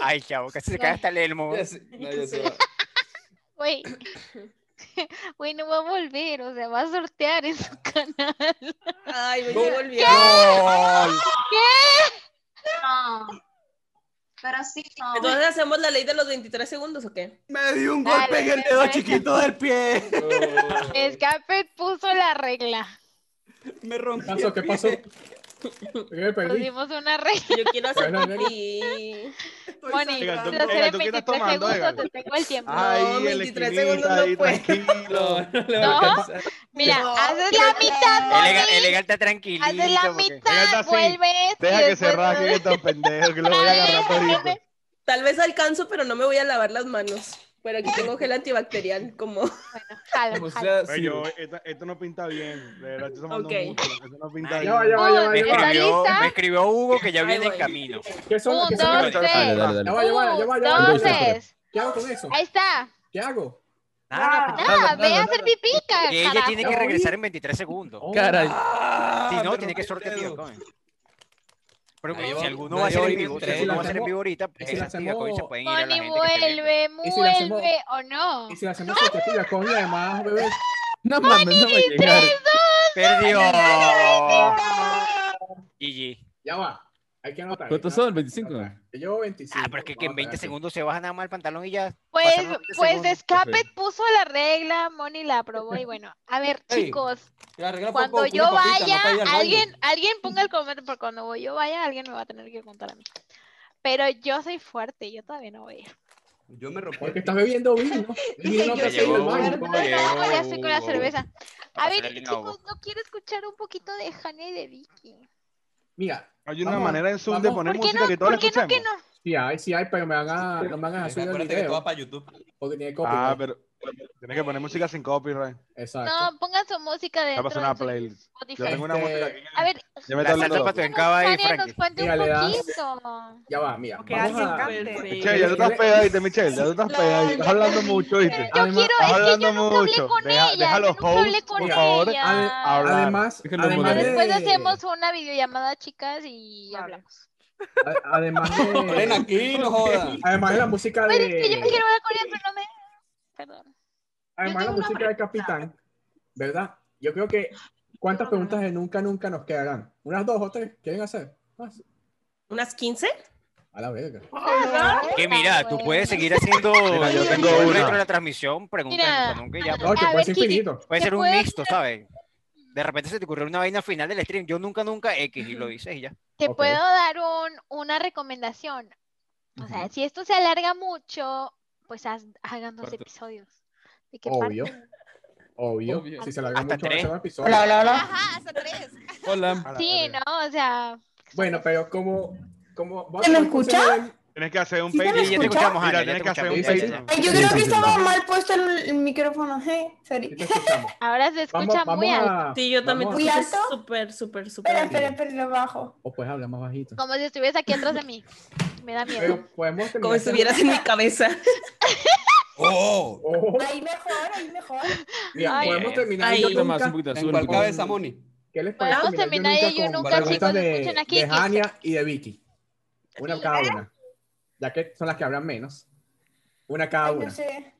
Ay, chavo, casi se cae hasta el elmo. Ya se- no, ya se va. Güey. Güey, no va a volver, o sea, va a sortear en su canal. Ay, güey, No. se volvió. ¡Gol! No. Pero sí, no. Entonces hacemos la ley de los 23 segundos, ¿o qué? Me dio un Dale, golpe en el dedo perfecto. chiquito del pie. No. Escape puso la regla. Me rompí. pasó? el ¿Qué pie. pasó? Yo me perdí. Pusimos una regla. Yo quiero hacer Bueno, venga. pipí. Estoy Moni, Oigan, sangrando. tú- lo oigan, hacer ¿tú en qué estás 23 tomando, segundos, oigan? te tengo el tiempo. No, Ay, el 23 equilibrista segundos no ahí, puede. tranquilo. No, no le No. va a alcanzar. Mira, no, haces qué la tal. mitad, El legal, Moni, el legal está tranquilito. haces la porque- mitad, así, vuelves. y Deja que se después rasgue estos pendejos que lo voy a agarrar todito. Tal vez alcanzo, pero no me voy a lavar las manos. Pero aquí tengo gel antibacterial, como. Bueno, jalo, O jalo. sea, sí. Bueno, esto, esto no pinta bien. De verdad, estoy tomando Ok. mucho. Esto no pinta Ya va, ya bien. va, ya va, Me ya va. Está escribió, lista. me escribió Hugo que ya Ahí viene en voy. camino. ¿Qué son Un, qué son dos, los- Dale, Ya tres. va, ya va, ya va, Un, ya va. dos, ya va. tres. ¿Qué hago con eso? Ahí está. ¿Qué hago? Nada, pues, Nada, ve a hacer pipí, ca- que ella carajo. tiene que regresar en 23 segundos. Oh, Caray. Si no, me tiene rompí que el sortear tío, dedo. coño. Pero Ahí si va, alguno ahí va a ser voy, en vivo, si tres. alguno va a ser en vivo ahorita, pues, Y si la esas tías coño se hacemos- pueden ir a la Moni, gente que esté viendo. vuelve, ¿Y si la hacemos? vuelve o no. Y si la hacemos sorteativa con y además, bebé. No mames, no va a llegar. Perdió. GG. Ya va. Hay que anotar. ¿Cuántos hay que son? anotar, 25. hay que anotar. Yo 25. Ah, pero es que, que en Vamos a 20 ver. segundos se baja nada más el pantalón y ya. Pues, Pasaron 20 pues segundos. Escape puso la regla, Moni la aprobó y bueno, a ver Ey, chicos, La regla fue cuando por yo una papita, no vaya, para ir al baño. alguien, alguien ponga el comentario, porque cuando yo vaya, alguien me va a tener que contar a mí. Pero yo soy fuerte, yo todavía no voy a ir. Yo me rompí. el Porque pie. estás bebiendo vino. El Dice, vino yo te soy sirve el fuerte. baño. No, no, ya estoy Uh, con la Oh. cerveza. A Pasar ver, el chicos, hinojo. no quiero escuchar un poquito de Hania y de Vicky. Mira, Hay una Vamos, manera en Zoom de vamos. poner ¿Por qué música no? que todos la ¿Por qué no escuchemos. que no? sí hay, sí hay, pero me van a, no me van a subir el Acuérdate que todo video. va para YouTube. Porque tiene copia. Ah, pero tienes que poner música sin copyright. Exacto. No, pongan su música Ah, Ya dentro pasó de una su playlist. Yo Spotify. tengo una Este, música aquí. A ver, Ya me está La salsa hablando. para tu que encaba y Hania nos Frankie. cuente Mira, le un das- poquito. Ya va, mira. Que vamos alguien a- cante. Michelle, ya tú estás pegadita, Michelle. Ya tú estás La- pegadita. Estás hablando mucho, ¿viste? Yo Además- quiero, estás es que yo hablando nunca hablé mucho. con Deja- ella, deja yo los nunca hablé hosts, con por ella. favor, Además, hablar. además, Déjenlo Pero Vale. después hacemos una videollamada, chicas, y hablamos. a- además Ven de, aquí, no jodas. además de la música Pero Pues es que yo me de, quiero hablar con ella, pero no me... Perdón. además de la tengo una música de Capitán, ¿verdad? Yo creo que cuántas preguntas de nunca nunca nos quedarán. Unas dos o tres. ¿Quieren hacer? Más. ¿Unas 15? A la verga. Que mira, tú Bueno. puedes seguir haciendo Mira, yo tengo dentro una. de la transmisión preguntas pues. nunca, nunca, ya, Mira. pues. No, que A puede ver, ser Kiki. infinito. Puede Se ser un puede mixto, ¿sabes? De repente se te ocurrió una vaina final del stream. Yo nunca, nunca X y lo dices y ya. Te Ok. puedo dar un, una recomendación. O sea, si esto se alarga mucho, pues haz- hagan dos episodios. ¿De qué Obvio. parten? Obvio. Obvio. Si se la hagan Hasta mucho, va a tres. ser un episodio. Hola, hola, hola. Ajá, hasta tres. Hola. Sí, ¿no? O sea... Bueno, pero como. como ¿Se me escucha? Tienes que hacer un ¿Sí te Patreon. Sí, ya te escuchas? escuchamos, Mira, Ana. ya tienes te que hacer un escuchamos, ya, Patreon. ya, Ay, yo Sí, creo sí, que sí, estaba sí. mal puesto el, el micrófono. Hey, Sí, sorry. te escuchamos. Ahora se Vamos, escucha vamos muy alto. a. Sí, yo también vamos te a- Muy escucho alto. súper, súper, súper. Espera, alto. espera, espera, lo bajo. O puedes hablar más bajito. Como si estuvieras aquí atrás de mí. Me da miedo. Pero podemos terminar. Como si estuvieras en mi cabeza. Oh, Ojo, Ahí mejor, ahí mejor. mira, Ay, podemos ay, terminar. ay. yo Ahí. Nunca más, un nunca. poquito ¿en azul. cuál un poquito- cabeza, Moni? ¿Qué les parece? Podemos terminar yo ahí, yo con nunca, preguntas chicos, escuchen de, aquí, ¿eh? de Kiki. Hania y de Vicky. Una cada una. Ya que son las que hablan menos. Una cada Ay, una. no sé.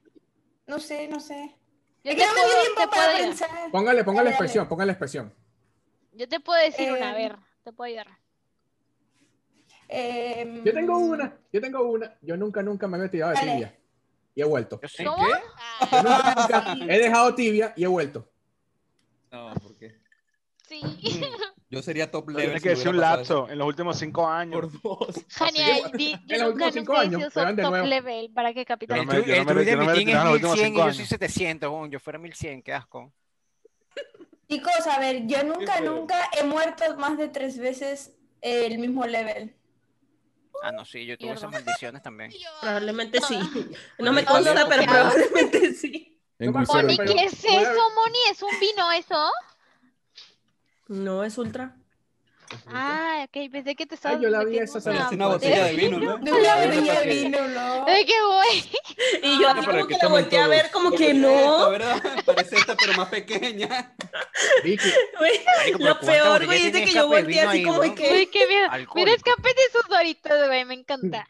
No sé, no sé. Yo Es te que no me dio puedo- te tiempo puedo para ayudar. pensar. Póngale, póngale Dale, expresión, póngale expresión. Yo te puedo decir una, a Eh, ver, te puedo ayudar. Em, Yo tengo Mm. una, yo tengo una. Yo nunca, nunca me he tirado de Dale. tibia. Y he vuelto. Yo sé. ¿Cómo? Yo nunca, nunca he dejado tibia y he vuelto. No, porque Sí. yo sería top level. si Tienes que me decir un hubiera pasado lapso en los últimos cinco años. Por dos. Genial. di- En Yo los nunca, últimos cinco nunca he años, sido prueban top, de top nuevo. level para que Yo capitán. no El me- tuyo yo no el me- tuyo yo de no me mi team retiraba en los es últimos 1100 y cinco yo soy años. 700, bon, yo fuera 1100, qué asco. Chicos, a ver, yo nunca, feo. nunca he muerto más de tres veces eh, el mismo level. Ah, no, sí, yo tuve Mierda. esas maldiciones también. Probablemente sí. No me Está consta, bien, pero porque- probablemente sí. En Toma, crucero. Moni, pero- ¿qué es pero- eso, Moni? ¿Es un vino eso? No, es ultra. Ah, ok, pensé que te estaba Ay, yo la vi metiendo esa, se Pero la es una botella de vino, ¿no? De una Ahorita botella de que- vino, ¿no? Ay, qué güey. Y yo así para como que que la tomen volteé a todos. ver, como que Esta, no. ¿verdad? Parece esta, pero más pequeña. Vicky, Güey, Marico, pero Lo ¿cuántas peor, botellas güey, tiene es de que escape yo de volteé vino así ahí, como weón? de que. Uy, qué miedo. Mira, Alcohólico. escape de sus doritos, güey, me encanta.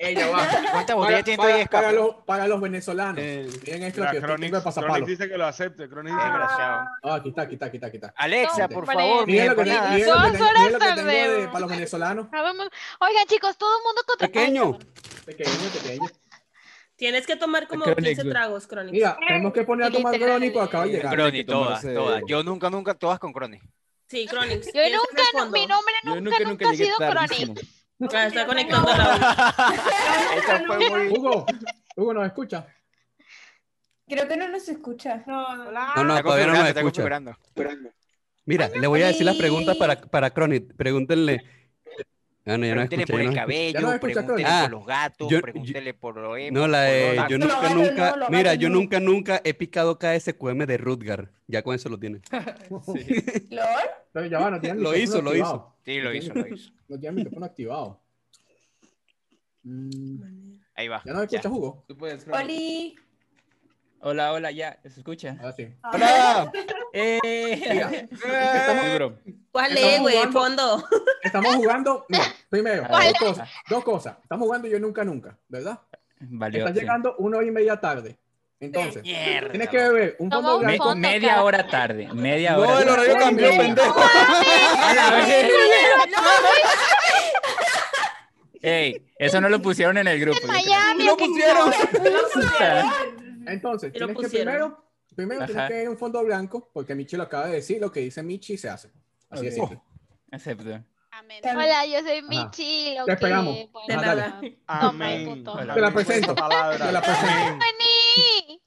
ella va. ¿Cuántas Para, botellas tiene para- todavía para escape? Eh, los, para los venezolanos. Miren esto Mira, que yo tengo de Cronix, pasapalo. Cronix dice que lo acepte. Cronix dice que lo acepte. Desgraciado. Ah, aquí está, aquí está, aquí está, aquí está. Alexa, No, por vale. favor, mi Miren lo que, empanada. miren lo que Dos tengo- horas miren lo que tengo tarde, de- weón. para los venezolanos. Ah, vamos. Oigan, chicos, todo el mundo contra. Pequeño. Ay, Pequeño, pequeño. Tienes que tomar como Crónico. 15 tragos, Crónico. Mira, Eh. tenemos que poner a tomar Literal. Groni porque acaba de llegar. Crony, todas, tomarse- todas. Yo nunca, nunca, todas con Crony. Sí, Cronix. Yo tienes que ir nunca, al nu- fondo. mi nombre nunca, nunca, ha sido Crony. Ah, está conectando la Ah, Esa fue muy... Hugo, Hugo, ¿nos escucha? Creo que no nos escucha. No, no, Está todavía no configurando, me está escucha. configurando. Mira, le voy a decir las preguntas para, para Cronit. Pregúntenle. Ah, no, ya no Pregúntele escucha. por ya no escucha. el Ya no cabello, escucha, pregúntele Crony. por los gatos, Ah, yo- pregúntele por los emo, No, la pues, por eh, los yo tacos. nunca, Lo gano, nunca, no, lo mira, gano, yo no. nunca, nunca he picado KSQM de Rutger. Ya con eso lo tiene. ¿Lol? Pero ya va, no tiene el Lo micrófono hizo, lo activado. Sí, lo hizo, lo hizo. No tiene el micrófono activado. Mm, Ahí va. ¿Ya no escucha, Ya. Hugo? Tú puedes, Chronic. Oli. Hola, hola, ya, ¿se escucha? Ahora Ah, sí. Ah. ¡Hola! ¡Eh! Mira, Sí, bro. ¿Cuál es, Estamos güey? El jugando. fondo. estamos jugando. mira, primero, Hola. dos cosas, dos cosas. Estamos jugando yo nunca, nunca, ¿verdad? Valió. Estás sí. llegando una hora y media tarde. Entonces, Mierda. tienes que beber un Toma fondo un Me- blanco. fondo. media cara. hora tarde, media hora. No, el tarde. horario cambió, pendejo. A la vez. Ah. Ey, eso no lo pusieron en el grupo. En yo creo. Miami. ¡Lo aquí pusieron! Entonces, Y lo tienes que pusieron. primero, primero tienes Ajá. que beber un fondo blanco porque Michi lo acaba de decir, lo que dice Michi se hace. Así de Ok. simple. Acepto. Amén. Hola, yo soy Ajá. Michi. Lo Te esperamos. que- De Ah, bueno, dale. nada. Amén. Te la Amén. presento, Esa palabra. te la presento. Amén. Vení.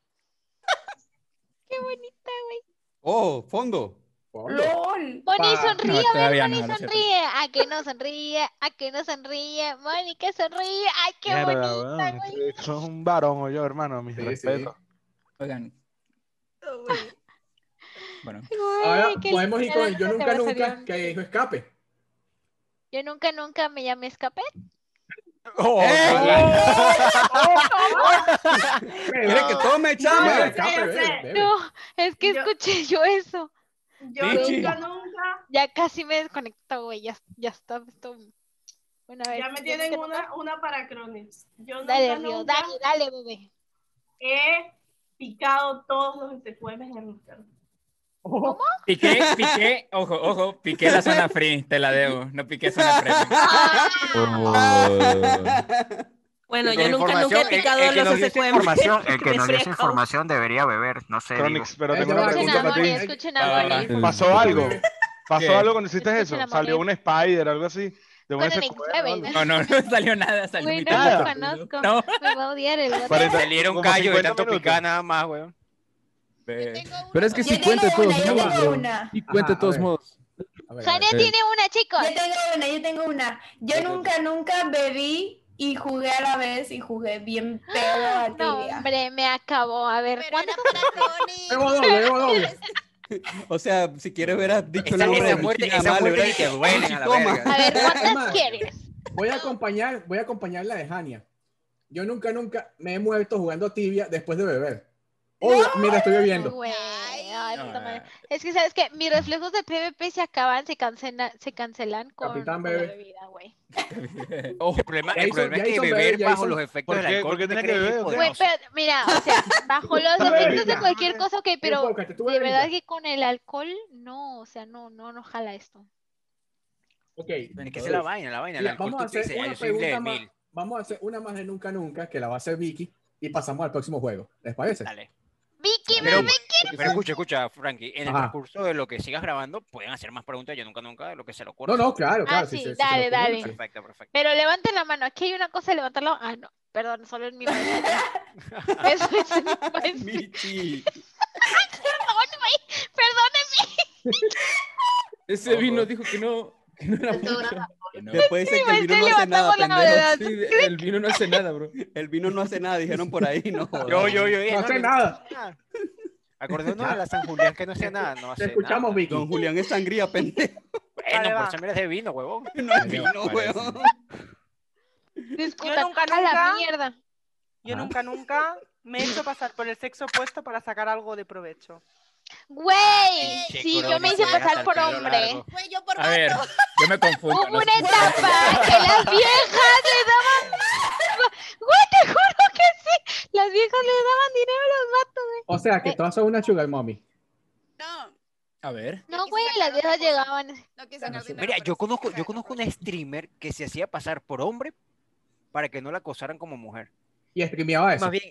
Qué bonita, güey. Oh, fondo. Fondo. ¡Lol! Moni, Pa. sonríe, No, a ver, todavía Moni, no, no es cierto. sonríe. A que no sonríe, a que no sonríe. Moni, que sonríe. Ay, qué Mierda, bonita, weón. güey. Ustedes Son un varón o yo, hermano. Mis Sí, sí. respetos. Oigan, bueno. Güey, Ahora qué podemos ir linda con el yo la nunca, nunca, conversación. que dijo escape. Yo nunca, nunca me llamé escapé. Oh, ¡Eh! hola. ¿Quieres que tome, Bebe, chama? escape, sé, bebe, sé. bebe. No, es que Yo- escuché yo eso. Yo Michi. nunca, nunca. Ya casi me desconecto, güey. Ya, ya está. esto- Bueno, a ver. Ya me yo tienen nunca- una, una para Cronix. Yo nunca, Dale, Río, nunca dale, dale, bebé. he picado todos los secuemes en Instagram. Piqué, piqué, ojo, ojo, piqué la zona free, te la debo. No piqué zona free. Ah. Ah. Bueno, yo Con nunca, nunca he información, el- picado el que nos los dio esa información, El que Me nos dio esa fresco. información debería beber, no sé. digo. Cronix, pero Eh, tengo ya una va, Escuchen pregunta a para ti. Moni, escuchen Va, a va, Moni. ¿Pasó algo? ¿Qué? ¿Pasó algo cuando hiciste Escuchen eso? la ¿Salió un moneda. spider, algo así? ¿De un Con el escuela o algo? X9, No, no, no salió nada, salió Güey, mi no lo cara. conozco. No. Me va a odiar el vato. Cuarenta- Salieron como callos de 50 tanto minutos. picar nada más, weón. Yo Ve. tengo una. Pero es que Yo sí tengo cuenta de todos una, yo modos, tengo bro. una. Y cuenta de todos modos. A ver, a ver. Jania tiene una, chicos. Yo tengo una, yo tengo una. Yo nunca, nunca bebí y jugué a la vez y jugué bien pedo a ¡Ah! No, tibia. hombre, me acabó. A ver, ¿cuándo? Bebo doble, bebo doble. O sea, si quieres ver, has dicho Esa, el nombre esa de muerte, Michi, esa jamás le muerte hubiera ni te dicho, duele a la toma. verga. A ver, Es más, ¿cuántas quieres? Voy a acompañar, voy a acompañar la de Hania. Yo nunca, nunca me he muerto jugando tibia después de beber. Oh, mira, estoy bebiendo. Ah. Güey, ay, puta madre. Es que, ¿sabes qué? Mis reflejos de PvP se acaban, se cancelan, se cancelan con, Capitán, con la bebé. bebida, güey. El problema, Jason- el problema es que Jason, beber bebe, bajo Jason. los efectos ¿Por del qué? alcohol. ¿Por qué ¿tú tiene crees que es beber? Güey, Güey, Pues, poderoso? pero, mira, o sea, bajo los efectos de cualquier cosa, ok, pero Enfócate, tú de bebiste. verdad que con el alcohol, no, o sea, no, no, no jala esto. Ok, Tiene que ser la vaina, la vaina. El mira, alcohol vamos a tú te hacer dices, "Ay, una yo soy un pregunta level más. mil". Vamos a hacer una más de nunca, nunca, que la va a hacer Vicky, y pasamos al próximo juego. ¿Les parece? Dale. Vicky, Pero- bebé, Pero escucha, escucha, Frankie, en el Ajá. transcurso de lo que sigas grabando, pueden hacer más preguntas, yo nunca, nunca, de lo que se le ocurra. No, no, claro, claro. Ah, sí, sí, sí, sí, dale, sí, dale. sí. Perfecto, perfecto. pero levanten la mano, aquí hay una cosa de levantar la Ah, no, perdón, solo en mi mano. Eso es en mi país. Michi, Perdóname, perdóname. ese vino dijo que no, que no era Esto mucho. era- Que no. Después dicen que el vino Estoy no hace nada, levantando la pendejo. verdad. Sí, el vino no hace nada, bro. El vino no hace nada, dijeron por ahí, no jodas. Yo, yo, yo. eh, No hace yo- nada. Acordémonos de la San Julián que no hace nada, no hace Te escuchamos, nada. Vicky. Don Julián es sangría, pendejo. Bueno, Vale, por va. eso miras de vino, huevón. No es vino, weón. Discutan, nunca, a la nunca. mierda. Yo Ajá. nunca, nunca me he hecho pasar por el sexo opuesto para sacar algo de provecho. Güey, Pinche sí, yo corona, me hice llegas pasar al por pelo hombre. largo. Güey, yo por A ver, vato. yo me confundo. Hubo no sé. una etapa que las viejas le daban. Güey, te juro que sí. Las viejas le daban dinero a los vatos, güey. O sea, que todas son una sugar mommy. No, A ver. No, güey, las viejas llegaban. no quise sacar dinero. Mira, pero yo sí conozco, sacar yo conozco una streamer que se hacía pasar por hombre para que no la acosaran como mujer. Y exprimiaba eso. Más bien,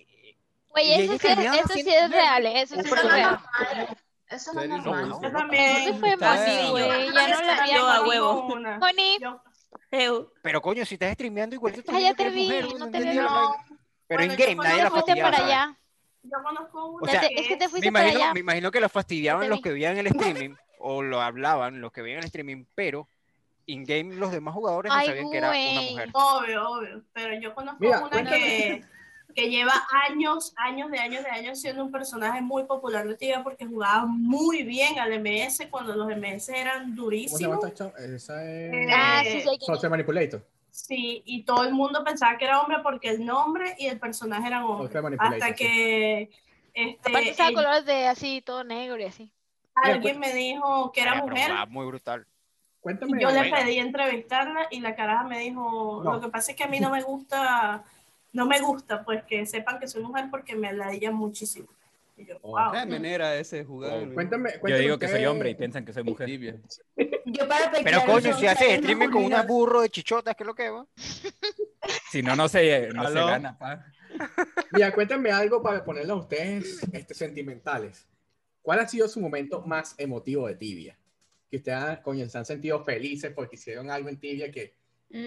Y Güey, ella eso sí es, terminaba eso sí haciendo- es real, eh, eso sí Un es personaje. real. Eso no es Serio, normal. no, Yo no. ¿Dónde también. fue Está Mati, bien. güey? Ya no la Yo a había. huevo. Una. Connie, Yo- Eu. Pero coño, si estás streameando igual te ah, ya te vi, no te veo. Pero en Bueno, yo game nadie conozco- la Te fuiste fastidiaba. para ¿sabes? allá. Yo conozco una. O sea, Ya te- es que te Me fuiste para allá. imagino, me imagino que la Ya fastidiaban te los vi. que veían el streaming o lo hablaban los que veían el streaming, pero in game los demás jugadores no Ay, sabían que era una güey. mujer. Obvio, obvio. Pero yo conozco Mira, una que, que lleva años, años de años de años siendo un personaje muy popular de tía porque jugaba muy bien al MS cuando los MS eran ¿Cómo se llama durísimos. esta chava? Esa Ah, Ah, es. sí, eh, sé quién Social Manipulator. Sí, y todo el mundo pensaba que era hombre porque el nombre y el personaje eran hombres. Social Manipulator. Hasta sí. que este, Aparte estaba el- colores de así, todo negro y así. alguien me dijo que era Pero mujer jugaba muy brutal. Cuéntame. y yo le Bueno. pedí entrevistarla y la caraja me dijo, No. lo que pasa es que a mí no me gusta, no me gusta pues que sepan que soy mujer porque me ladilla muchísimo. Y yo, Oh. wow. Ah, manera ese de jugar. Oh, Cuéntame, Yo cuéntame digo que soy ustedes- hombre y piensan que soy mujer. Tibia. Yo para Pero pechar coño, los si haces hombres, streaming Eh, con una burro de chichotas, ¿qué es lo que va? Si no, no se, no se Aló. gana, pa. Mira, cuéntame algo para ponerle a ustedes este, sentimentales. ¿Cuál ha sido su momento más emotivo de Tibia? Que ustedes, ah, coño, se han sentido felices porque hicieron algo en Tibia que Mm.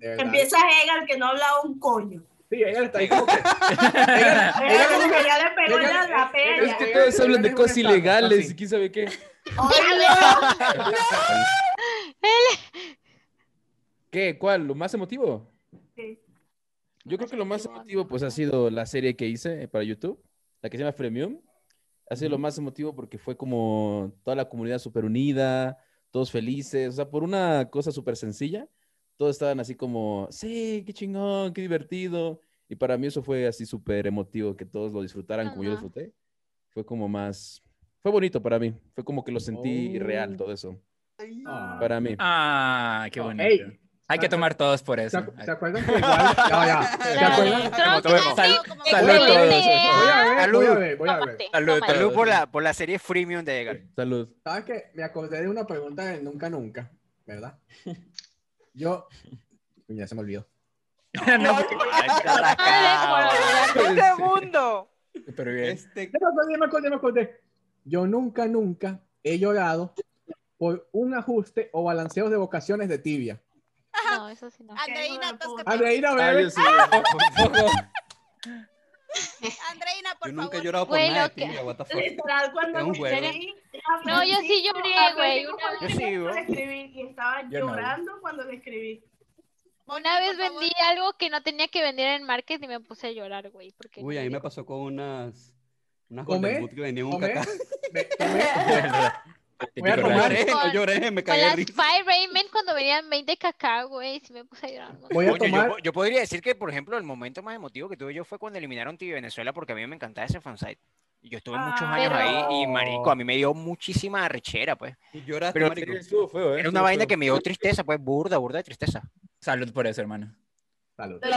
de verdad... Empieza Hegel que no hablaba un coño. Sí, ella está ahí como que... Hegel como que ya le pegó Hegel- la, la Hegel- pella. Es que todos hablan de cosas ilegales y quién sabe qué. ¿Qué? ¿Cuál? ¿Lo más emotivo? Sí. Yo creo que lo más emotivo pues ha sido la serie que hice eh, para YouTube, la que se llama Premium. Ha sido lo más emotivo porque fue como toda la comunidad súper unida, todos felices, o sea, por una cosa súper sencilla, todos estaban así como, sí, qué chingón, qué divertido. Y para mí eso fue así súper emotivo, que todos lo disfrutaran como yo lo Ajá. disfruté. Fue como más, fue bonito para mí, fue como que lo sentí Oh. real todo eso, Ah. para mí. Ah, qué bonito. Ey, Hay que tomar todos por ¿se eso. acu- se acuerdan que igual... Ya, ya. ¿Se acuerdan? Creo vemos. que ha sido Sal- excelente, salud a todos. Voy a ¿eh? ver, voy a Salud. ver, voy a ver. Tómate, Salud, tómate. Salud por la, por la serie freemium de Edgar. Salud. ¿Sabes qué? Me acordé de una pregunta del nunca nunca, ¿verdad? Yo... Ya se me olvidó. No, Un segundo. pero bien. Este Ya me acordé, ya me acordé, ya me acordé. Yo nunca, nunca he llorado por un ajuste o balanceo de vocaciones de tibia. No, eso sí no. Andreina, atáscate. Andreina, Ah, bebé. yo sí. Andreina, por Yo nunca he favor. llorado por Güey, pues, nada de lo que- tibia, what the fuck. Literal, cuando Es un huevo. escribí, No, yo sí lloré, güey, aprendí una vez. cómo Yo sí, güey. le escribí y estaba Yo no. llorando cuando le escribí. Una vez por favor. vendí algo que no tenía que vender en Market y me puse a llorar, güey. Porque Uy, a mí me pasó con unas. Unas ¿Comer? Golden Boot que vendían un Tomé, cacao. me- tomé- Voy a Típico tomar, rayo. Lloré, Con- no lloré, me Con cagué de las risa. Fire Raymond cuando venían 20 cacao, güey, sí me puse a llorar. ¿no? voy a Coño, tomar. yo, yo podría decir que, por ejemplo, el momento más emotivo que tuve yo fue cuando eliminaron TV Venezuela porque a mí me encantaba ese fansite. Y Yo estuve muchos Ah, años pero- ahí y, marico, a mí me dio muchísima arrechera, pues. Y lloraste, Pero- marico. Estuvo feo, ¿eh? Era Estuvo una vaina feo. que me dio tristeza, pues, burda, burda de tristeza. Salud por eso, hermano. Salud. Lol.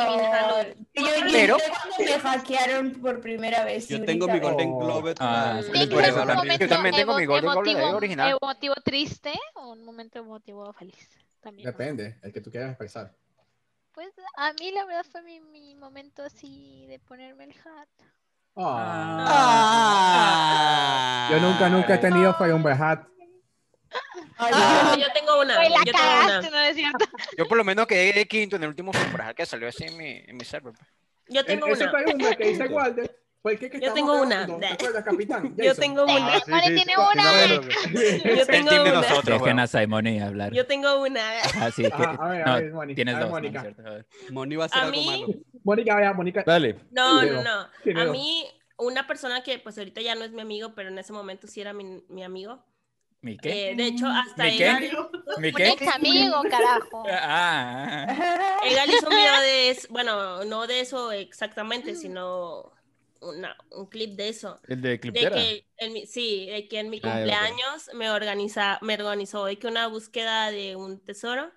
Yo Pero- grité cuando me hackearon por primera vez. y Yo tengo mi ahorita- Golden Globe. Ah, todavía. sí, ¿Tiene que por ser eso un también. momento Yo también tengo mi evo- Golden Globe de emotivo, original. emotivo triste o un momento emotivo feliz? También. ¿no? Depende, el que tú quieras expresar. Pues a mí la verdad fue mi, mi momento así de ponerme el hat. Ah. Ah. Yo nunca, nunca he tenido fue un hat. Ay, Yo- yo- Yo tengo una. Güey, Ah, la yo tengo cagaste, una. ¿no es cierto? Yo por lo menos quedé de quinto en el último Superhat que salió así en mi, en mi server. pues. Yo tengo E-, Ese una. fue una que dice Walder. Fue el que, que Yo estaba tengo una. hablando, ¿Te acuerdas, capitán? Yo Jason? tengo una. Ah, sí, sí, tiene una. Yo El team tengo de una. nosotros, Dejen weón. a Simone hablar. Yo tengo una. Ah, sí, Ajá, a ver, a no, ver, Mónica. tienes a ver, dos. ¿no? Mónica. ¿Cierto? A ver. Moni va a hacer A algo mí- malo. Mónica, vea, Mónica. Dale. No, Leo. no, no. Sí, A Leo. mí, una persona que pues ahorita ya no es mi amigo, pero en ese momento sí era mi, mi amigo. ¿Mi qué? Eh, de hecho, hasta ¿Mi qué? Egal, ¿Mi Un qué? ex amigo, carajo. Ah, ah, ah. Mm. Egal hizo un video de eso, bueno, no de eso exactamente, sino una- un clip de eso. El de De Cliptera. que en mi- sí, de que en mi Ah, ya me acuerdo. cumpleaños me, organiza, me organizó de que una búsqueda de un tesoro.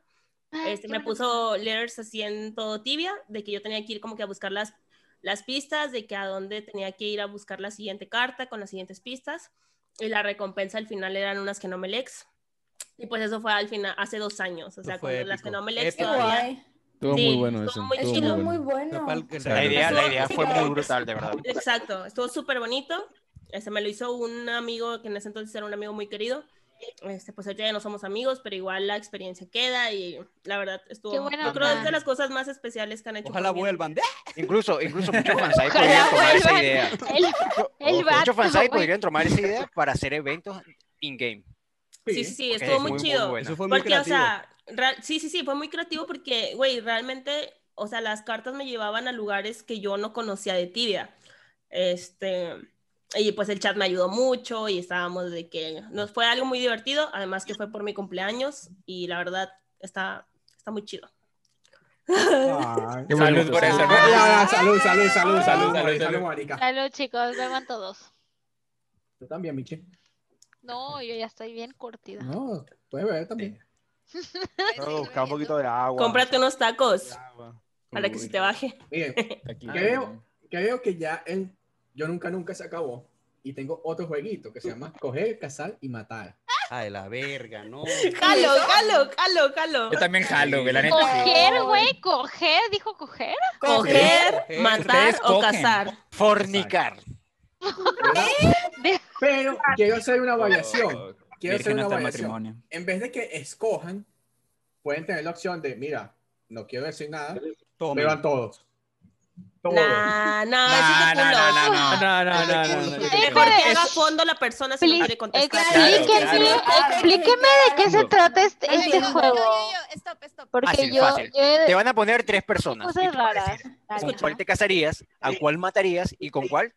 Ah, Este, me puso letters así en todo tibia, de que yo tenía que ir como que a buscar las, las pistas, de que a dónde tenía que ir a buscar la siguiente carta con las siguientes pistas. Y la recompensa al final eran unas que no me lex. Y pues eso fue al final, hace dos años. O fue sea, cuando las épico. que no me lex Épico. todavía. Ay, Estuvo Sí, muy bueno eso. estuvo muy estuvo chido. muy muy bueno. bueno. La idea, la idea Sí, fue claro. muy brutal, de verdad. Exacto, estuvo súper bonito. Este, me lo hizo un amigo que en ese entonces era un amigo muy querido. Este, pues ahorita ya no somos amigos, pero igual la experiencia queda y la verdad estuvo. Qué buena yo creo que es onda. de las cosas más especiales que han hecho. Ojalá por mí. vuelvan. ¡Ah! Incluso, incluso muchos fansites Ojalá podrían tomar esa vuelvan. idea. El, el Muchos vato, fansites güey. podrían tomar esa idea para hacer eventos in-game. Sí, sí, sí, Porque estuvo es muy, muy chido. buena. Eso fue muy porque, o sea, real- sí, sí, sí, fue muy creativo porque, güey, realmente, o sea, las cartas me llevaban a lugares que yo no conocía de tibia. Este, y pues el chat me ayudó mucho y estábamos de que nos fue algo muy divertido, además que fue por mi cumpleaños y la verdad está, está muy chido. Qué Salud por eso, hermano. Ya, ya, salud, salud, salud, Salud, salud, salud, Mari, salud, salud. marica. Salud, chicos, beban todos. Tú también, Michi. No, yo ya estoy bien curtida. No, puedes beber también. Voy a buscar un poquito de agua. Cómprate unos tacos agua. para que se te baje. Miren, Aquí. creo, creo que ya el Yo Nunca Nunca se acabó y tengo otro jueguito que se llama Coger, Cazar y Matar. Ay, la verga, no. Calo, calo, calo, calo. Yo también jalo, güey, la neta. Coger, güey, coger, dijo coger. Coger, Coger, matar ustedes o cogen. cazar. Fornicar. Pero quiero hacer una variación. Quiero hacer Virgen una hasta el variación. matrimonio. En vez de que escojan, pueden tener la opción de, mira, no quiero decir nada, Tomen. beban todos. Todos. Nah, no, eso es de No, no, culo. no, no, No, no. no, no, no, no. Mejor que Eso- haga fondo la persona si no quiere contestar. Explíquenme, claro. explíquenme de qué se trata este, Ay, este no, no, juego. Porque Fácil, yo, fácil. yo he- Te van a poner tres personas. y Pues, cosas tú vas a raras. decir Dale, ¿Con ajá. cuál te casarías? ¿A cuál matarías? ¿Y con cuál?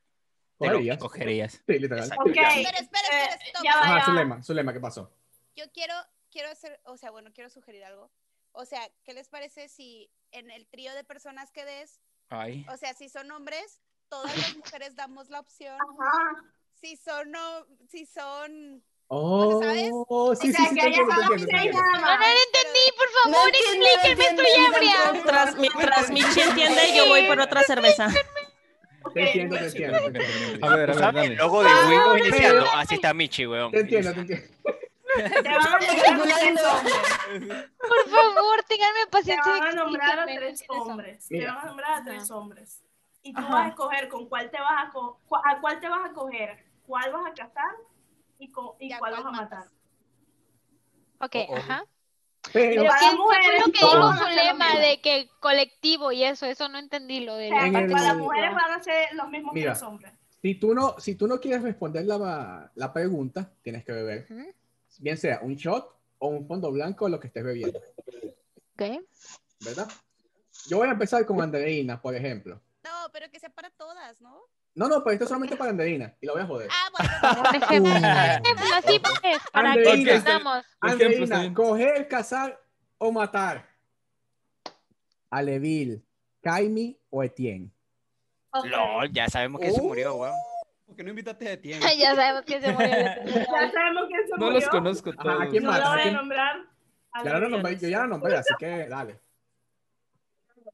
Te lo Cogerías. Cogerías. Sí, literal. Exacto. Ok, Pero espera, espera, Eh, stop. ya va, Ajá, Zulema, Zulema, ¿qué pasó? Yo quiero, quiero hacer, o sea, bueno, quiero sugerir algo. O sea, ¿qué les parece si en el trío de personas que des, Ay. o sea, si son hombres, todas las mujeres damos la opción? Ajá. Si son, no, si son... Oh, ¿sabes? sí, o sea, sí, sí, que te haya entiendo, te dado entiendo, te Ay, entiendo. nada No, más. no, no entendí, por favor, No entiendo, no explíquenme, entiendo, estoy no ebria. entiendo. Mientras, mientras Michi entiende, yo voy por otra cerveza. Te entiendo, te entiendo. te entiendo. A ver, a ver, ¿Sabes? dale. El logo de Ah, Windows iniciando. Así está Michi, weón. Te entiendo, te entiendo. Te van a nombrar a tres hombres. Por favor, ténganme Te paciencia. van a nombrar a explíquenme tres quiénes son. hombres. Te Mira. van a nombrar a tres hombres. Y tú Ajá. vas a escoger con cuál te vas a, co- cu- a cuál te vas a coger, cuál vas a cazar y, co- y ¿Y a cuál vas cuál a matas? matar. Ok, Oh, oh. ajá. Pero Pero para ¿qué fue mujeres, lo que todos dijo van a hacer lo Zulema mismo. de que colectivo y eso? Eso no entendí lo de O sea, la En para el- las mujeres van a ser los mismos Mira. que los hombres. Si tú no, si tú no quieres responder la, la pregunta, tienes que beber. Ujú. Bien sea un shot o un fondo blanco o lo que estés bebiendo, Ok. ¿verdad? Yo voy a empezar con Andreina, por ejemplo. No, pero que sea para todas, ¿no? No, no, pero esto es solamente para Andreina y lo voy a joder. Ah, bueno. Por ejemplo, ejemplo, así pues, para que Andreina. entendamos. por ejemplo, está Andreina, bien. coger, cazar o matar. Alevil, Kaimi o Etienne. LOL, ya sabemos Uh. que se murió, weón. Porque no invitaste a tiempo. Ya sabemos que se murió. Ya sabemos quién se No murió. los conozco Ajá, ¿a todos. quién No más? la voy a ¿Quién? nombrar. a Ya lo los nombré, yo ya la nombré, así que dale.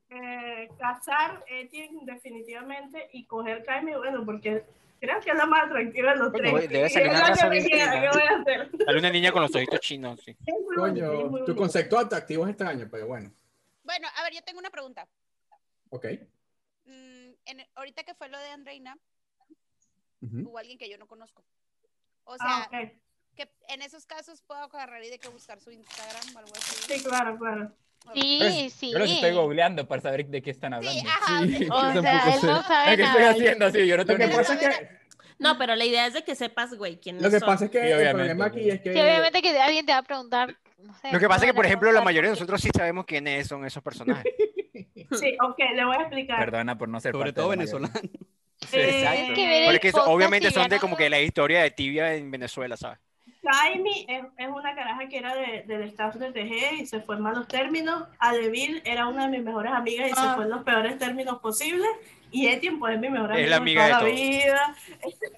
Eh, cazar Etienne definitivamente y coger Jaime, bueno, porque creo que es la más atractiva de los Coño, tres. güey, debe Y salir es una la raza que me bien queda, fina. ¿qué voy a hacer? Sale una niña con los ojitos chinos, sí. Es muy bonita, es muy Coño, tu bonita. concepto atractivo es extraño, pero bueno. Bueno, a ver, yo tengo una pregunta. Ok. Mm, en- ahorita que fue lo de Andreina, Ujú. hubo alguien que yo no conozco. O sea, Ah, ok. que en esos casos puedo agarrar y de que buscar su Instagram o algo así. Sí, claro, claro. Sí, sí. Yo los estoy googleando para saber de qué están hablando. Sí, ajá. Sí. ok. O Yo sea, tampoco él sé. no Ay, sabe ¿Qué estoy nada. haciendo así? Yo no Lo que tengo ni idea. pasa es que No, pero la idea es de que sepas, güey, quién Lo que pasa es que Sí, el obviamente, problema aquí es Sí, que obviamente que alguien te va a preguntar. no sé, Lo que pasa es no que, por van a ejemplo, la preguntar mayoría de por qué. nosotros sí sabemos quiénes son esos personajes. Sí, ok, le voy a explicar. Perdona por no ser Sobre parte todo de la mayoría. venezolano. Eh, Tienen que ver Pero el es que eso- podcast obviamente y son de ganar como que la historia de tibia en Venezuela, ¿sabes? Jaime es, es una caraja que era de- del staff de TG y se fue en malos términos. Alevil era una de mis mejores amigas y Ah. se fue en los peores términos posibles. Y Etienne, pues, es mi mejor amigo Es la amiga toda de la vida.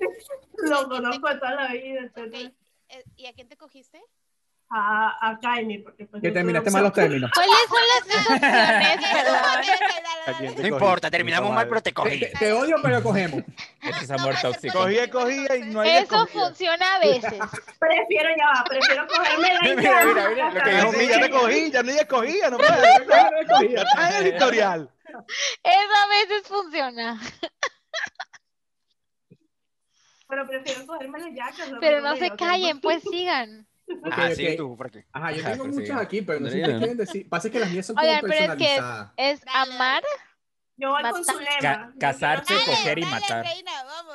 Lo conozco de toda la vida, etc. Eh, ¿Y a quién te cogiste? A, a Jaime, porque pues, Que yo terminaste tuve malos opción. términos. ¿Cuáles son las tres opciones? No importa, terminamos mal, pero te cogí. Te, te odio, pero cogemos. Este es amor tóxico. Cogí, cogí y no hay Eso funciona a veces. Prefiero ya va, prefiero cogerme la Mira, mira, mira, lo que dijo Milla, ya te cogí, ya no ya cogía, no puedes. Ya trae el historial. Eso a veces funciona. Pero prefiero cogerme la yaca. Pero no se callen, pues sigan. Ah, Ok, sigue ok. tú, Frankie. Ajá, yo Ajá, tengo prosigue. muchas aquí, pero no sé Andrea, qué ¿no? quieren decir. Pasa que las mías son como Oigan, pero es que personalizadas. es, es amar. Yo voy con su Ca- casarse, coger y matar.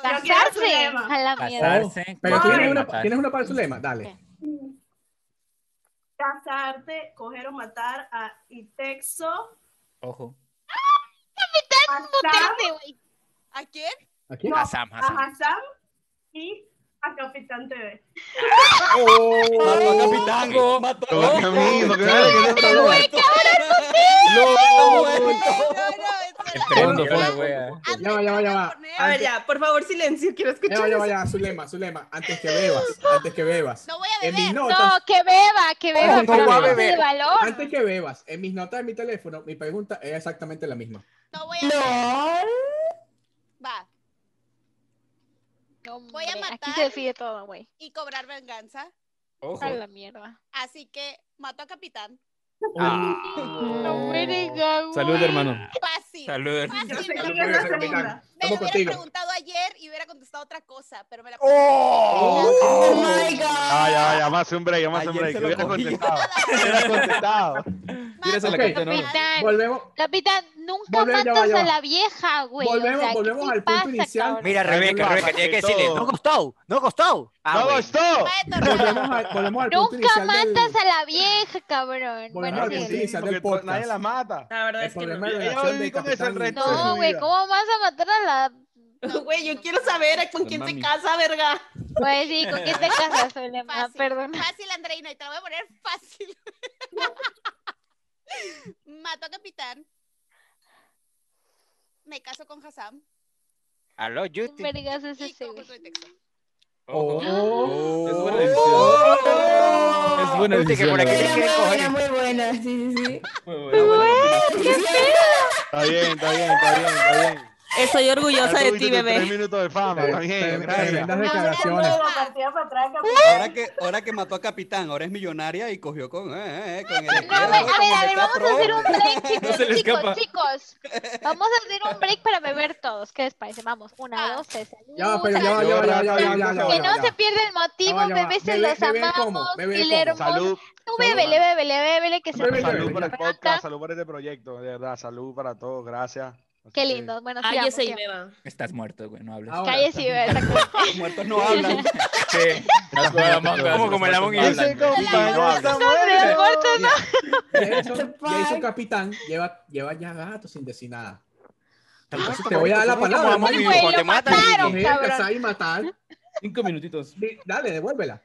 Casarse. Yo quiero su A la mierda. Casarse, Oh, Pero coger ¿tienes y una, matar. tienes una para su lema, dale. Casarte, coger o matar a Itexo. Ojo. a Muteate, Sam, güey. ¿A quién? no, A Sam, a Sam. a Hassan y a Capitán TV. Mató a Capitán. Oh. Mató a Capitán. Tremendo fue, wea. Ya va, ya va, ya va. A ver, ya, por favor, silencio, quiero Ya escuchar. va, ya va, ya va. Su lema, su lema. Antes que bebas, antes que bebas. No voy a En mis notas. No, que beba, que beba, Ojo, pero no va a no de beber. valor. Antes que bebas, en mis notas de mi teléfono, mi pregunta es exactamente la misma. No voy a Va, No, hombre, Voy a Aquí matar. se decide todo, güey. y cobrar venganza. A la mierda. Así que mato a Capitán. Ah. No me Salud, hermano. Fácil. Salud. Fácil. Yo sé no que me es la segunda. me Estamos lo hubieras contigo. preguntado ayer y hubiera contestado otra cosa, pero me la Oh my God. Ay, ay, ya, más un break, más un Ayer break. que se lo Hubiera cogí. contestado. Hubiera contestado. Tírase la Ok. carta, ¿no? Capitán, Volvemos, capitán, nunca Volvemos, ya va, matas ya a va. la vieja, güey. O Volvemos- sea, ¿qué volvemos te al punto pasa, inicial. cabrón? Mira, Rebeca, Ay, Rebeca, que tiene que todo. decirle, no costó, no costó. Ah, ¡No bueno. gustó! volvemos, al- volvemos al punto Nunca inicial. del- matas a la vieja, cabrón. Volvemos Bueno, al punto sí. inicial. Porque del podcast. nadie la mata. La verdad El es que no. problema de Ella va a relación de vivir con eso el Capitán- resto de No, su güey, vida. ¿cómo vas a matar a la... No, Güey, yo quiero saber a con La quién se mami. casa, verga. Pues sí, ¿con quién te casas, Zulema? Fácil, Perdón. fácil, Andreina, y te la voy a poner fácil. Mato a Capitán. Me caso con Hassan. Aló, ¿Qué Juti. vergas es Y ese, cojo güey? su texto. Oh. Es buena ¡Oh! decisión. Es buena Juti, que decisión. por aquí Era te quieren muy buena, coger. muy buena. Sí, sí, sí. Está bien, está bien, está bien, está bien. Estoy orgullosa Ya de tuviste ti, tus Tres bebé. minutos de fama, está bien, gracias. Tremendas declaraciones. La partida para atrás, Capitán. Ahora que, ahora que mató a Capitán, ahora es millonaria y cogió con, eh, eh, con el No, a ver, a ver, a ver, vamos a hacer un break, chicos, No se le escapa. chicos, chicos. Vamos a hacer un break para beber todos. ¿Qué les parece? Vamos, Ah. una, dos, tres. Ya va, pero ya va, ya va, ya va, ya va, ya va, ya va, Que ya va, no ya se va. pierda el motivo, Ya va, ya va. bebés, se Bebe- los bebe como, amamos, bebe y como. le hermoso. Salud, Tú bébele, bébele, bébele, que se Bebe, nos bebe. salud para el levanta. podcast, salud para este proyecto, de verdad, salud para todos, gracias. Así Qué que- lindo, bueno, Ah, yo sigamos, soy sigamos. beba. Estás muerto, güey, no hables. Ahora. Cállese y bebe, exacto. Los muertos no hablan. Sí. Has jugado Among Us, Como los como muertos el Among no Us. hablan, güey. Sí, no hablan. Pero corta, no. Jason, Jason Capitán lleva, lleva ya gato sin decir nada. Entonces te voy a dar la palabra. pues, Como Among Among Us, Us. cuando te matan. mataron, Mujer, cabrón. casar y matar. Cinco minutitos. Di- Dale, devuélvela.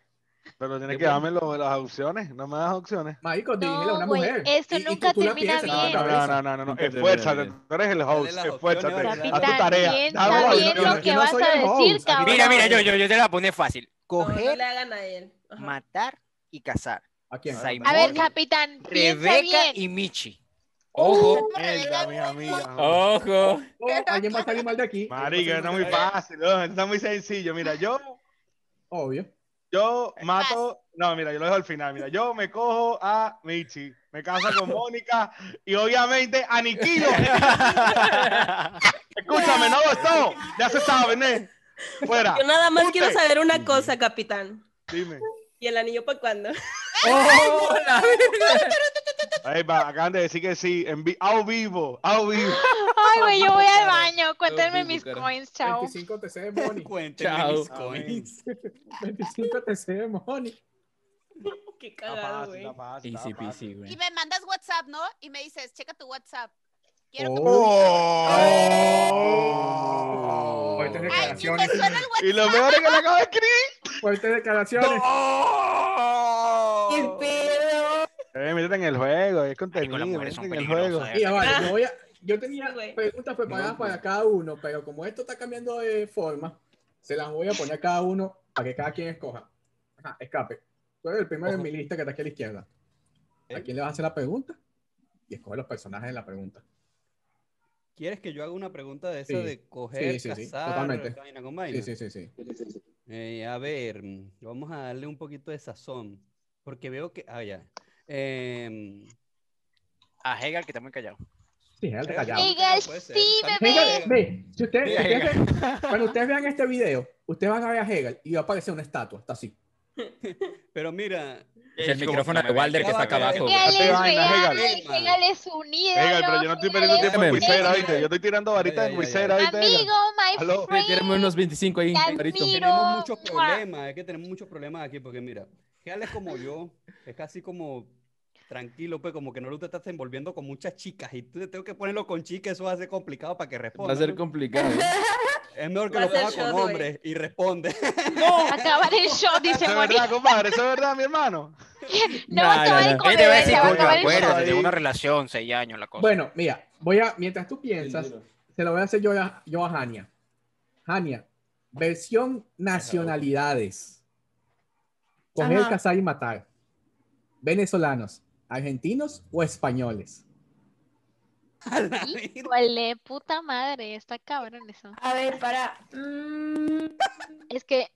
Pero tienes que darme lo- las opciones, no me das opciones. Marico, dirígela a una No, güey, mujer. esto Y- y tú- nunca tú la termina piensas en la No, bien. no, no, no, no, no, no, Dale, dale, esfuérzate, dale. tú eres el host, Dale las esfuérzate, opciones, haz tu Capitán, tarea. piensa Dame las bien lo opciones. que Yo no vas soy a el host. decir, cabrón. Mira, mira, yo, yo, yo te la pone fácil. No, no le Coger, hagan a él. Ajá. matar y cazar. ¿A quién? Simon. A ver, capitán, piensa Rebeca bien. y Michi. Ojo, Venga, mis amigas. ojo. Oh, Alguien va a salir mal de aquí. Marica, está muy fácil, no, está muy sencillo. Mira, yo, Obvio. yo mato, no, mira, yo lo dejo al final. Mira, yo me cojo a Michi, me caso con Mónica y obviamente aniquilo. Escúchame, no gustó, ya se sabe, ¿eh? Fuera. Yo nada más quiero Ponte. saber una cosa, capitán. Dime. ¿Y el anillo para cuándo? ¡Oh, la verga! Ahí va, acaban de decir que sí, en vi- ao vivo, ao vivo. Ay, güey, yo voy al Cara, baño. Cuéntenme mismo, mis cara. coins, chao. 25 TC de Money. Cuéntenme Chao. mis coins. 25 TC de Money. Qué Está cagado, fácil, güey. está fácil, está Easy fácil. peasy, güey. Y me mandas WhatsApp, ¿no? Y me dices, checa tu WhatsApp. Quiero que Oh. Fuertes Ay, ni declaraciones. me suena el Y WhatsApp. lo mejor es que la acabo de escribir. Fuertes declaraciones. ¡Qué pedo! Eh, métete en el juego, es contenido. mujeres métete son en el juego. Mira, vale, no voy a- yo tenía preguntas preparadas para cada uno, pero como esto está cambiando de forma, se las voy a poner a cada uno para que cada quien escoja. Ajá, escape. Tú eres el primero en mi lista que está aquí a la izquierda. ¿A quién le vas a hacer la pregunta? Y escoge los personajes de la pregunta. ¿Quieres que yo haga una pregunta de esa Sí. de coger, Sí, sí, sí, cazar, totalmente. vaina con vaina? Sí, sí, sí, sí. Eh, a ver, mm, vamos a darle un poquito de sazón, porque veo que... Ah, ya. Em, A Hegel, que está muy callado. Sí, Hegel está callado. Hegel, puede ser. sí, También bebé. Hegel. Ve, si ustedes, Sí, si ustedes- Hegel. cuando ustedes vean este video, ustedes van a ver a Hegel y va a aparecer una estatua, está así. Pero mira... Es el micrófono de Walder que está acá abajo. Hegel es real, Hegel. Hegel es un ídolo. Venga, pero yo no estoy perdiendo tiempo en cuisera, ¿viste? Yo estoy tirando varitas en cuisera, ¿viste? Amigo, my Aló. friend. Tenemos unos 25 ahí, Te clarito. admiro. Pues, Tenemos muchos ¡Mua! problemas, es que tenemos muchos problemas aquí, porque mira, Hegel es como yo, es casi como tranquilo, pues como que no lo te estás envolviendo con muchas chicas y tú te tengo que ponerlo con chicas, eso va a ser complicado para que Va responda. a ser ¿no? complicado. Es mejor que Va a lo ser ponga shot, con güey. hombres y responde. Acabar el show, dice Eso es Moni. verdad, compadre, eso es verdad, mi hermano. No va a acabar el Él te va a decir, se va a coño, acabar el acuérdate show. de una relación, seis años, la cosa. Bueno, mira, voy a, mientras tú piensas, se lo voy a hacer yo a, yo a Hania. Hania, versión nacionalidades. Coger, Ajá. cazar y matar. Venezolanos, argentinos o españoles. Híjole, puta madre, está cabrón eso. A ver, para. mm, Es que,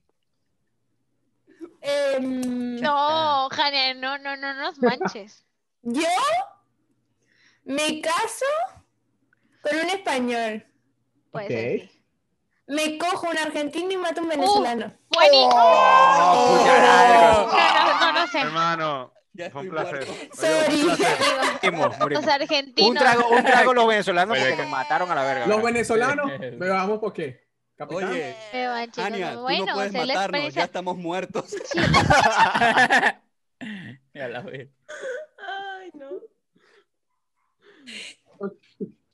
em, no, Jania, no, no, no nos manches. Yo me caso con un español. Puede Ok. ser. sí. Me cojo un argentino y mato a un venezolano. Buenísimo. puñalada. No, no, no, no sé. Hermano, fue un placer. Sorry. Morimos, morimos. Los argentinos. Un trago, un trago los venezolanos porque me mataron a la verga. Los ¿verdad? venezolanos, veamos por qué. Capitán. Oye, Me van, chicos, Ania, tú bueno, no o puedes sea, la matarnos, ya experiencia. estamos muertos. Ya la ve. Ay, no.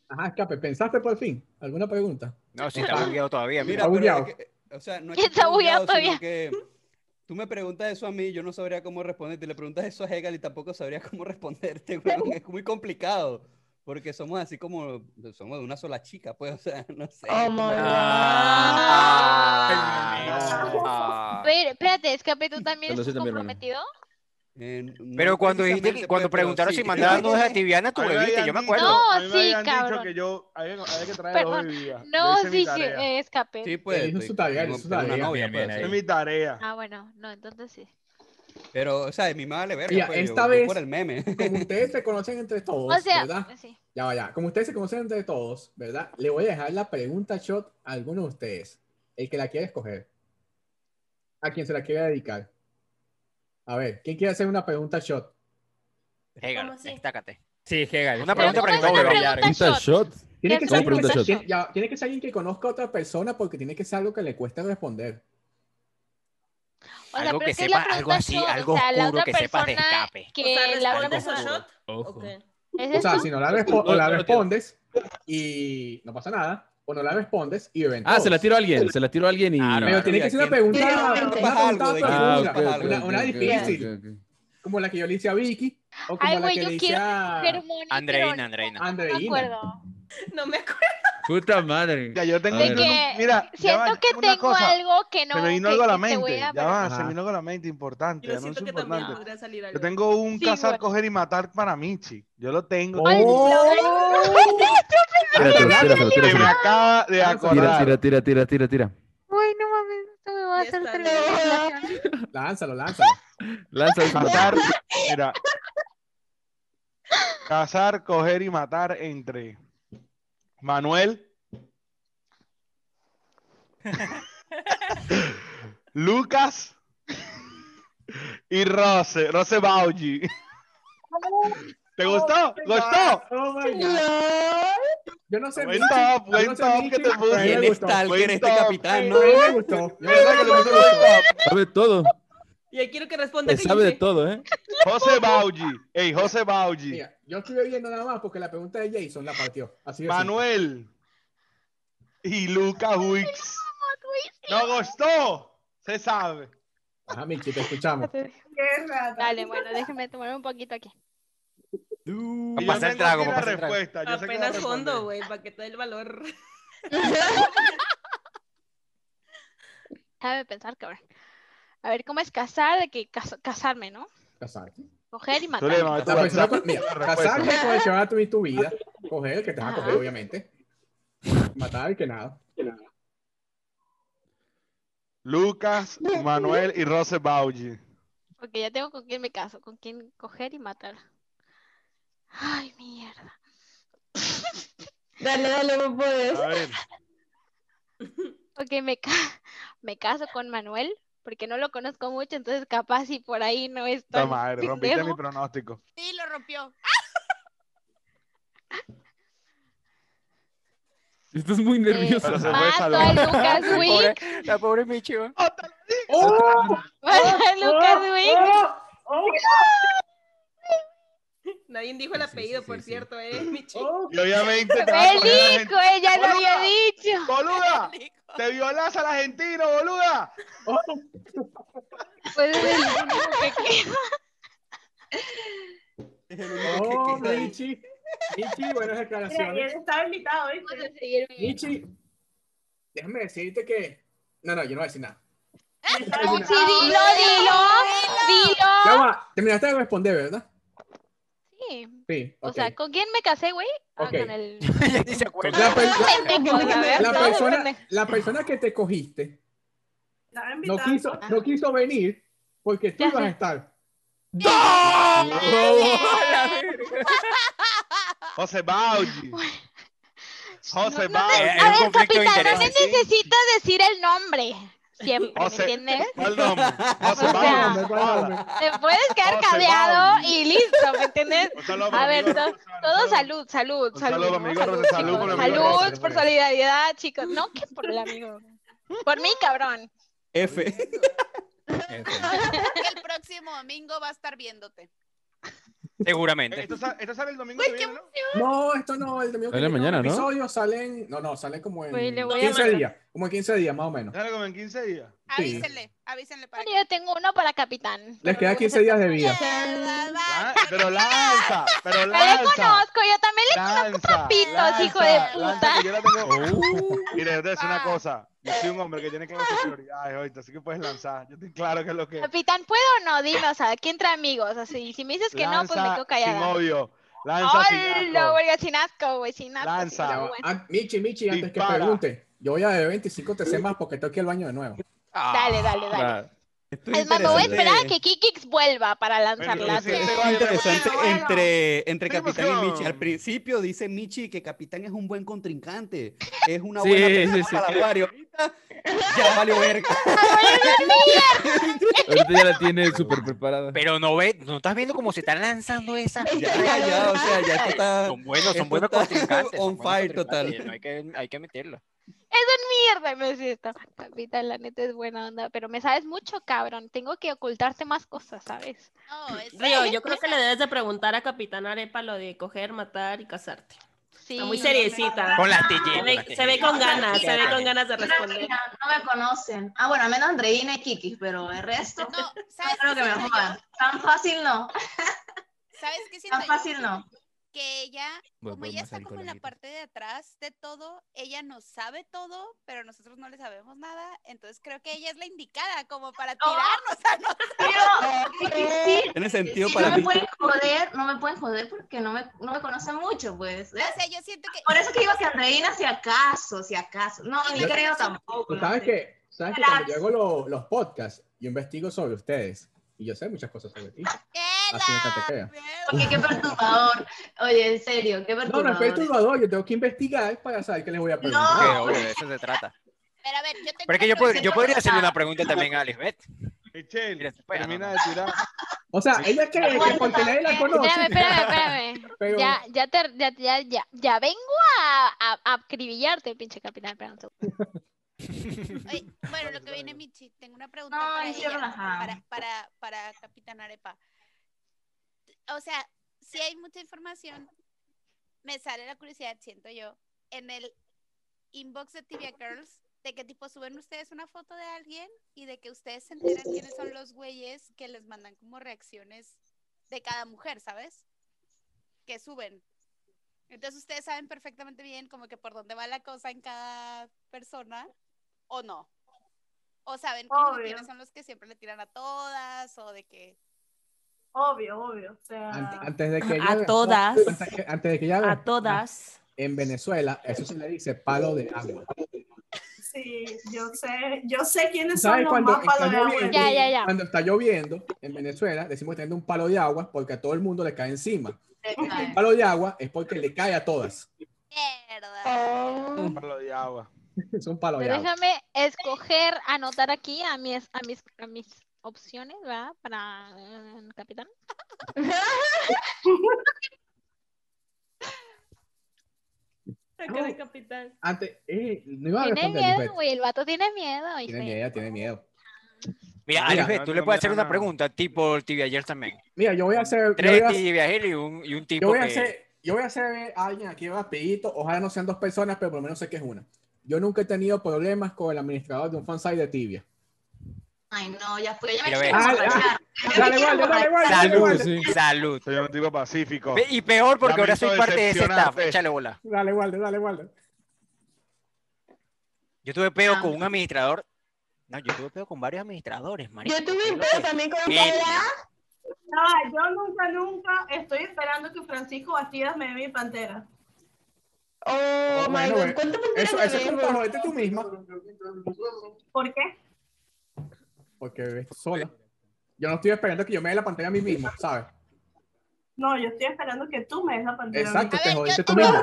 Ajá, escape, ¿pensaste por fin? ¿Alguna pregunta? No, si está bugueado todavía, mira. Mira, Ah. pero bugueado. es que, o sea, no es que Está esté bugueado bugueado, sino todavía. que tú me preguntas eso a mí, yo no sabría cómo responderte. Le preguntas eso a Hegel y tampoco sabría cómo responderte, weón. Es muy complicado. Porque somos así como, somos de una sola chica, pues, o sea, no sé. Oh my Ah, no. Pero, espérate, escape, tú también Te lo estás siento, mi hermano. comprometido. Eh, no Pero cuando dijiste que- precisamente, cuando pues, pero preguntaron sí. si mandaban nudes a Tibiana, tú A mí me bebiste, habían yo me dicho- acuerdo. a mí No, me sí, habían dicho cabrón. que yo había, había que traer dos Perdón. bebidas. No, Yo hice mi sí, sí, tarea. eh, escape. Sí, pues. Él hizo sí, su tarea, él tengo- hizo su tengo una tarea. novia, Bien, bien pues, ahí. Hice sí. mi tarea. Ah, bueno, no, entonces sí. Pero, o sea, mi madre le verga, Mira, pues, yo- esta yo vez- por el meme. Como ustedes se conocen entre todos, O sea, ¿verdad? sí. Ya va, ya. Como ustedes se conocen entre todos, ¿verdad? Le voy a dejar la pregunta shot a alguno de ustedes. El que la quiera escoger. A quien se la quiera dedicar. A ver, ¿quién quiere hacer una pregunta shot? Hegel, ¿Cómo así? destácate. Sí, Hegel. Una Pero pregunta ¿cómo para es que no una beba. pregunta Pregunta shot. shot? Tiene que, ¿Qué ser alguien pregunta que, shot? tiene- ya, tiene que ser alguien que conozca a otra persona porque tiene que ser algo que le cueste responder. O sea, Algo pero que es es la sepa- algo pregunta así, shot, algo o sea, la oscuro otra que sepas de persona escape. Que o sea, la otra ¿respondes a persona. shot? Ojo. Ok. ¿Es O sea, eso? si no la, respo- o No, la no lo quiero. respondes y no pasa nada, o no la respondes y beben Ah, se la todos. tiro a alguien, se la tiro a alguien y. Claro. Pero tiene que ser una pregunta, Tiene que una sepas pregunta algo de que- Ah, profunda, ok, ok, una, una ok, ok, difícil, ok, ok. como la que yo le hice a Vicky, o como Ay, la güey, que yo le hice quiero a Pero Moni, pero Andreina, Andreina. No me Andreina. acuerdo. No me acuerdo. Puta madre. Ya, yo tengo De un- que mira, ya Siento va, que una tengo cosa, algo que no. se me vino que- algo a la que te voy mente. a- Ya va, Ajá. se me vino algo a la mente importante. Yo anuncio siento que también importante. podría salir algo. Yo tengo un Sí, cazar, güey. coger y matar para Michi. Yo lo tengo. Oh. Ay, Oh. Tírate, tírate, Se me tírate. acaba de Tira, acordar. tira, tira, tira, tira, tira. Ay, no mames, esto me va a Ya hacer está, terminar. Lánzalo, lánzalo. Lanza el Cazar, mira. Cazar, coger y matar entre Manuel, Lucas y Rose, Rose Baugi. ¿Te gustó? ¿Gustó? Oh my God. No. Yo no sé. Buen Michi, top, yo buen no sé top Michi, que te pero puse. a él ¿Quién le es gustó. Talker, este Cuenta, capitán, no? A él le gustó. Yo verdad que le puse buen top. Sabe todo. Y ahí quiero que responda. Te sabe de todo, ¿eh? José Baugi. Ey, José Baugi. Mira, yo estuve viendo nada más porque la pregunta de Jason la partió. Así de Manuel y Lucas Wicks. No gustó. Se sabe. Ajá, Michi, te escuchamos. Dale, bueno, déjeme tomar un poquito aquí. Tú. Y yo tengo aquí la respuesta. Yo sé que va a Apenas fondo, responder. güey, para que te dé el valor. Déjame pensar, cabrón. A ver, ¿cómo es casar? De que cas- casarme, ¿no? Casarte. Coger y Tú matar. le vas a Ajá. pensar con- mira, casarte con el que va a vivir tu vida. Ah. Coger el que te vas a coger, Ajá. obviamente. Matar el que nada. Lucas, Manuel y Rose Baugi. Porque ya tengo con quién me caso, con quién coger y matar. Ay, mierda. Dale, dale, no puedes. A ver. Porque me, ca- me caso con Manuel, porque no lo conozco mucho, entonces capaz y por ahí no es Puta tan madre, rompiste pendejo. mi pronóstico. Sí, lo rompió. Estás muy nervioso. Pero se fue ¡Oh! Mato a Lucas Wick. La pobre Michi, ¿va? Mato Oh, a Lucas Wick. Nadie dijo el apellido, por cierto, Oh. eh, Michi. Y obviamente te vas a coger a la ¡Feliz, gente- güey! ¡Ya lo había ¡Boluda! dicho! ¡Boluda! ¡Te violas al argentino, boluda! Pues es el único que queda. Oh, Michi. Michi, buenas Mira, y él declaraciones. estaba invitado, ¿eh? Vamos a seguir viviendo. Michi, déjame decirte que. No, no, yo no voy a decir nada. Michi, dilo, dilo, Ya dilo. va, terminaste de responder, ¿verdad? Sí. Sí. O ok. sea, ¿con quién me casé, güey? Ah, Ok. con el... Ya ni se acuerda. la, per- pendejo, la la verdad, persona, pendejo. la persona que te cogiste Estaba no invitado. quiso, no quiso venir porque tú Ah. Ya ibas sé. a estar. Eh, José Baugi. José No, no, Baugi. A ver, conflicto de papita, no me intereses, sí. necesitas decir el nombre. Siempre, ¿me O sea- entiendes? ¿Cuál nombre? José O sea- Baugi. Hola. Te puedes O quedar se cableado va. y listo, ¿me entiendes? Un saludo para A mi ver, amigo to- Rosa, un todo saludo. salud, salud, Un salud. saludo, ¿no? amigo Salud, Rosa, salud chicos, por el amigo Rosa, salud, que por fue. solidaridad, chicos. No, que por el amigo. Por mí, cabrón. F. ¡Oh! El próximo domingo va a estar viéndote. Seguramente. Esto, sa- esto sale el domingo que viene, ¿no? No, esto no, el domingo. que Sale viene, mañana, el ¿no? episodio salen, no, no, salen como en Pues le voy a 15 mandar. días, como en 15 días más o menos. Sale como en 15 días. Avísenle, avísenle para Bueno, que. yo tengo uno para capitán. Les queda 15 días de vida. Mierda, va. Lan- Pero lanza, pero Pero le lanza. conozco, yo también le Lanza. pitos, lanza, hijo de lanza, puta. que yo la tengo. Mire, yo te voy a decir Ah. una cosa. Yo soy un hombre que tiene claras sus prioridades ahorita, así que puedes lanzar. Yo estoy claro que es lo que. Capitán, ¿puedo o no? Dinos, aquí entre amigos, así. Si me dices que no, pues me Lanza Sin quedo callada. obvio. Lanza sin Hola, asco. güey, sin asco, güey, sin asco. Lanza. sí, Ya va. bueno. Ah, Michi, Michi, antes que Dispara. pregunte, yo voy a beber 25 TC más porque estoy aquí al baño de nuevo. Ah. Dale, dale, dale. Ah, Claro. Es más, me voy a esperar a que Kikix vuelva para Bueno, lanzarla. pues sí, sí, Algo interesante Bueno, bueno. entre, entre Tenemos Capitán y guión. Michi. Al principio dice Michi que Capitán es un buen contrincante. Es una Sí, buena sí, persona sí. para jugar. Y ahorita ya valió verga. Ah, Ahorita ya la tiene súper preparada. Pero no ve, no estás viendo cómo se están lanzando esas. Ya, ya, ya, o sea, ya esto está. Son buenos, Esto son buenos está contrincantes. son on buenos fire contrincantes, total. Hay que, hay que meterlo. Mierda, me siento. Capitán, la neta es buena onda, pero me sabes mucho, cabrón. Tengo que ocultarte más cosas, ¿sabes? No, pues, es Río, yo creo que le debes de preguntar a Capitán Arepa lo de coger, matar y casarte. Sí. Está muy seriecita. Con la Se TJ. ve, se ve con ganas, se ve con ganas de responder. No me conocen. Ah, bueno, menos Andreina y Kiki, pero el resto, No, no ¿sabes creo qué que me siento yo? jodan. Tan fácil no, ¿Sabes qué siento tan yo? fácil no. Que ella, Voy como por ella más está como alcohol en la ahorita. parte de atrás de todo, ella nos sabe todo, pero nosotros no le sabemos nada. Entonces creo que ella es la indicada como para tirarnos a nosotros. Pero, sí, Tiene sentido sí, para no ti. me pueden joder, no me pueden joder porque no me, no me conocen mucho, pues. ¿eh? O sea, yo siento que. Por eso que digo que Andreina, si acaso, si acaso. No, ni Yo- creo tampoco. Tú Pues pues, sabes que, sabes que cuando yo hago lo- los podcasts, yo investigo sobre ustedes. Y yo sé muchas cosas sobre ti. ¡Qué Así me la catequea. mierda! Porque qué perturbador. Oye, en serio, qué No, no es perturbador. perturbador, yo tengo que investigar para saber qué les voy a Ok, preguntar. obvio, de eso se trata. Pero a ver, yo tengo Pero es que yo, una pod- yo pregunta. podría hacerle una pregunta también a Lisbeth. Michelle, Mira, espera, termina no, de tirar. O sea, ella cree que porque nadie la Espérame, conoce. espérame, espérame. Pero- Ya, ya, te, ya, ya, ya, ya vengo a, a, a acribillarte, pinche capitán. Espera un segundo. Oye, bueno, lo que viene Michi, tengo una pregunta No, para, ahí sí ella, relajado. para, para, para Capitán Arepa. O sea, si hay mucha información, me sale la curiosidad, siento yo, en el inbox de Tibia Girls de que tipo suben ustedes una foto de alguien y de que ustedes se enteran quiénes son los güeyes que les mandan como reacciones de cada mujer, ¿sabes? Que suben. Entonces ustedes saben perfectamente bien como que por dónde va la cosa en cada persona o no. O saben como que Obvio. quiénes son los que siempre le tiran a todas o de que... Obvio, obvio. O sea, ah, Ante- Antes de que A llave- todas. Antes que, antes de que llave- A todas. En Venezuela, eso se le dice palo de agua. sí, yo sé, yo sé quiénes son ¿Sabes los cuando más está palos de agua. lloviendo? Cuando está lloviendo en Venezuela, decimos teniendo un palo de agua porque a todo el mundo le cae encima. Un palo de agua es porque le cae a todas. Un Oh. palo de agua. Mm. Es un palo de Pero agua. déjame escoger, anotar aquí a mis, a mis, a mis opciones, ¿verdad? Para eh, capitán. La cara de capitán. Antes, eh, no iba a Tiene responder. miedo, Lisbeth. güey. El vato tiene miedo. Tiene ¿viste? miedo, tiene miedo. Mira, Ah, ya. Alfred, tú le puedes hacer una pregunta, tipo el tibia ayer también. Mira, yo voy a hacer. yo voy Tres a- tibia ayer y un, y un tipo Yo voy, a que- hacer, yo voy a hacer a alguien aquí rapidito, ojalá no sean dos personas, pero por lo menos sé que es una. Yo nunca he tenido problemas con el administrador de un fansite de Tibia. Ay, no, ya fue. Ya me Mira, quiero ve. emborrachar. Ya me Dale, Waldo, dale, quiero Waldo, emborrachar. dale, Waldo. Salud, salud. Soy un tipo pacífico. Ve, Y peor porque ahora soy Lamento parte de ese staff. decepcionarte. Échale bola. Dale, Waldo, dale, Waldo. Yo tuve peo con un administrador. No, yo tuve peo con varios administradores, marico. Yo tuve ¿Qué es lo peo que- también con un ¿Qué? No, yo nunca, nunca estoy esperando que Francisco Bastidas me dé mi pantera. Oh, my God, ¿cuánto eso, me eso es debo? culpa, jodete tú misma. ¿Por qué? Porque bebé, sola. Yo no estoy esperando que yo me dé la pantalla a mí mismo, ¿sabes? No, yo estoy esperando que tú me des la pantera. Exacto, te jodiste tú no, mismo.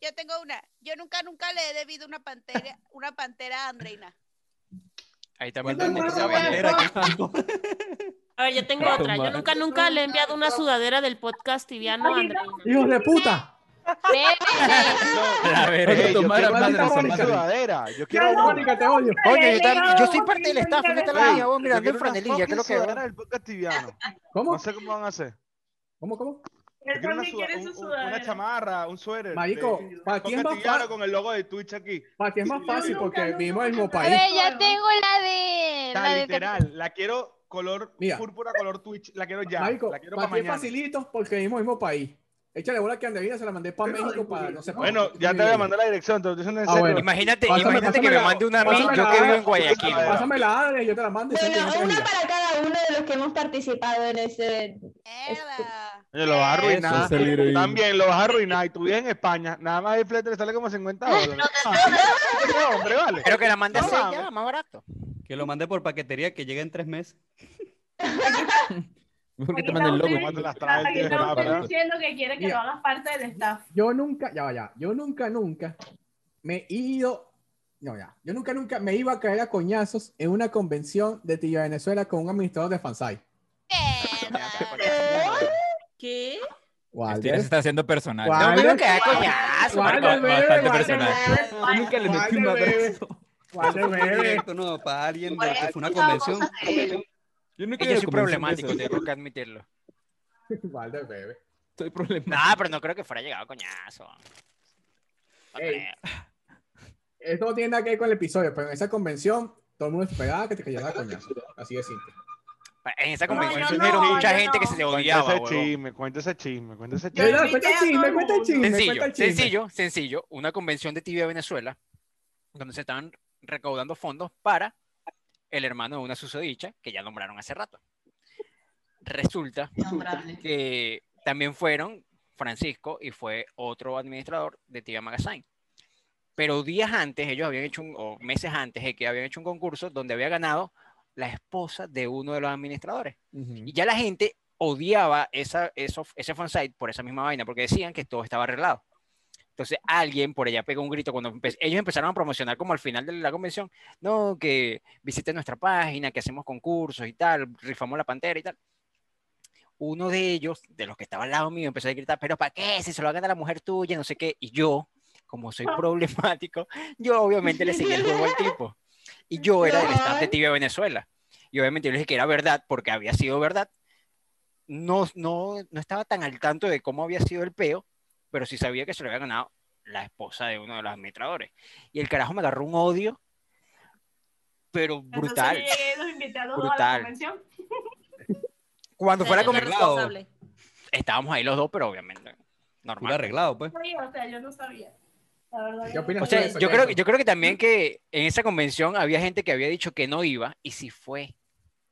Yo tengo una. Yo nunca, nunca le he debido una pantera, una pantera a Andreina. Ahí también Bueno, tengo bueno, una bandera aquí. A ver, yo tengo Ah, otra. Yo madre. nunca, nunca le he enviado una sudadera del podcast tibiano a Andrea. ¡Hijos de puta! La verga. Ey, yo Tomar quiero a una eh, madre, Mónica Mónica. sudadera. Yo Ya, quiero una. Mónica, te odio. Coño, yo, tam- yo soy parte del staff. ¿Dónde está la Ey, vida? Vos yo mirando quiero en una franelilla. ¿Qué es lo fucking que sudadera del podcast tibiano. ¿Cómo? No sé cómo van a hacer. ¿Cómo, cómo? Yo quiero una, también suda- quiere un- su un- una sudadera. chamarra, un suéter. Marico, de- ¿para ti es podcast más tibiano fa- Este, con el logo de Twitch aquí. Para ti es más fácil porque vivimos en el mismo A país. ver, ya tengo la de. Está la del literal. La quiero color Mira. púrpura, color Twitch. La quiero ya. Marico, la quiero para para ti es mañana. facilito porque vivimos en el mismo país. Échale bola que Andrina se la mandé para México para no sé para- Bueno, ya te voy a mandar la dirección. Te lo estoy diciendo en Ah, serio. bueno. Imagínate, Pásame- imagínate que me pásamela- mande una a mí, pásamela yo que a- vivo en Guayaquil. Pásame la Adri, yo te la mando. y sé que no Bueno, te una mira. para cada uno de los que hemos participado en este, ese. Oye, lo vas a Eso arruinar. es el heroísmo. También lo vas a arruinar. Y tú vives en España. Nada más el flete le sale como 50 dólares. No, hombre, vale. Pero que la mandes No, ella, mames. más barato. Que lo mandé por paquetería que llegue en tres meses. Mejor que te Aquí manden el está logo. usted. Te las trae el Aquí tío, está nada, usted ¿verdad? diciendo que quiere que Mira. lo hagas parte del staff. Yo nunca, ya vaya, yo nunca, nunca me he ido, no ya, yo nunca, nunca me iba a caer a coñazos en una convención de Tilla Venezuela con un administrador de fansite. ¿Qué? Este ya se está haciendo personal. Guau, No, guau, pero que da guau, coñazo, guau, Marco, guau, Bastante guau, personal. guau, Nunca le metí un guau, abrazo. guau, Eso fue guau, guau. directo, no, para alguien Por de- eso que fue una escuchaba convención. cosas de él. Yo no Es que quiero soy problemático, tengo que admitirlo. Igual de bebé. Soy problemático. Nah, pero no creo que fuera llegado a coñazo. No Ey. creo. Esto no tiene nada que ver con el episodio, pero en esa convención todo el mundo esperaba que te cayera a coñazos. Así de simple. Pues, En esa No, convención yo surgieron no, mucha yo gente no. que se Cuenta odiaba, ese huevón. chisme, cuenta ese chisme, cuenta ese Mira, chisme. cuenta el chisme, cuenta el chisme, cuenta el Sencillo, chisme. sencillo, sencillo. Una convención de Tibia Venezuela, donde se estaban recaudando fondos para el hermano de una susodicha que ya nombraron hace rato. Resulta Nombrable. que también fueron Francisco y fue otro administrador de Tibia Magazine. Pero días antes, ellos habían hecho, un, o meses antes, eh, que habían hecho un concurso donde había ganado la esposa de uno de los administradores. Y ya la gente odiaba esa, eso, ese fansite por esa misma vaina, porque decían que todo estaba arreglado. Entonces alguien por allá pegó un grito cuando empe- ellos empezaron a promocionar como al final de la convención, no, que visiten nuestra página, que hacemos concursos y tal, rifamos la pantera y tal. Uno de ellos, de los que estaba al lado mío, empezó a gritar, pero ¿para qué? Si se lo hagan a la mujer tuya, no sé qué. Y yo, como soy problemático, yo obviamente le seguí el juego al tipo. Y yo era del staff de Tibia Venezuela. Y obviamente yo le dije que era verdad porque había sido verdad. No, no, no estaba tan al tanto de cómo había sido el peo, pero sí sabía que se lo había ganado la esposa de uno de los administradores. Y el carajo me agarró un odio, pero brutal. Entonces llegué los invitados a Brutal. la convención. Cuando fuera Pero con no responsable. estábamos ahí los dos, pero obviamente normal. arreglado, pues. Sabía, o sea, yo no sabía. La verdad, yo no O sabía. sea, yo creo, yo creo que también que en esa convención había gente que había dicho que no iba y si fue.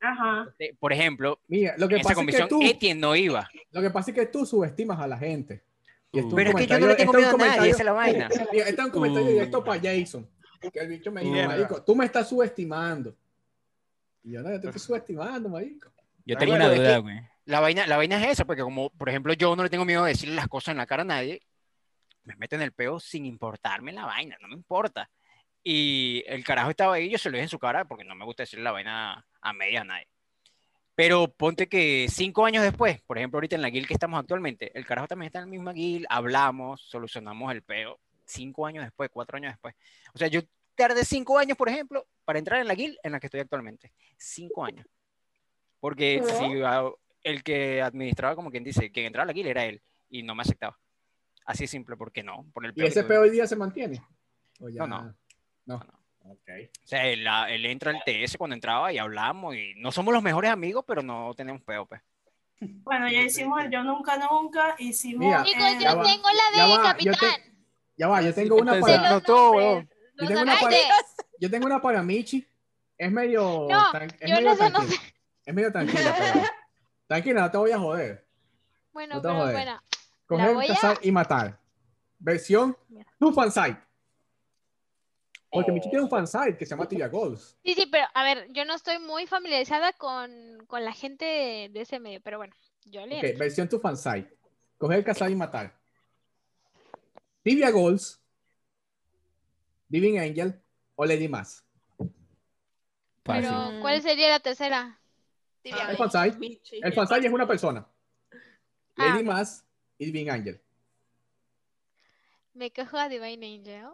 Ajá. Por ejemplo, lo que pasa en esa es que convención tú- Etienne no iba. Lo que pasa es que tú subestimas a la gente. Y esto un Pero es que yo no comentario- le esto tengo un miedo a nadie, comentario- esa es la vaina. Mira, Este es un comentario Uh. directo para Jason. Que el bicho me dijo, Mierda. marico, tú me estás subestimando. Y yo no, yo te estoy subestimando, marico. Yo Ah, tengo bueno, una es duda, que güey. La vaina, la vaina es esa, porque como, por ejemplo, yo no le tengo miedo de decirle las cosas en la cara a nadie, me meto en el peo sin importarme la vaina, no me importa. Y el carajo estaba ahí, yo se lo dije en su cara, porque no me gusta decirle la vaina a media a nadie. Pero ponte que cinco años después, por ejemplo, ahorita en la guild que estamos actualmente, el carajo también está en la misma guild, hablamos, solucionamos el peo, cinco años después, cuatro años después. O sea, yo tardé cinco años, por ejemplo, para entrar en la guild en la que estoy actualmente. Cinco años. Porque Ujú. si a- el que administraba, como quien dice, quien entraba a la guild era él y no me aceptaba. Así de simple, porque no, por el ¿Y peo que ese tuve. peo hoy día se mantiene? ¿O ya? No, no. No. O sea, él, la- él entra al TS cuando entraba y hablamos y no somos los mejores amigos, pero no tenemos peo, pues. Bueno, ya hicimos el Yo Nunca Nunca, hicimos... Mira, Chicos, el- yo tengo la de ya va, capitán. yo te- ya va, yo tengo una los para. nombres, Yo los tengo una para. nombres. Yo tengo una para Michi. Es medio. No, tran- Oh, es yo medio no sé, no tranquila. Es medio tranquila, pero- Tranquila, no te voy a joder. Bueno, No te pero jodes. bueno. La Coger, voy a- cazar y matar. Versión tu fansite. Eh. Porque Michi tiene un fansite que se llama Tibia Goals. Sí, sí, pero a ver, yo no estoy muy familiarizada con, con la gente de, de ese medio, pero bueno, yo le Ok, versión tu fansite. Coger, cazar y matar. Tibia Goals. Divine Angel o Lady Mas. Pero, Mm. ¿cuál sería la tercera? Ah, El fansite. El fansite es una persona. Lady Mas y Divine Angel. Me quejo a Divine Angel.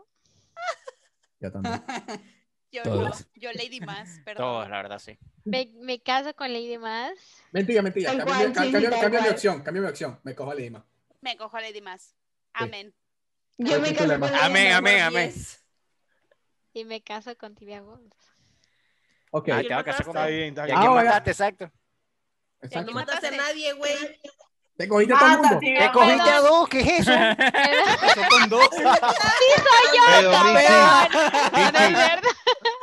Ya también. Yo, Todos. yo Lady más, perdón. Todos, la verdad, sí. Me, me caso con Lady Más. Mentira, mentira. Tal Cambio, cual, sí, tal mi cual. opción, cambio mi opción. Me cojo a Lady Mas. Me cojo a Lady más. Amén. Yo me caso con Lady Amén, Mas. amén, amén. Y me caso con Tibia Gold. Ok. Ah, te va a casar con Está bien, está bien. Ya que Ahora- mataste, exacto. No mataste a nadie, güey. Te cogiste a todo el mundo. Mátame, Te cogiste a perdón. dos, ¿qué es eso? con dos. soy Pero,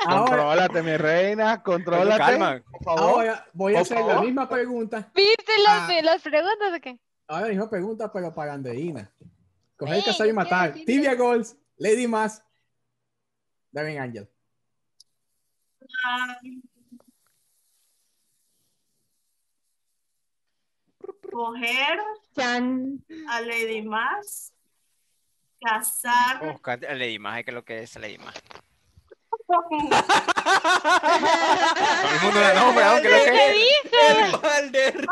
Ahora- Contrólate, mi reina, contrólate. calma. Por favor. Ahora voy a Por hacer la favor. misma pregunta. ¿Viste Ah. las, las preguntas o qué? Ahora la misma pregunta, pero para Anderina. Coger, Ey, cazar y yo matar. quiero Tibia Goals, Lady Mas, David Angel. Ah, Coger a Lady Mas, casar Buscate a Lady Mag, que es lo que es Lady Mag. con Todo el mundo la nombra, aunque lo que es. dije? casarse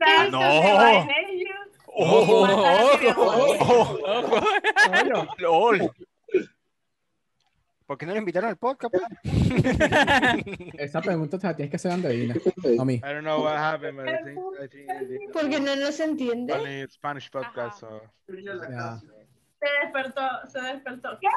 Ah, no. con ellos. ¡Ojo! ojo, ¡Ojo! oh, ¡Lol! ¿Por qué no le invitaron al podcast? pues? Esa pregunta te la tienes que hacer a Anderina. A mí. I don't know what happened, but I think, I think I did- Porque no nos entiende. Spanish, Spanish podcast. so- Ya. Se despertó, se despertó. ¿Qué?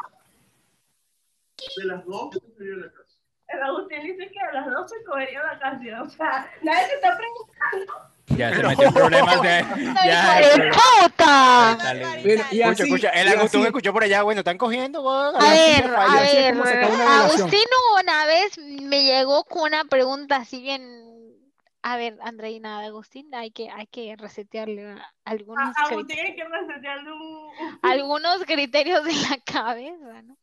De las dos, prefirió la casa. El Agustín dice que a las 12 cogería la canción. O sea, nadie se está preguntando. Ya se metió en problemas de. Ya, ¡El el- pauta! Dale. Mira, y Escucha, así- escucha. El y Agustín así- escuchó por allá. Bueno, están cogiendo. weón, A ver, la a raya. así es como se ver, acaba una relación. Agustino una vez me llegó con una pregunta así bien. A ver, Andreina, Agustín, hay que, hay que resetearle a- algunos, A- cri- Ah, Agustín hay que resetearle un. algunos criterios de la cabeza, ¿no?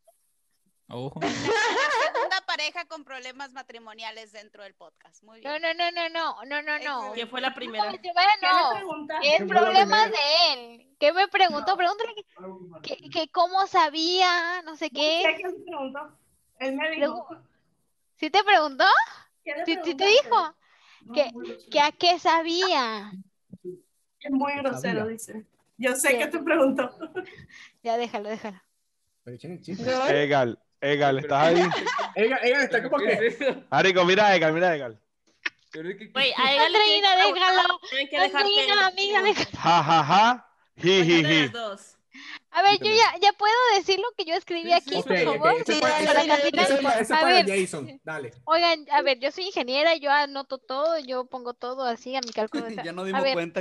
Ojo. La segunda pareja con problemas matrimoniales dentro del podcast. Muy bien. No, no, no, no, no, no, no, no. ¿Quién fue la primera? No, primera ¿Qué le no. preguntaste? Es ¿Quién fue la problema primera? de él. ¿Qué me preguntó? Pregúntale que, que, que cómo sabía, no sé qué. ¿Qué me preguntó? Él me dijo. ¿Sí te preguntó? ¿Qué le ¿Sí, sí te preguntaste? dijo? Que, que a qué sabía. Es muy grosero, Sabía. dice. Yo sé que te preguntó. Ya déjalo, déjalo. Pero tienen chistes. Egal, Egal, ¿estás ahí? Ella, ella está como que. Arico, mira a Egal, mira a Egal. Güey, a ella le tienen Andreina, que- déjalo. tienen que dejar Andreina, que- amiga, déjalo. Ja, ja, ja. Ji, ji, Las ji. dos. A A ver, yo ya, ya puedo decir lo que yo escribí aquí, Ok, por ok, favor. ese para- Para ese- Catalina. ese para- ese A para ver, Jason, dale. Oigan, a ver, yo soy ingeniera, yo anoto todo, yo pongo todo así a mi calculadora. Ya no A dimos ver. cuenta.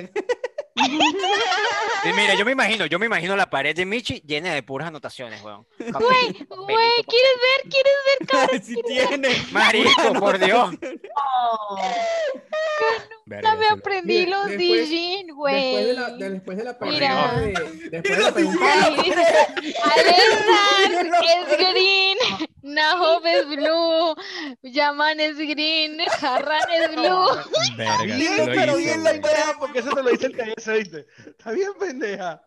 Y mira, yo me imagino, yo me imagino la pared de Michi llena de puras anotaciones, weón. Güey, güey, ¿quieres ver? ¿Quieres ver, cabrón? Si tiene. Marico, por Dios. Ya me aprendí Mira, los después- Dijin, Después de güey. la, de- después de la Mira. pregunta de- después de la pregunta- Ahí dice, Alexan es green, Nahob es blue, Yaman es green, Harran es blue. Verga, Bien, sí lo pero hizo, bien la güey. idea, porque eso te lo dice el que se ¿viste? Está bien, pendeja.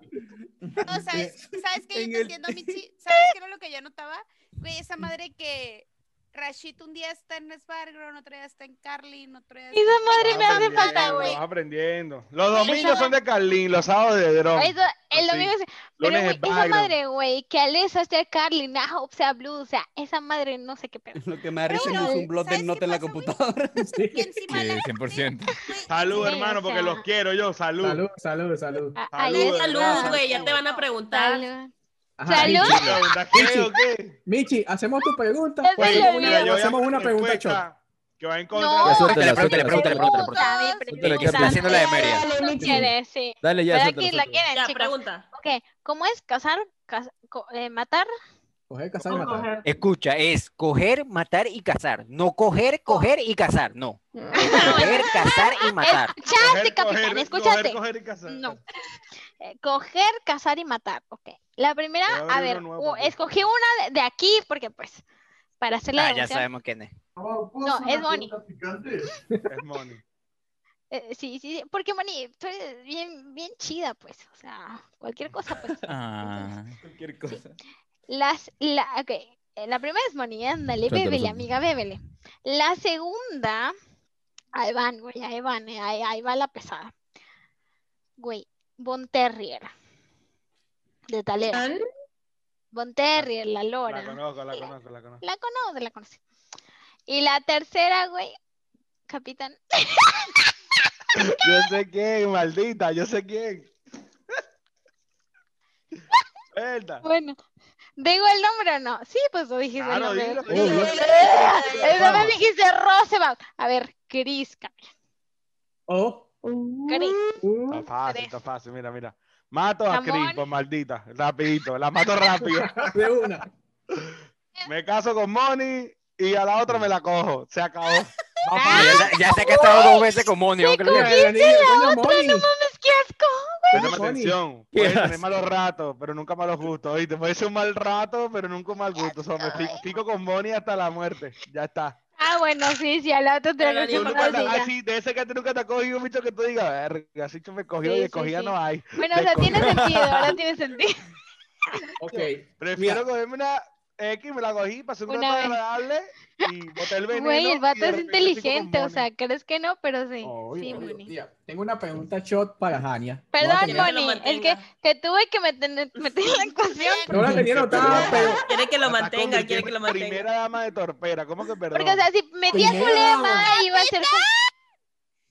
No, Eh, ¿sabes, ¿sabes qué? Yo te entiendo, Michi. ¿Sabes qué era lo que yo notaba? Güey, esa madre que Rashid un día está en Spargron, otro día está en Carlin, otro día está Esa en- madre me hace Aprendiendo, falta, güey. Vas aprendiendo. Los Güey, domingos esa son de Carlín, los sábados de Dron. Eso, el domingo es- Pero, Lunes güey, es esa Byron. madre, güey, que Alexa sea Carly, Nahob sea blue, o sea, esa madre no sé qué pedo. Lo que me da risa es que Pero, hizo un blog de nota en la computadora. Sí, 100%. Salud, Sí, hermano, o porque sea. los quiero yo. Salud. Salud, salud, salud. A- Salud, ahí está. Salud, güey, ya te van a preguntar. Salud. Ajá, Salud. Michi, ¿Qué o qué? Michi, hacemos tu pregunta. Ya se Pues, lo una- olvidó. le hacemos una pregunta short. respuesta que va en Oh. No. contra. Ya, de- suéltala, Pregúntale, suéltala, pregúntale, suéltala. pregúntale, pregúntale. Está bien, Suéltala, pregunta. que está haciendo la de Mérida. No quiere, sí. Dale ya, Pero suéltala, aquí la suéltala. quieren, Ya, chicos. pregunta. Ok, ¿cómo es casar, cas- co- eh, matar? Coger, casar y matar. Escucha, es coger, matar y cazar. No coger, coger y cazar. No. Coger, cazar y matar. Escuchate, Coger, Ah, capitán, coger, escúchate. coger, coger y casar. No. Eh, Coger, cazar y matar. Ok. La primera, Voy a abrir a una ver, nueva, u- papi. escogí una de, de aquí porque pues para hacer la Ah, ya devoción. sabemos quién es. No, No, es Bonnie. Es Moni. Eh, sí, sí, sí, porque Moni, tú eres bien, bien chida, pues, o sea, cualquier cosa, pues. Ah, Cualquier cosa. Las, la, ok, eh, la primera es Moni, ándale, Suéltalo, bébele, suéltalo. amiga, bébele. La segunda, ahí van, güey, ahí van, eh, ahí, ahí va la pesada. Güey, Von Terrier, de Talera. ¿San? Von Terrier, la lora. La conozco, la conozco, la conozco. La conoce, la conoce. Y la tercera, güey, capitán, Yo sé quién, maldita, yo sé quién. Suelta. bueno, ¿digo el nombre o no? Sí, pues lo dijiste el Claro, nombre. dilo. Dilo. dilo. Eh, no me dijiste Roosevelt. A ver, Cris, cabrón, O. Cris. Uh, Está fácil, está fácil, mira, mira. Mato a Jamón. Cris, pues maldita, rapidito, la mato rápido. de una. Me caso con Moni y a la otra me la cojo. Se acabó. Va Ah, pa' ya, se- ya se ha casado dos veces con Moni. ¿no? Creo que- Pero, niña, coño, otra, Moni. no mames, qué asco. Poneme Moni. atención. Puedes tener malos ratos, pero nunca malos gustos, ¿oíste? Puede ser un mal rato, pero nunca un mal gusto. O sea, me fico, fico con Bonnie hasta la muerte. Ya está. Ah, bueno, sí, sí, a la otra te Pero la yo Tú cojo nunca nunca con te- la ah, silla. sí, de ese que tú nunca te has cogido un bicho que tú digas, verga, ese bicho me cogió Sí, y sí, de cogida sí. no hay. Bueno, o De sea, tiene cogida- sentido, ahora tiene sentido. Ok. Prefiero cogerme una X, me la cogí, pasé un Una rato vez. agradable y boté el veneno. Güey, el y vato de es repente fico con inteligente, o Bonnie. sea, crees que no, pero sí. Obvio, Sí, obvio. Moni. Mira, tengo una pregunta short para Jania. Perdón, no, la tenía- que lo Moni, el que, mantenga. que tuve que meter, meter en la ecuación. no la tenía anotada, pero. Quiere que lo La estás mantenga, quiere que lo convirtiendo en mantenga. Primera dama de torpera, ¿cómo que perdón? Porque, o sea, si metía Primero. Zulema, iba a ser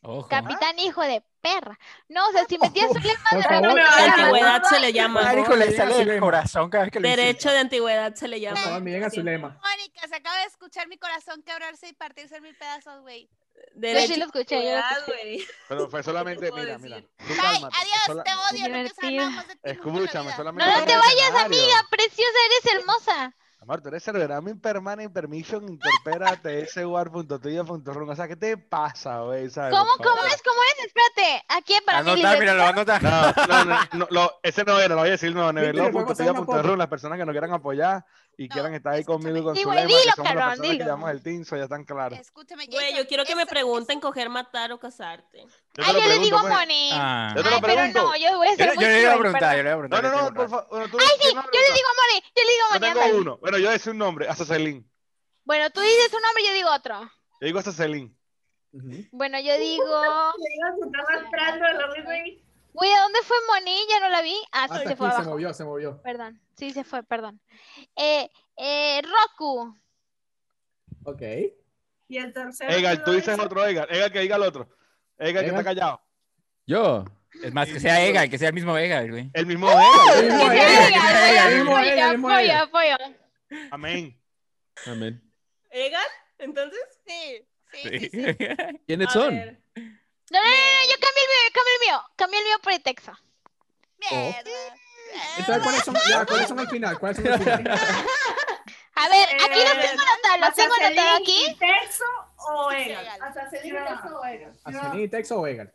como ojo. capitán hijo de perra. No, o sea, si metía Zulema, Por de repente favor, era por favor. Antigüedad se le llama. Marico, le Moni, sale Zulema. del corazón cada vez que lo Derecho de antigüedad se le Por llama. favor, miren a Zulema. Mónica, se acaba de escuchar mi corazón quebrarse y partirse en mil pedazos, güey. Derecho Yo sí lo escuché, yo lo de antigüedad, güey. Pero fue solamente, ¿Qué te mira, puedo mira. decir? tú Bye, cálmate, adiós, sola- te odio, no quiero saber nada más de ti. nunca en la Escúchame, vida. solamente. pues, No, no soy te vayas, mercenario. amiga, preciosa, eres hermosa. Amor, tú eres serverame impermane, impermission, interpera, tsuar.tuya.rum. O sea, ¿qué te pasa, güey? ¿Sabes? ¿Cómo, Por favor. cómo es? ¿Cómo es? Espérate. Aquí para mí, Anota, mira, lo anota. No, no, no, no, lo- ese no era, lo voy a decir, no, Viste, le fue a pasar una neverlo.tuya.rum. Las personas que nos quieran apoyar y quieran estar ahí conmigo y con Sí, su güey, lema, dilo, que somos cabrón, las personas que dilo. llamamos el Tinso, ya están claros. Escúchame, Güey, Jason, yo quiero que me esa- pregunten coger, matar o casarte. Yo te Ay, lo yo le digo pregunto, pues. Moni. Ah. Yo te lo Ay, pero pregunto. no, yo voy a Yo, ser muy yo le iba a cruel, preguntar, yo perdón. le iba a No, preguntar. no, yo no, tengo por una. favor. Bueno, tú- Ay, sí, tú no yo le preguntas. digo Moni, yo le digo Yo Moni, tengo ándale. uno. Bueno, yo es un nombre, Azazelín. Bueno, tú dices un nombre, yo digo otro. Yo digo Azazelín. Bueno, yo digo... Le digas que está arrastrando a la misma- Güey, ¿a dónde fue Moni? Ya no la vi. Ah, sí, Hasta se aquí fue se abajo. movió, se movió. Perdón, sí se fue, perdón. Eh, eh, Roku. Ok. Y el tercero. Edgar, tú no dices es- otro Edgar. Edgar que diga el otro. Edgar que Edgar. está callado. Yo. Es más, que sea Egal, que sea el mismo Egal, güey. El mismo Que sea Egal, apoyo, apoyo, apoyo, apoyo. Amén. Amén. ¿Egal? ¿Entonces? Sí, sí, sí, sí. ¿Quiénes A son? ver. Eh, No, no, no, yo cambié el mío, yo cambié el mío. Cambié el mío por el Texas. Oh. Entonces, ¿cuáles son, ya, ¿cuáles son al final? ¿Cuáles son al final? A ver, aquí Eh, los tengo anotados, los tengo ¿Azazelín anotados aquí. y ¿Texo o Egan? ¿Azazelín y Texo o Egan? ¿Azaní, Texas o Vegan?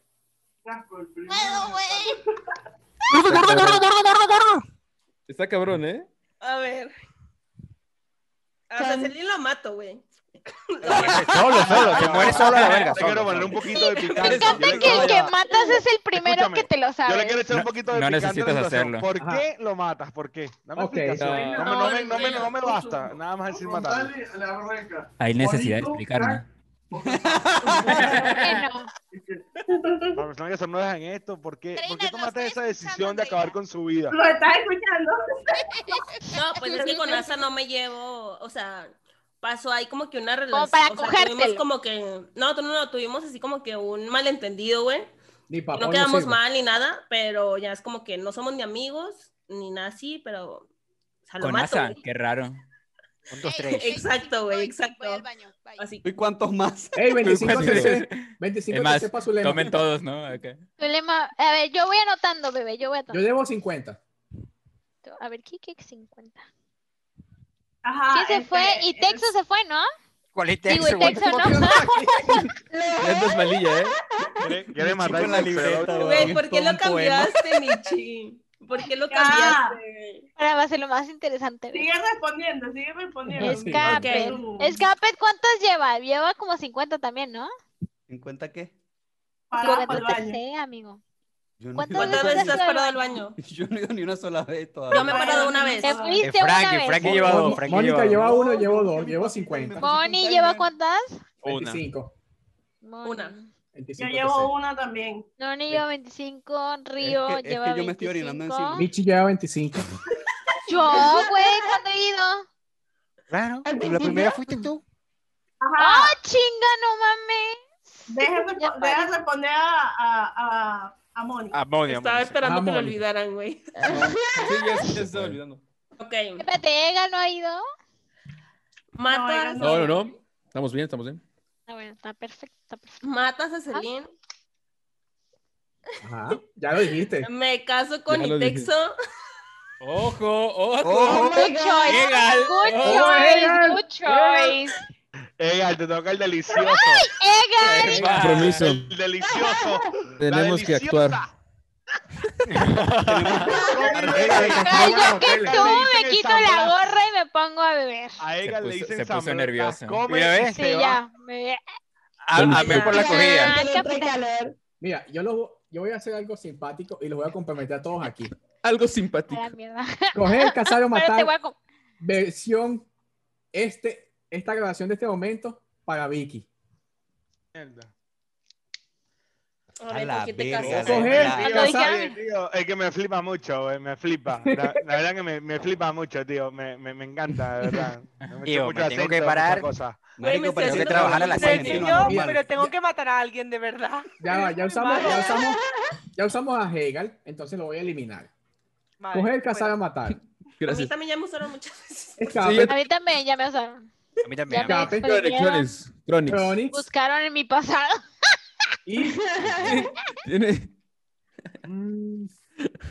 Está cabrón, ¿eh? A ver. A Celine lo mato, güey. Solo, solo, te mueres solo a la verga. Te quiero poner un poquito de picante. Me encanta que el que matas es el primero Escúchame, que te lo Yo le sabe. quiero echar un poquito de No picante a la necesitas situación. hacerlo. ¿Por Ajá. qué lo matas? ¿Por qué? Dame Ok, explicación. No, no. me- no me, no, me, no me basta. Nada más decir matar. Dale a la barranca. Hay necesidad de explicarme. Las personas que son nuevas en esto, ¿por qué, ¿por qué tomaste esa decisión de acabar con su vida? ¿Lo estás escuchando? No, pues es que con Asa no me llevo, o sea, pasó ahí como que una relación. Como para o sea, cogértelo. tuvimos como que, no, no, no, tuvimos así como que un malentendido, güey. Ni papá. No quedamos mal ni nada, pero ya es como que no somos ni amigos, ni nada así, pero, o sea, lo Con mato, Asa, güey. qué raro. Un, dos, Exacto, güey, exacto. Así. ¿Y cuántos más? Ey, 25 Cuatro. TC. 25 Es más, TC para su lema. tomen todos, ¿no? Acá. Tu lema- A ver, yo voy anotando, bebé, yo voy Yo anotando. llevo 50. A ver, Kike 50. Ajá. ¿Quién se este, fue? Y Texas se fue, ¿no? ¿Cuál es Digo, Texas? el Texas no. Esto es malilla, ¿eh? Quiere- Quiere Chico matar en la libreta, Güey, ¿por qué lo Todo un poema. cambiaste, Michi? ¿Por qué lo Ya. cambiaste? Ahora va a ser lo más interesante. bebé. Sigue respondiendo, sigue respondiendo. Escape. Ok. Escape, ¿cuántas lleva? Lleva como 50 también, ¿no? ¿En cuenta qué? Para para el 43, baño. eh, amigo. Yo no, ¿Cuántas ¿Cuántas veces has ido al parado al baño? yo no he ido ni una sola vez todavía. Yo me he parado una vez. Te Eh, fuiste una Frankie, vez. Frankie lleva dos. Frankie Mónica lleva lleva dos. uno, llevo dos, llevo 50. Moni lleva cuántas? Una. 25. Moni. Una. Yo 25 llevo una también. Noni lleva 25, Río es que lleva yo me estoy orinando 25. encima. Michi lleva 25. Yo, güey, cuando he ido. Claro, ¿Al la primera principio? fuiste tú. Ajá. ¡Ah, chinga, no mames! Deja Ya respo- paré. deja responder a, a, a, a Mónica. Ah, Mónica, Estaba Mónica. esperando que lo Vamos. olvidaran, güey. Ah, Sí, ya, ya se estaba olvidando. Ok. Espérate, Ega no ha ido. Mata, No, No, no, no. Estamos bien, estamos bien. Ah, bueno, está perfecto, está perfecto. Ah. matas a Celine, Ajá, ya lo dijiste. me caso con Ya lo dije. Itexo. Ojo, Oh, ojo. Good choice. Egal. Good Oh, choice. Egal. Good choice. Egal, te toca el delicioso. Egal. Epa. Compromiso. El delicioso. La Tenemos que deliciosa. actuar. Ay, yo que Egal, tú le me dicen quito la Zambra. gorra y me pongo a beber. A Se Egal le puso- dicen se puso Zambra, nerviosa. come Mira, y ¿ves? se Sí, va. ya. Me... A, amén por la cogida. Ah, capitán. Mira, yo, los, yo voy a hacer algo simpático y los voy a comprometer a todos aquí. Algo A la simpático. mierda. Coger, cazar o Pero te matar, voy a... com- versión, este, esta grabación de este momento para Vicky. Mierda. A A ver, la ¿con quién te verga, casas? güey. Coger, Ah, lo cazar- dijeron. Tío, es que me flipa mucho, güey, me flipa. La, la verdad que me, me flipa mucho, tío. Me, me, me encanta, de verdad. Me Tío, echo mucho me tengo que acento, parar. muchas cosas. Marico, me estoy parece haciendo que trabajar trabaja a la en un gente. casino, Yo, ¿no? Normal. pero tengo que matar a alguien, de verdad. Ya va, ya usamos, ya usamos, ya usamos a Hegel, entonces lo voy a eliminar. Madre, Coger, pues. bueno. cazar o matar. A mí Gracias. también ya me usaron muchas veces. Sí, yo- Escape, A mí también ya me usaron. A mí Ya Mira, también. me ¿eh? Cape. Chronics, expoliaron, Chronics, Chronics. Chronics buscaron en mi pasado. y Tiene- mm,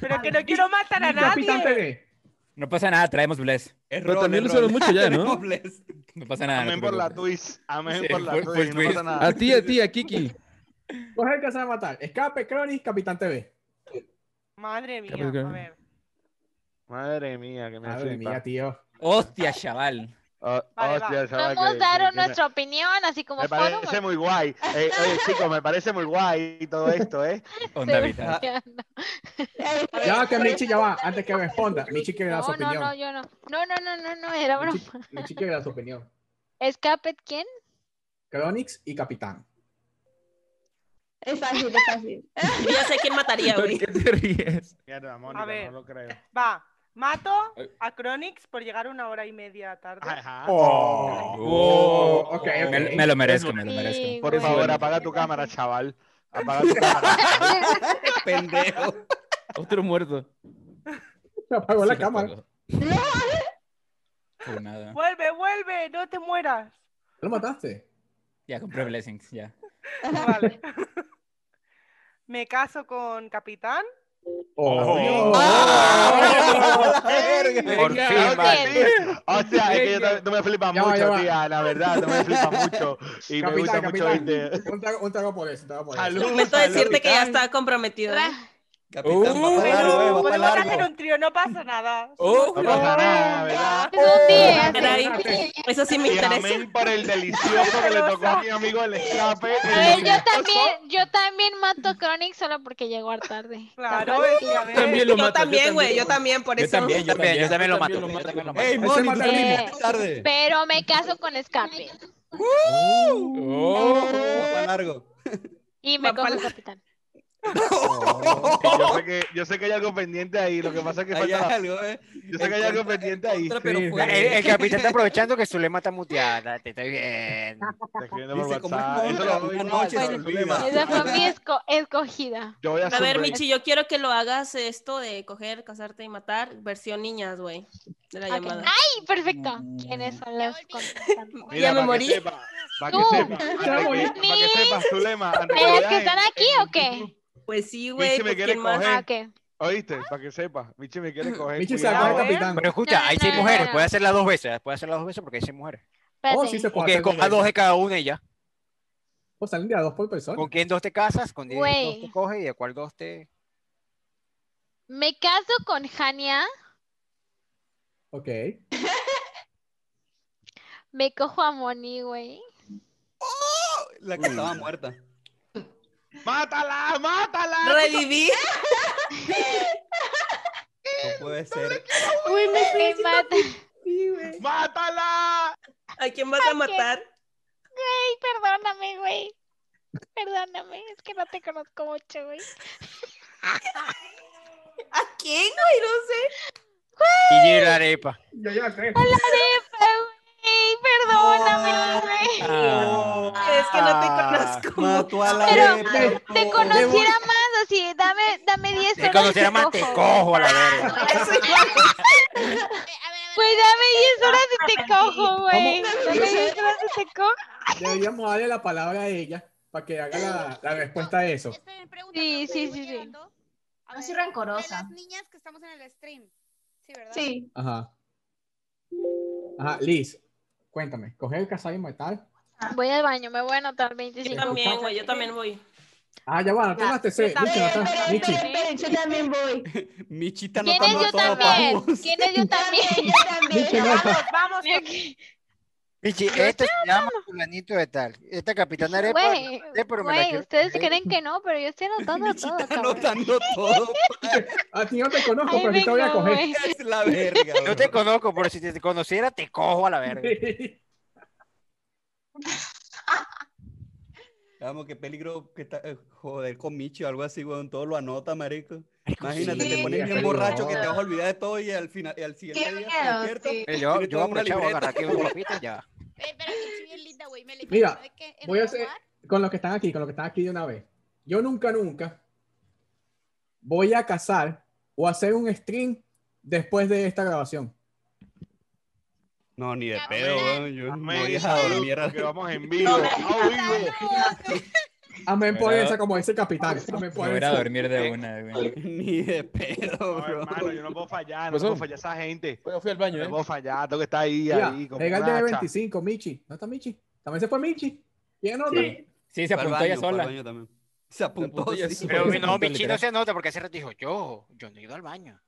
Pero que no quiero matar a Capitán nadie. TV. No pasa nada, traemos Bless. Es Pero rol, también es lo usaron rol. mucho ya, ¿no? Tenemos bless. No pasa nada. Amén no te por la preocupes. twist. Amén Sí, por la fue- fue twist. No twist. pasa nada. A ti, a ti, a Kiki. Coger, cazar o matar. Escape, Chronics, Capitán TV. Madre mía, Capaz que- pues, a ver. Madre mía, que me Madre flipa. mía, tío. Hostia, chaval. Ah, Vale, va. hostia, chaval, Nos que- daron que- que me- nuestra opinión, así como Me foro. parece muy guay. Eh, oye, chicos, me parece muy guay todo esto, ¿eh? Onda vital. Ya va, que Michi, ya va. Antes que responda, Michi quiere dar su No, no, no, opinión. yo no. No, no, no, no, no, era broma. Michi, Michi quiere dar su opinión. Escape, ¿quién? Chronics y Capitán. Es fácil, es fácil. Yo ya sé quién mataría, ¿Por güey. qué te ríes? Mierda, Mónica, ver. no lo creo. Va, mato a Cronix por llegar una hora y media tarde. Ajá. Oh. Oh. ok, ok. Oh, Me, me lo merezco, me lo merezco. Sí, Por güey. favor, apaga tu cámara, chaval. Apaga tu cámara. Pendejo. Otro muerto. Se apagó la cámara. Por nada. Vuelve, vuelve, no te mueras. ¿Lo mataste? Ya compré Blessings, ya. Vale. Me caso con Capitán. Oh. Ah. Por Venga, fin, ok. man. O sea, es que yo Venga. no, no me flipas Ya va, ya mucho, va. tía, la verdad, no me flipas mucho. Y me gusta mucho oírte. Un trago, un trago por eso, un trago por eso. Salud, Lamento decirte que ya está comprometido. ¿eh? Capitán, va para largo, eh, va para Podemos largo. hacer un trío, no pasa nada. No pasa nada, ¿verdad? Caray, Eso sí me Y interesa. amén por el delicioso que le tocó a mi amigo el escape. A ver, yo también, yo también mato a Chronic solo porque llegó tarde. Claro, es que a ver. También lo Yo mato, yo también, también. güey, yo también, por Yo eso. también, yo también, yo también lo mato, yo también lo ¡Ey, mato. Moni, tú Ese también! matarme. ¡Buenas tardes! Pero me caso con escape. Uh. Uh. Va Oh, para largo. Y me cojo el capitán. Yo sé, que, yo sé que hay algo pendiente ahí, lo que pasa es que Hay falta... algo, ¿eh? Yo sé que hay algo pendiente ahí. Sí, el, Eh, el capitán está aprovechando que Zulema está muteada. Te estoy viendo. Dice, ¿cómo es WhatsApp? Eso lo voy a una noche olvidar. sin problema. Esa fue mi esco- escogida. Yo voy A ver, sonreír. Michi, yo quiero que lo hagas esto de coger, casarte y matar, versión niñas, güey, de la Ok. llamada. Ay, perfecto. Mm. ¿Quiénes son los contactantes? Mira, ya me pa' que morí. sepa, pa' que Tú. sepa, para que, sepa, pa' que sepa, Zulema, antes que ¿Las vayas que en- están aquí o qué? Pues sí, Michi me quiere Ah, coger, ok. ¿oíste? Para que sepa, Michi me quiere coger. Michi se cuidado, acuerda, ¿eh? capitán. Pero escucha, No, hay no, seis no, mujeres. no. Puede hacerla dos veces. Puede hacerla dos veces porque hay seis mujeres. Oh, sí se O puede que hacer dos coja dos veces. de cada una y ya. O salen de a dos por persona. ¿Con quién dos te casas? ¿Con quién dos Güey. te coges? ¿Y de cuál dos te...? Me caso con Hania, Ok. me cojo a Moni, güey. La que Uh. estaba muerta. ¡Mátala, mátala! Reviví. No puede ser. Uy, me mata. ¡Mátala! ¿A quién vas a matar? Güey, perdóname, güey. Perdóname, es que no te conozco mucho, güey. ¿A quién, güey? No Y la arepa. Yo ya creo. ¡A la arepa, güey! Perdóname, güey. Ah. sé. Es que no te conozco. Mató a la Pero bebé. te conociera más, así, dame, dame 10 Si horas. conociera y más, te cojo a la verga. Pues dame 10 horas y te cojo, güey. ¿Cómo? Dame 10 horas y te cojo. Deberíamos darle la palabra a ella para que haga la, la respuesta a eso. Sí, sí, sí, sí. A No soy ver, rencorosa. de las niñas que estamos en el stream. Sí, ¿verdad? Sí. Ajá. Ajá, Liz, cuéntame. ¿Coger, casar y matar? Voy al baño, me voy a anotar 25. Yo también, güey, yo también voy. Ah, ya va, tú las TC. Michi, no estás- Michi. Esperen, yo también voy. Michita no ¿Quién es yo todo, también? vamos. ¿Quién es yo también? Yo también. Michi, no estás- Vamos, Michi, este se llama fulanito de tal. Esta capitana arepa. Güey, no sé, pero me la güey, quiero ustedes coger. creen que no, pero yo estoy anotando todo, Michita cabrón. anotando todo. A ti no te conozco, Ahí pero aquí te voy a vengo, coger. güey. Es la verga. Yo te conozco, pero si te conociera, te cojo a la verga. Vamos, qué peligro que está, eh, joder con Michi o algo así, weón. Todo lo anota, marico. Imagínate, sí, te pones qué bien peligro. borracho que te vas a olvidar de todo y al final, y al siguiente Qué día miedo, despierto, sí. Eh, tiene Yo, yo toda una aprovechaba a libreta. agarrar aquí unos papitas ya. Eh, pero Michi bien linda, güey. Me le Mira, ¿sabes qué? En Voy a un hacer lugar, con los que están aquí, con los que están aquí de una vez. Yo nunca, nunca voy a casar o hacer un stream después de esta grabación. No, ni de Ya, pedo, hombre. weón. Yo Amén, me voy a salud, dormir a- porque vamos en vivo. ¡Ah, vivo! Amén por Bueno. esa, como dice el capitán. Amén Me por voy a ir a esa. dormir de una, güey. Ni de pedo, No, bro. hermano, yo no puedo fallar, no Pues, puedo oh. fallar a esa gente. Pues Bueno, fui al baño, No ¿eh? puedo fallar, tengo que estar ahí, ahí, Mira, como Legal una de hacha. 25, Michi. ¿No está Michi? También se fue Michi. ¿Quién otra? Sí. Sí, Fue se al apuntó ella baño, fue al sola. baño también. Oh, Se apuntó apuntó ella ella sola. Pero Oye, no, punto Michi no literal. se anota porque hace rato dijo, yo, yo no he ido al baño.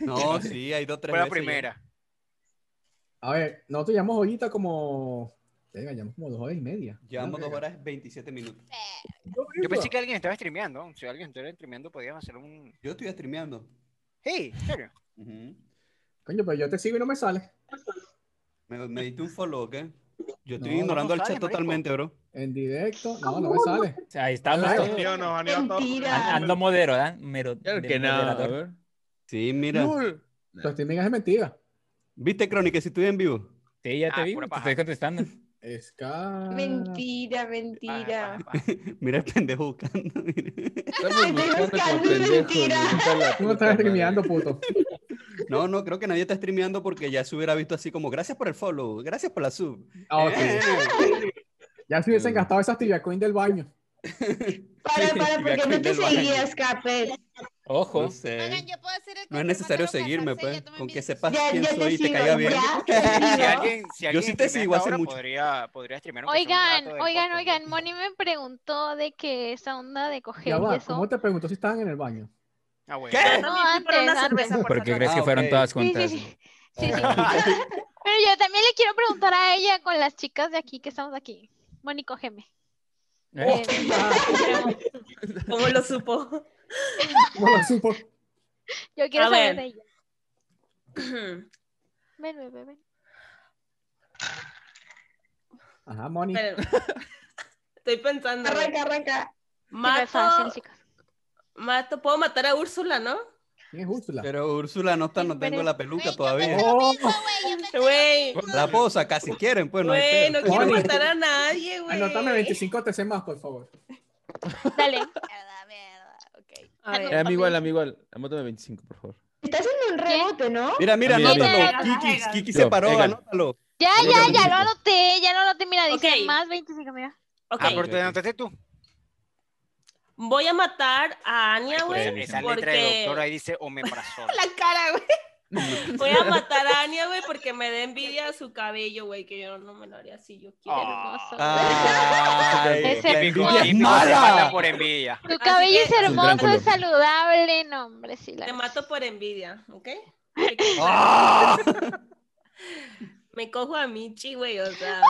No, sí, hay dos, tres Fue la veces ya. primera. A ver, nosotros llamamos ahorita como. Venga, llamamos como dos horas y media. Llevamos Una dos verga. horas 27 minutos. Yo pensé que alguien estaba streameando. Si alguien estuviera streameando, podíamos hacer un. Yo estoy streameando. Hey, ¿en serio? Ujú. Coño, pero yo te sigo y no me sale. ¿Me, me diste un follow o qué? Yo estoy No, ignorando no el chat sale, marico. totalmente, bro. En directo. No, no me sale. O sea, ahí estamos Ay, todos. Yo no, Juanito, todo. An- Ando modero, ¿eh? Mero, Claro de que moderador. no. Sí, mira. Lul. Tu streaming es mentira. ¿Viste, Crony, que si estoy en vivo? Sí, ya te Ah, vi, pura te paja. estoy contestando. Ska. Mentira, mentira. Mira el pendejo buscando. mira. Estoy buscando y mentira. No estás streameando, puto. No, no, creo que nadie está streameando porque ya se hubiera visto así como, gracias por el follow, gracias por la sub. Eh, Ah, ok. Ya se hubiesen gastado esas tibia coin del baño. eh, Para, para, Voy porque no a te prender el seguías, Capel. Ojo. No, sé. No es necesario seguirme, pues. Con que sepas Ya- quién ya te soy y te sigo, caiga bien. ya Si alguien, si Yo alguien sí te streamea sigo hasta hace ahora, mucho. Podría, podría streamear aunque sea un Oigan, rato de oigan, oigan, Moni me preguntó de que esa onda de coger Ya y va, eso. ¿cómo te preguntó si estaban en el baño? Ah, bueno. No, antes, antes. Porque Pues, crees que Ah, fueron ok. todas Sí, juntas. sí, sí. Pero yo también le quiero preguntar a ella con las chicas de aquí que estamos aquí. Moni, cógeme. ¿Eh? ¿Cómo lo supo? Yo quiero A ver. saber de ella. Ven, ven, ven, ven. Ajá, Moni. Pero- Estoy pensando. Arranca, arranca. Mato, fácil, mato, puedo matar a Úrsula, ¿no? ¿Quién es Úrsula? Pero Úrsula no está, no tengo la peluca todavía. Güey, La posa, casi quieren, pues. No hay güey, pedo. no quiero matar a nadie, güey. Anótame 25 TC más, por favor. Dale. A ver. Eh, amigo, igual, amigo, igual. Anótame 25, por favor. Está haciendo un rebote, ¿no? Mira, mira, Mira, mira. anótalo. Kiki, Kiki se Yo, paró, Egan. anótalo. Ya, Anótalo. ya, ya lo anoté, ya lo anoté. Mira, dice Ok. más 25, mira. Ok, Ah, pero te anotaste tú. voy a matar a Anya, Pues, güey. esa letra de Ah, Porque... doctor ahí dice omeprazol. La cara, güey. Voy a matar a Anya, güey, porque me da envidia su cabello, güey, que yo no me lo haría así yo quiero. Ah. Ay, Ese la pico, envidia es pico, se mata mala. por envidia. Tu Así cabello que- es Es un gran hermoso, color. es saludable. No, hombre, sí, la Eh, Te verdad. mato por envidia, ¿ok? ¡Ah! Me cojo a Michi, güey, o sea.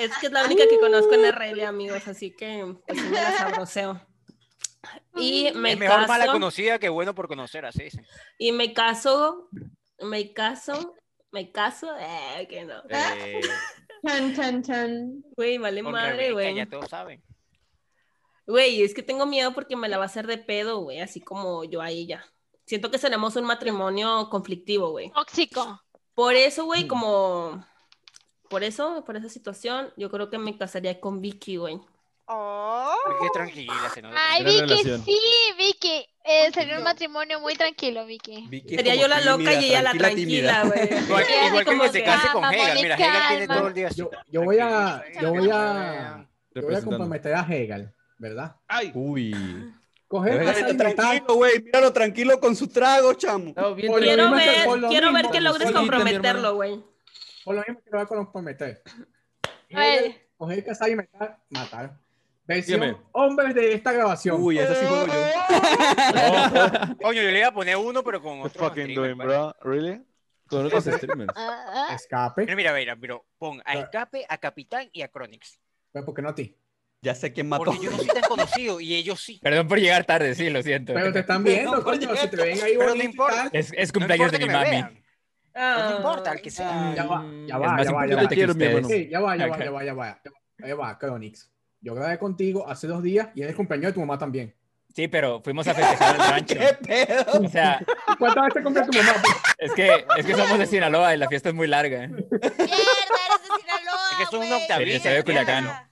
Es que es la única que conozco en RL, amigos, así que pues, sí me la sabroseo. Y me es mejor caso, mala conocida que bueno por conocer, así dicen. Y me caso, me caso, me caso, eh, que no. Eh, Chan, chan, chan. Güey, vale con madre, Rebeca, güey. Ya todos saben. Güey, es que tengo miedo porque me la va a hacer de pedo, güey, así como yo a ella. Siento que seremos un matrimonio conflictivo, güey. Tóxico. Por eso, güey, como... Por eso, por esa situación, yo creo que me casaría con Vicky, güey. Oh. Porque tranquila, se nota. Ay, Gran Vicky, relación. sí, Vicky. Eh, sería un matrimonio muy tranquilo, Vicky. Vicky es Sería como yo la tímida, loca y ella la tranquila, güey. Igual, así igual que como que se que, "Ah, case con "Calma, Hegel. Mira, Moni, Hegel tiene calma". todo el día así. Yo, yo voy a, yo voy a, yo voy a Representando. comprometer a Hegel, ¿verdad? Ay, Uy. Coger Egan esa está libertad tranquilo, güey. Míralo tranquilo con sus tragos, chamo. No, bien, Por lo Quiero mismo que- ver, por lo quiero ver mismo que logres Solita, mi hermano. comprometerlo, güey. Por lo mismo que lo voy a comprometer. A ver. Coger casar y matar. matar. Versión Dime. hombres de esta grabación. Uy, eso sí juego yo. Coño, yo le iba a poner uno, pero con otro. fucking streamer, doing, pues. bro? Really? Con otros streamers. Ah, ah. Escape. Ah. Mira, mira, mira, pero pon a Escape, a Capitán y a Chronix. Pero ¿por qué no a ti? Ya sé quién mató. Porque yo no soy tan conocido y ellos sí. Perdón por llegar tarde, sí, lo siento. Pero te están viendo, coño. Si te ven ahí Pero no bonito y importa. tal. Es, es No cumpleaños de importa que mi me mami. vean. No te importa, al que sea. Ah. Ya va, ya es va, más ya va, ya va. importante que Quiero mi ustedes. hermano. Ey, ya va, ya va, Acá. ya va, ya va. Ya va, Chronix. Yo grabé contigo hace dos días y es el cumpleaños de tu mamá también. Sí, pero fuimos a festejar al rancho. ¿Qué pedo? O sea, ¿Cuántas veces cumple tu mamá? es que, es que somos de Sinaloa y la fiesta es muy larga. ¿eh? Mierda, eres de Sinaloa. Es que son güey. una octavita. Se ve Culiacán. entiéndelo.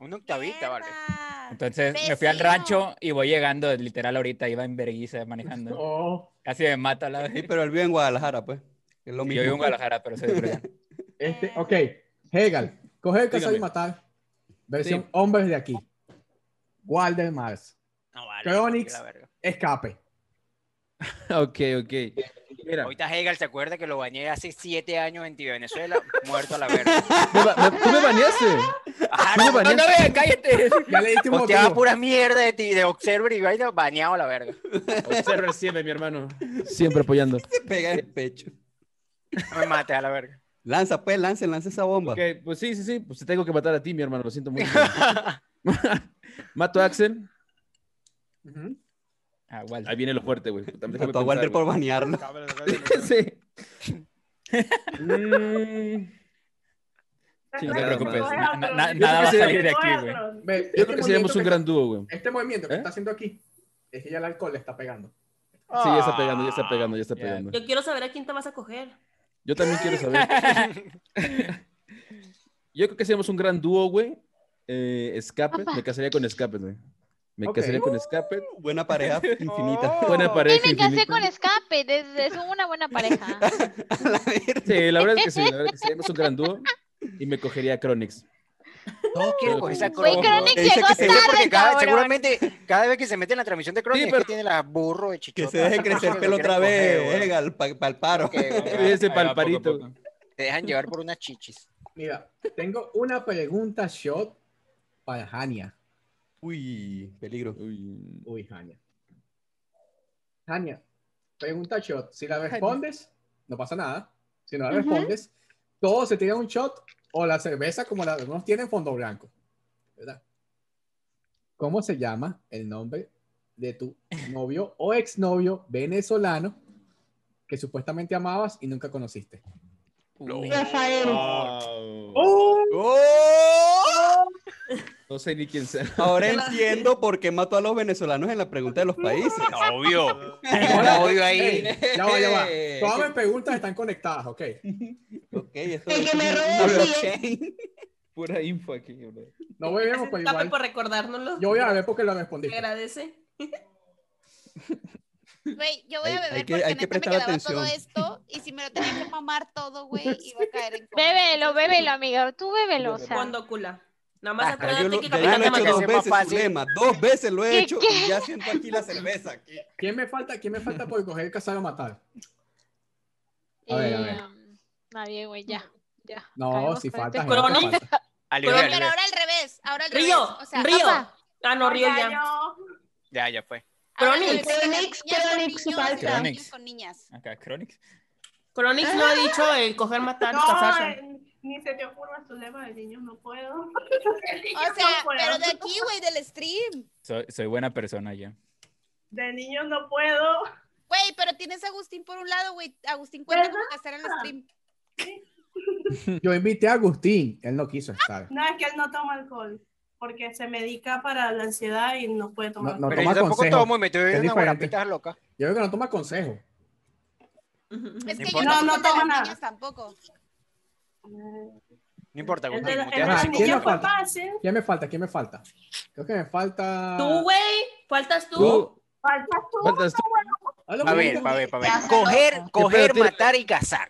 Una octavita, vale. Mierda. Entonces me fui al Vecino. rancho y voy llegando, literal ahorita iba en vergüenza manejando. Oh, Casi me mata la Sí, vez. pero él vive en Guadalajara, pues. Es lo Yo mismo. vivo en Guadalajara, pero soy de Culiacán. este, ok. Hegel, coger, casar y Dígame. matar. Versión Sí. hombres de aquí. Walder Mars. No vale. Chronix. la verga. Escape. Ok, ok. Mira, Ahorita Hegel se acuerda que lo bañé hace siete años en Tibia Venezuela, muerto a la verga. me ba- me- tú me baneaste. Ajá, Tú me No, no, baneaste. vean, cállate. Ya le diste un Posteaba motivo. pura mierda de, ti, de Observer y vaina bañado a la verga. Observer siempre, mi hermano. Siempre apoyando. Se pega en el pecho. No me mates a la verga. Lanza, pues, lance, lanza esa bomba. Ok, pues sí, sí, sí. Pues te tengo que matar a ti, mi hermano. Lo siento mucho. Mato a Axel. Ujú. Ah, Walter. Ahí viene lo fuerte, güey. Puta, déjame Mató a Walter por pensar, banearlo. Cabrón, güey. sí. Mm, Sí, no te preocupes. Coge Na- a na- Tron. nada va a salir de Coge aquí, a güey. Tron. Ve, Yo este creo que movimiento seríamos un que- gran dúo, güey. Este movimiento que ¿Eh? está haciendo aquí es que ya el alcohol le está pegando. Sí, ya está pegando, ya está pegando, ya está Ya. pegando. Yo quiero saber a quién te vas a coger. Yo también quiero saber. Yo creo que seríamos un gran dúo, güey. Eh, Escape, me casaría con Escape, güey. Me Ok. casaría con Escape. Buena pareja infinita. Buena pareja. Y me casé infinita. con escape, es, es una buena pareja. Sí, la verdad es que sí, la verdad es que seríamos un gran dúo y me cogería a Cronix. No quiero coger esa Güey, Cronix. Cronix llegó Sí, porque tarde, cada- cabrón. seguramente cada vez que se mete en la transmisión de Cronix Sí, es pero- que tiene la burro de Que chichota. se deje crecer el pelo otra vez, Egal, para el paro. Ese palparito. Te dejan llevar por unas chichis. Mira, tengo una pregunta shot para Hania. Uy, peligro. Uy, Hania. Hania, pregunta shot. Si la respondes, no pasa nada. Si no la Ujú. respondes, todos se tiran un shot o la cerveza como la algunos tienen fondo blanco. ¿Verdad? ¿Cómo se llama el nombre de tu novio o exnovio venezolano que supuestamente amabas y nunca conociste? Rafael. ¡Oh! ¡Oh! No sé ni quién sea. Ahora entiendo por qué mató a los venezolanos en la pregunta de los países. Obvio. Obvio Ey, ya va, ya va. Todas mis preguntas están conectadas, ok. Ok, eso El que me blockchain. Pura info aquí, bro. No volvemos, pero Escape igual. por recordárnoslo. Yo voy a ver porque lo Te respondí. agradece. Güey, yo voy a Hay- beber hay que- porque hay que neta me prestar quedaba todo atención. esto y si me lo tenía que mamar todo, güey, iba a caer en coma. Bébelo, bébelo, amigo. Tú bébelo, o sea. Cuando cula. Nada más Ya yo acuérdate lo, que ya yo lo he hecho Capitán Tamagotchi- dos veces, Zulema. Dos veces lo he hecho y ya siento aquí la cerveza. ¿Quién me falta? ¿Quién me falta por coger, casar o matar? A ver, Eh. a ver. Nadie, güey, ya. ya. No, Acabemos si con falta este- gente, Crono. falta. Pero ahora al revés, ahora al Río, revés. O sea, Río. papá, Ah, no, Río ya. Ya, ya fue. Cronix. Cronix, Cronix, falta. Cronix. con niñas. Acá, Cronix. Cronix no ha dicho el coger, matar, No, casarse. eh, ni se te ocurra su lema de niños, no puedo. O sea, pero de aquí, güey, del stream. Soy, soy buena persona ya. De niños no puedo. Güey, pero tienes a Agustín por un lado, güey. Agustín cuenta como casar en el stream. Yo invité a Agustín, él no quiso estar. No, es que él no toma alcohol, porque se medica para la ansiedad y no puede tomar No, no Pero toma yo tampoco consejo. tomo y me estoy Es bebiendo unas diferente. guarapitas locas. Yo creo que no toma consejo. Es No que yo importa. No, no, no no tomo toma las niñas tampoco. No importa, El Agustín, de la- muteas el de a la cinco Ah, niña minutos. fue fácil. ¿Quién me falta? ¿Quién me falta? Creo que me falta. Tú, güey. Faltas tú. Ah. Tú. Faltas tú. Faltas tú. A ver, a ver, a ver. Coger, coger, Espérate. matar y cazar.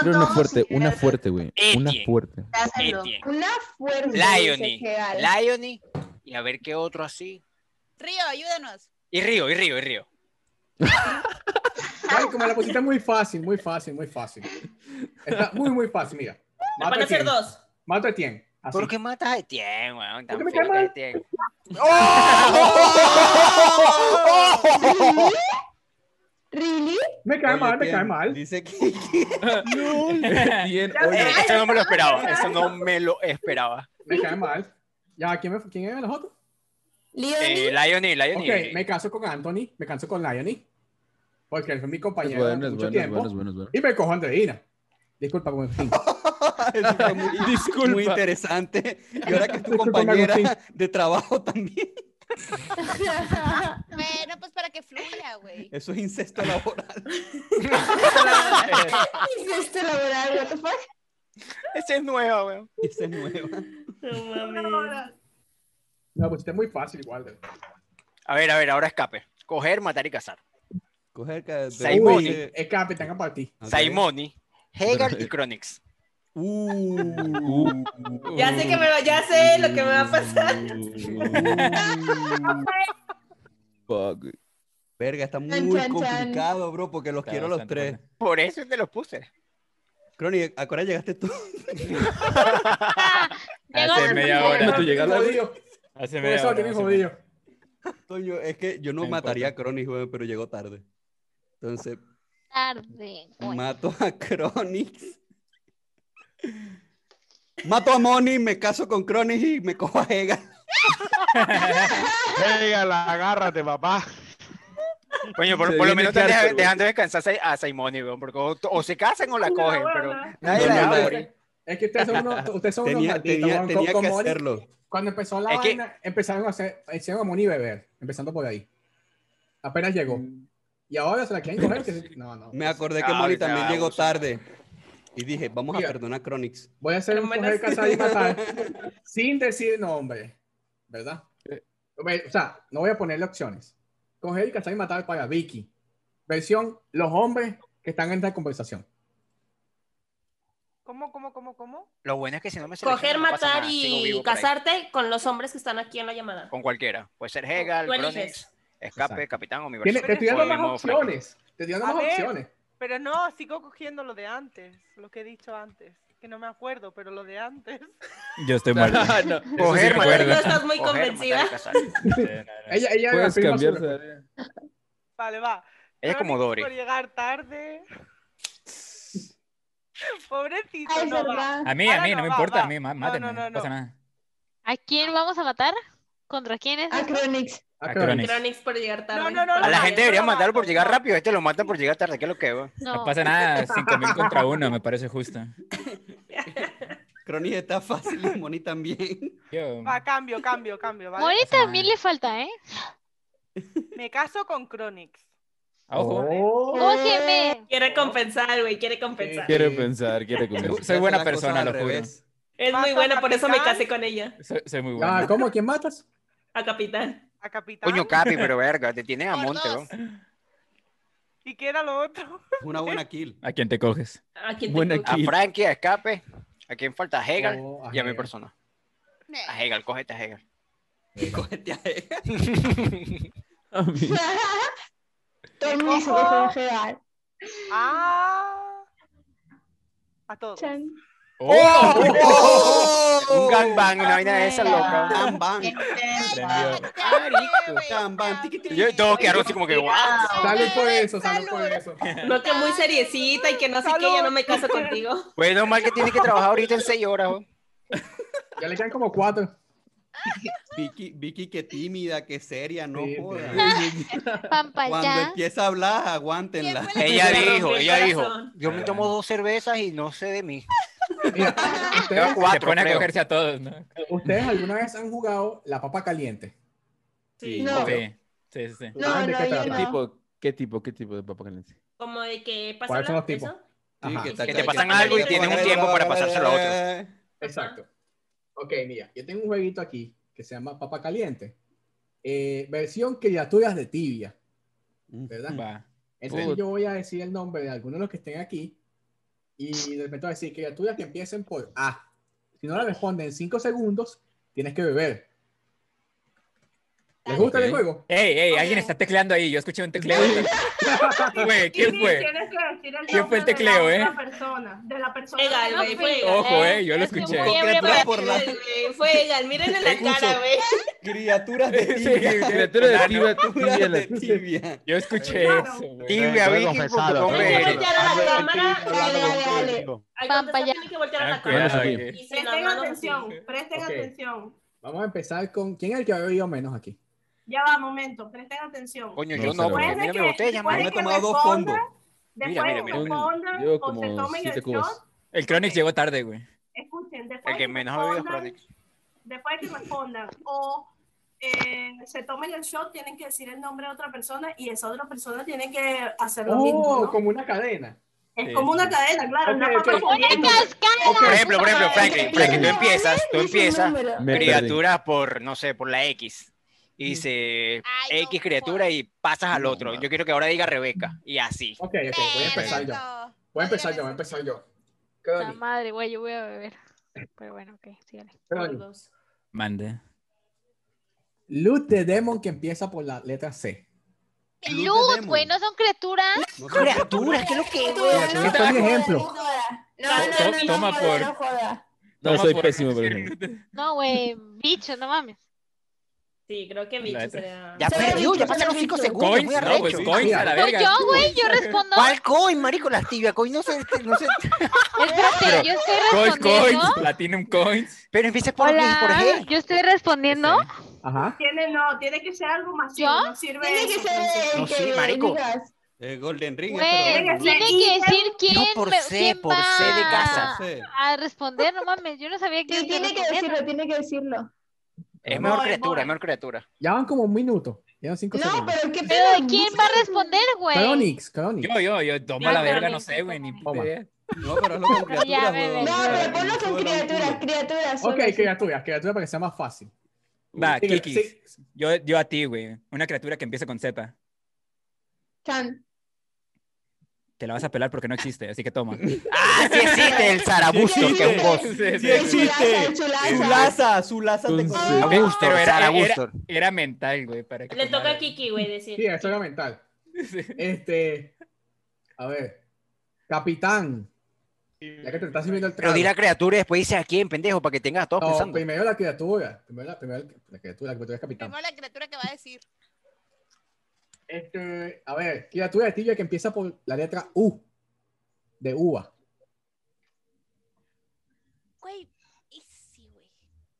Pero una fuerte, una fuerte, güey. Una Etienne. fuerte. Etienne, Una fuerte. Liony. Liony. Y a ver qué otro así. Río, ayúdanos. Y Río, y Río, y Río. Ay, como la pusiste muy fácil, muy fácil, muy fácil. Está muy, muy fácil, mira. Mato van a hacer Etienne. dos. Mato a Etienne. Así. ¿Por qué matas a Etienne, weón? Tan Porque me feo cae que mal. es Etienne. ¿Really? Me cae mal, me cae mal. Dice que. Bien, oye, eso no me lo esperaba. Eso no me lo esperaba. Me cae mal. Ya, ¿quién, me, ¿quién eran los otros? Eh, Liony, Liony. Ok, me caso con Anthony, me caso con Liony, porque él fue mi compañero Bueno, durante es mucho bueno, es tiempo. bueno, es bueno, es bueno. Y me cojo a Andreina. Disculpa, con fin. Disculpa. Muy interesante. Y ahora que es tu Disculpa, compañera Agustín. de trabajo también. Bueno, pues para que fluya, güey. Eso es incesto laboral. Incesto laboral, what the fuck? Ese es nuevo, weón. Esa es nueva. No, pues está muy fácil igual. A ver, a ver, ahora escape. Coger, matar y cazar. Coger ca- de- Saimoni. Uy, Es capitán a partir. Saimoni, Hegel y Cronix. Ya sé que me va, ya sé lo que me va a pasar. Fuck, güey. Verga, está muy Chan, chan, chan. complicado, bro, porque los Está quiero a los bastante tres. Por eso te los puse. Crony, ¿a cuál llegaste tú? Ah, Hace media hora. ¿Tú llegaste? Jodido. Hace Por media eso lo hora. tienes hace media- jodido. Toño, es que yo no No mataría a Crony, güey, pero llegó tarde. Entonces, Tarde. mato a Cronix. Mato a Moni, me caso con Cronix y me cojo a Hega. Hegel, agárrate, papá. Coño, por, Se por viene lo menos están Carter, deja- güey. dejando descansar a Saimoni, weón, porque o, o se casan o la cogen, pero No, nadie la no, deja no. morir. Es que ustedes son unos, ustedes son Tenía- unos malditos. tenía- weón. tenía Con- con que Moni, hacerlo. Cuando empezó la Es que- vaina, empezaron a hacer, hicieron a Moni beber, empezando por ahí. Apenas Mm. llegó. Y ahora se la quieren comer. que- No, no. Me acordé que Ah, Moni ahorita también llegó vamos. tarde. Y dije, vamos Mira. a perdonar a Chronix. Voy a hacer un coger, Hermanas. cazar y matar sin decir nombre, ¿verdad? Me- O sea, no voy a ponerle opciones. Coger, cazar y matar para Vicky. Versión, los hombres que están en esta conversación. ¿Cómo, cómo, cómo, cómo? Lo bueno es que si no me Coger, seleccionan, no pasa matar nada, sigo y vivo por ahí. casarte con los hombres que están aquí en la llamada. Con cualquiera. Puede ser Hegel, Tú eliges. Cronix, Escape, Capitán o mi Tiene- versión. te estoy O dando el más modo Franklin. opciones. Te estoy dando A más ver. opciones. Pero no, sigo cogiendo lo de antes, lo que he dicho antes, que no me acuerdo, pero lo de antes. Yo estoy mal. No, Coger, matar. No estás muy Coger, matar y casar. Ella, ella Puedes afirma su- cambiarse Vale, va. Ella es como Crónicas Dory. Por llegar tarde. Pobrecito. Ay, no va. verdad. A mí, a Ahora mí, no Ah, no me va, importa, va. a mí, má- No, mátenme, no, no, no, no. pasa nada. ¿A quién vamos a matar? ¿Contra quién es? A Cronix. A Cronix. por llegar tarde. No, no, no. A la no, gente no debería lo matarlo mato, por llegar no. rápido. Este lo matan por llegar tarde. ¿Qué es lo que va? No pasa nada, 5000 contra uno, me parece justo. Cronix está fácil y Moni también. Va, cambio, cambio, cambio, ¿vale? Mori también le falta, ¿eh? Me caso con Cronix. Oh. Cógeme. Quiere compensar, güey, quiere compensar. Quiere pensar, quiere comer. Soy- Soy buena persona, lo juro. Es muy Mato buena, por eso me capitán. casé con ella. Soy, soy muy Ah, buena. ¿Cómo? ¿Quién matas? A capitán. A capitán. Coño, Capi, pero verga, te tienen a monte, bro. ¿Y qué era lo otro? Una buena kill. ¿A quién te coges? ¿A quién te Buena coges? A kill. Frankie, a Escape. ¿A quién falta? A Hegel Oh, a y a mi Hegel. persona. A Hegel, cógete a Hegel. Cógete a Hegel. Todo el mundo se dejó de llegar. Ah. A todos. Oh, Un gangbang, una vaina de esas loca. Gangbang. Gangbang. Ah, Tiki, tiki. Yo, todos quedaron así como que, wow. Salud por eso, salud por eso. No, que muy seriecita y que no sé qué, ya no me caso contigo. Bueno, mal que tienes que trabajar ahorita en seis horas, bro. Ya le quedan como cuatro. Vicky, Vicky, que tímida, que seria, no joda. Pampa Cuando ya. empieza a hablar, aguántenla. Ella dijo, ella dijo, yo me tomo dos cervezas y no sé de mí. Quedan Se cuatro, pone a creo. cogerse a todos, ¿no? ¿Ustedes alguna vez han jugado la papa caliente? Sí. No. Sí, sí, sí, sí. No, no, yo ¿Qué no. tipo, qué tipo, qué tipo de papa caliente? Como de que ¿Cuáles pasa son la los tipos? eso. Ajá. que Que te- te pasan algo y tienes un tiempo para pasárselo a otro. Exacto. Ok, mira, yo tengo un jueguito aquí que se llama Papa Caliente. Eh, versión criaturas de tibia. Mm, ¿Verdad? Entonces Puta. yo voy a decir el nombre de alguno de los que estén aquí y de repente voy a decir criaturas que empiecen por A. Si no la responden en 5 segundos, tienes que beber. ¿Les gusta el Ok. juego? Ey, ey, alguien está tecleando ahí. Yo escuché un tecleo. Güey, ¿quién Sí, fue? Tienes que decir ¿Quién el fue el nombre tecleo, de la eh? otra persona, de la persona. Venga, que güey, no fue- Este fue. Ojo, eh, yo lo escuché. Fiebre por la... Fue Egal, miren en la cara, güey. Criaturas de tibia. criatura de tibia, tibia, Criaturas de la- tibia. Yo escuché eso, güey. voltear a la cámara. Dale, dale, dale. Al Pampa contestar ya. tiene que voltear a la Cuidado cámara. aquí. Y si no, Presten no, no, atención, sí. presten Ok. atención. Vamos a empezar con... ¿Quién es el que ha bebido menos aquí? Ya va, momento, presten atención. Coño, No, yo no, cero. porque a Después mí de no que- me botella, después man. de Yo me he que tomado dos respondan, combos. Mira, Después mira, mira. respondan Llevo o se como tomen el siete shot. cubas. El Cronix llegó tarde, güey. Escuchen, después El que de menos ha bebido es respondan- Cronix. después de que respondan o eh, se tomen el shot, tienen que decir el nombre de otra persona y esa otra persona tiene que hacer lo mismo. Oh, ¿no? como una cadena. Es como una cadena, claro. Ok, una ok. papa caliente. Por ejemplo, por ejemplo, Franklin, Franklin, tú empiezas, tú Dice un empiezas número. Me criaturas por, no sé, por la X. Y dice X criatura y pasas al otro. Yo quiero que ahora diga Rebeca. Y así. Ok, ok, voy a empezar yo. Voy a empezar yo, voy a empezar yo. La Crony, madre, güey, yo voy a beber. Pero bueno, ok, sígale. Crony. Mande. Luz de Demon que empieza por la letra C. Luz, güey, no son criaturas. Criaturas, ¿qué es lo que, Criaturas fue mi ejemplo. To- toma por- No, soy pésimo, por ejemplo. No, güey, bicho, no mames. Sí, creo que bicho Neta. sería. Ya perdió, ya pasaron 5 segundos. Coins, muy no, arrecho. pues, coins a la No, verga. yo, güey, yo respondo. ¿Cuál coin, marico? Las tibias coin no se... No se... Espérate, yo estoy Coins, respondiendo. coins, Platinum Coins. Pero empieza por, por Hola, G. yo estoy respondiendo. Ajá. Tiene, no, tiene que ser algo masivo. ¿Yo? No sirve Tiene que eso, ser el No, que sí, marico. digas. Eh, Golden Ring. Güey, bueno, tiene y- que decir quién, No, por me- C, quién por C de va casa. a responder, no mames, yo no sabía que Sí, tiene que decirlo, tiene que decirlo. Es mejor Voy, criatura, voy. es mejor criatura. Ya van como un minuto. Ya van cinco No, segundos. pero qué Pero pues- pedo. ¿quién va a responder, güey? Cronix, Cronix. Yo, yo, yo, toma Ya, la verga, Cronix, no sé, güey, ni puta Toma. idea. No, pero hazlo con criaturas. Ya, bebé. weón. No, pero ponlo Solo con un criaturas, culo. criaturas. Ok, solo así. criaturas, criaturas para que sea más fácil. Va, Sí, Kikis. sí. Yo, yo a ti, güey. Una criatura que empieza con Z. Chan. Te la vas a pelar porque no existe, así que toma. ¡Ah, sí existe el Zarabusto, Sí que es un boss! existe. Sí existe. Chulaza, Zulaza, Zulaza te Pero- conozco. Zarabusto, pero era, Zarabusto. era- era mental, güey. Para que Le toca tomara. a Kiki, güey, decir. Sí, eso era mental. Este, a ver, Capitán. Ya que te estás sirviendo el Pero trago. di la criatura y después dice a quién, pendejo, para que tengas a todos No, pensando. primero la criatura. Primero la, primero la criatura, la criatura es Capitán. Primero la criatura que va a decir. Este, a ver, criatura de tibia que empieza por la letra U de uva. Güey, easy, güey.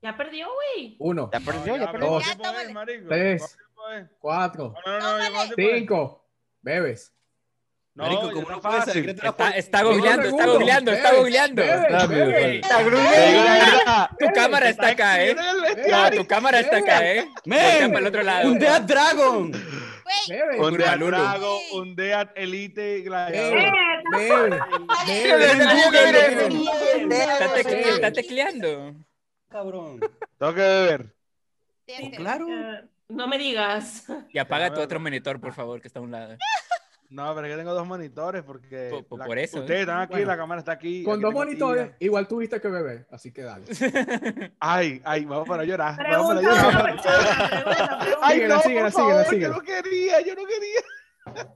Ya perdió, güey. Uno, perdió, ya, pero dos, vamos a poder, marico. tres, Vamos a poder. cuatro, No, no, no, vamos a poder. cinco. Bebes. No, Marico, ya como está no puede ser fácil. criatura Está, por- está googleando, está Segundo, googleando, está bebes, googleando. bebes, Está bebes, googleando. está Te digo googleando. la verdad, Tu Bebes, cámara está acá, ¿eh? Mira el No, bestiario. tu cámara está acá, ¿eh? Voltea para el otro lado. ¡Un Dead Dragon! Güey, Bebes, Un Dead Lulu. Drago, un Dead Elite bebes, Gladiador. bebes, Desde el Google, bebes. bebes. Está, tec- está tecleando. Cabrón. Tengo que beber. tienes que- Claro. Eh, no me digas. Y apaga tu otro monitor, por favor, que está a un lado. No, pero yo tengo dos monitores porque. Po- po- la- por eso, Ustedes ¿eh? están aquí, Bueno. la cámara está aquí. Con aquí dos tengo monitores, tibia. igual tuviste que beber, así que dale. Ay, ay, vamos para llorar. Vamos para Pregunta a otra llorar. persona, pregunta, pregunta. Ay, Síguela, no, síguela, por favor, síguela, síguela. yo no quería, yo no quería.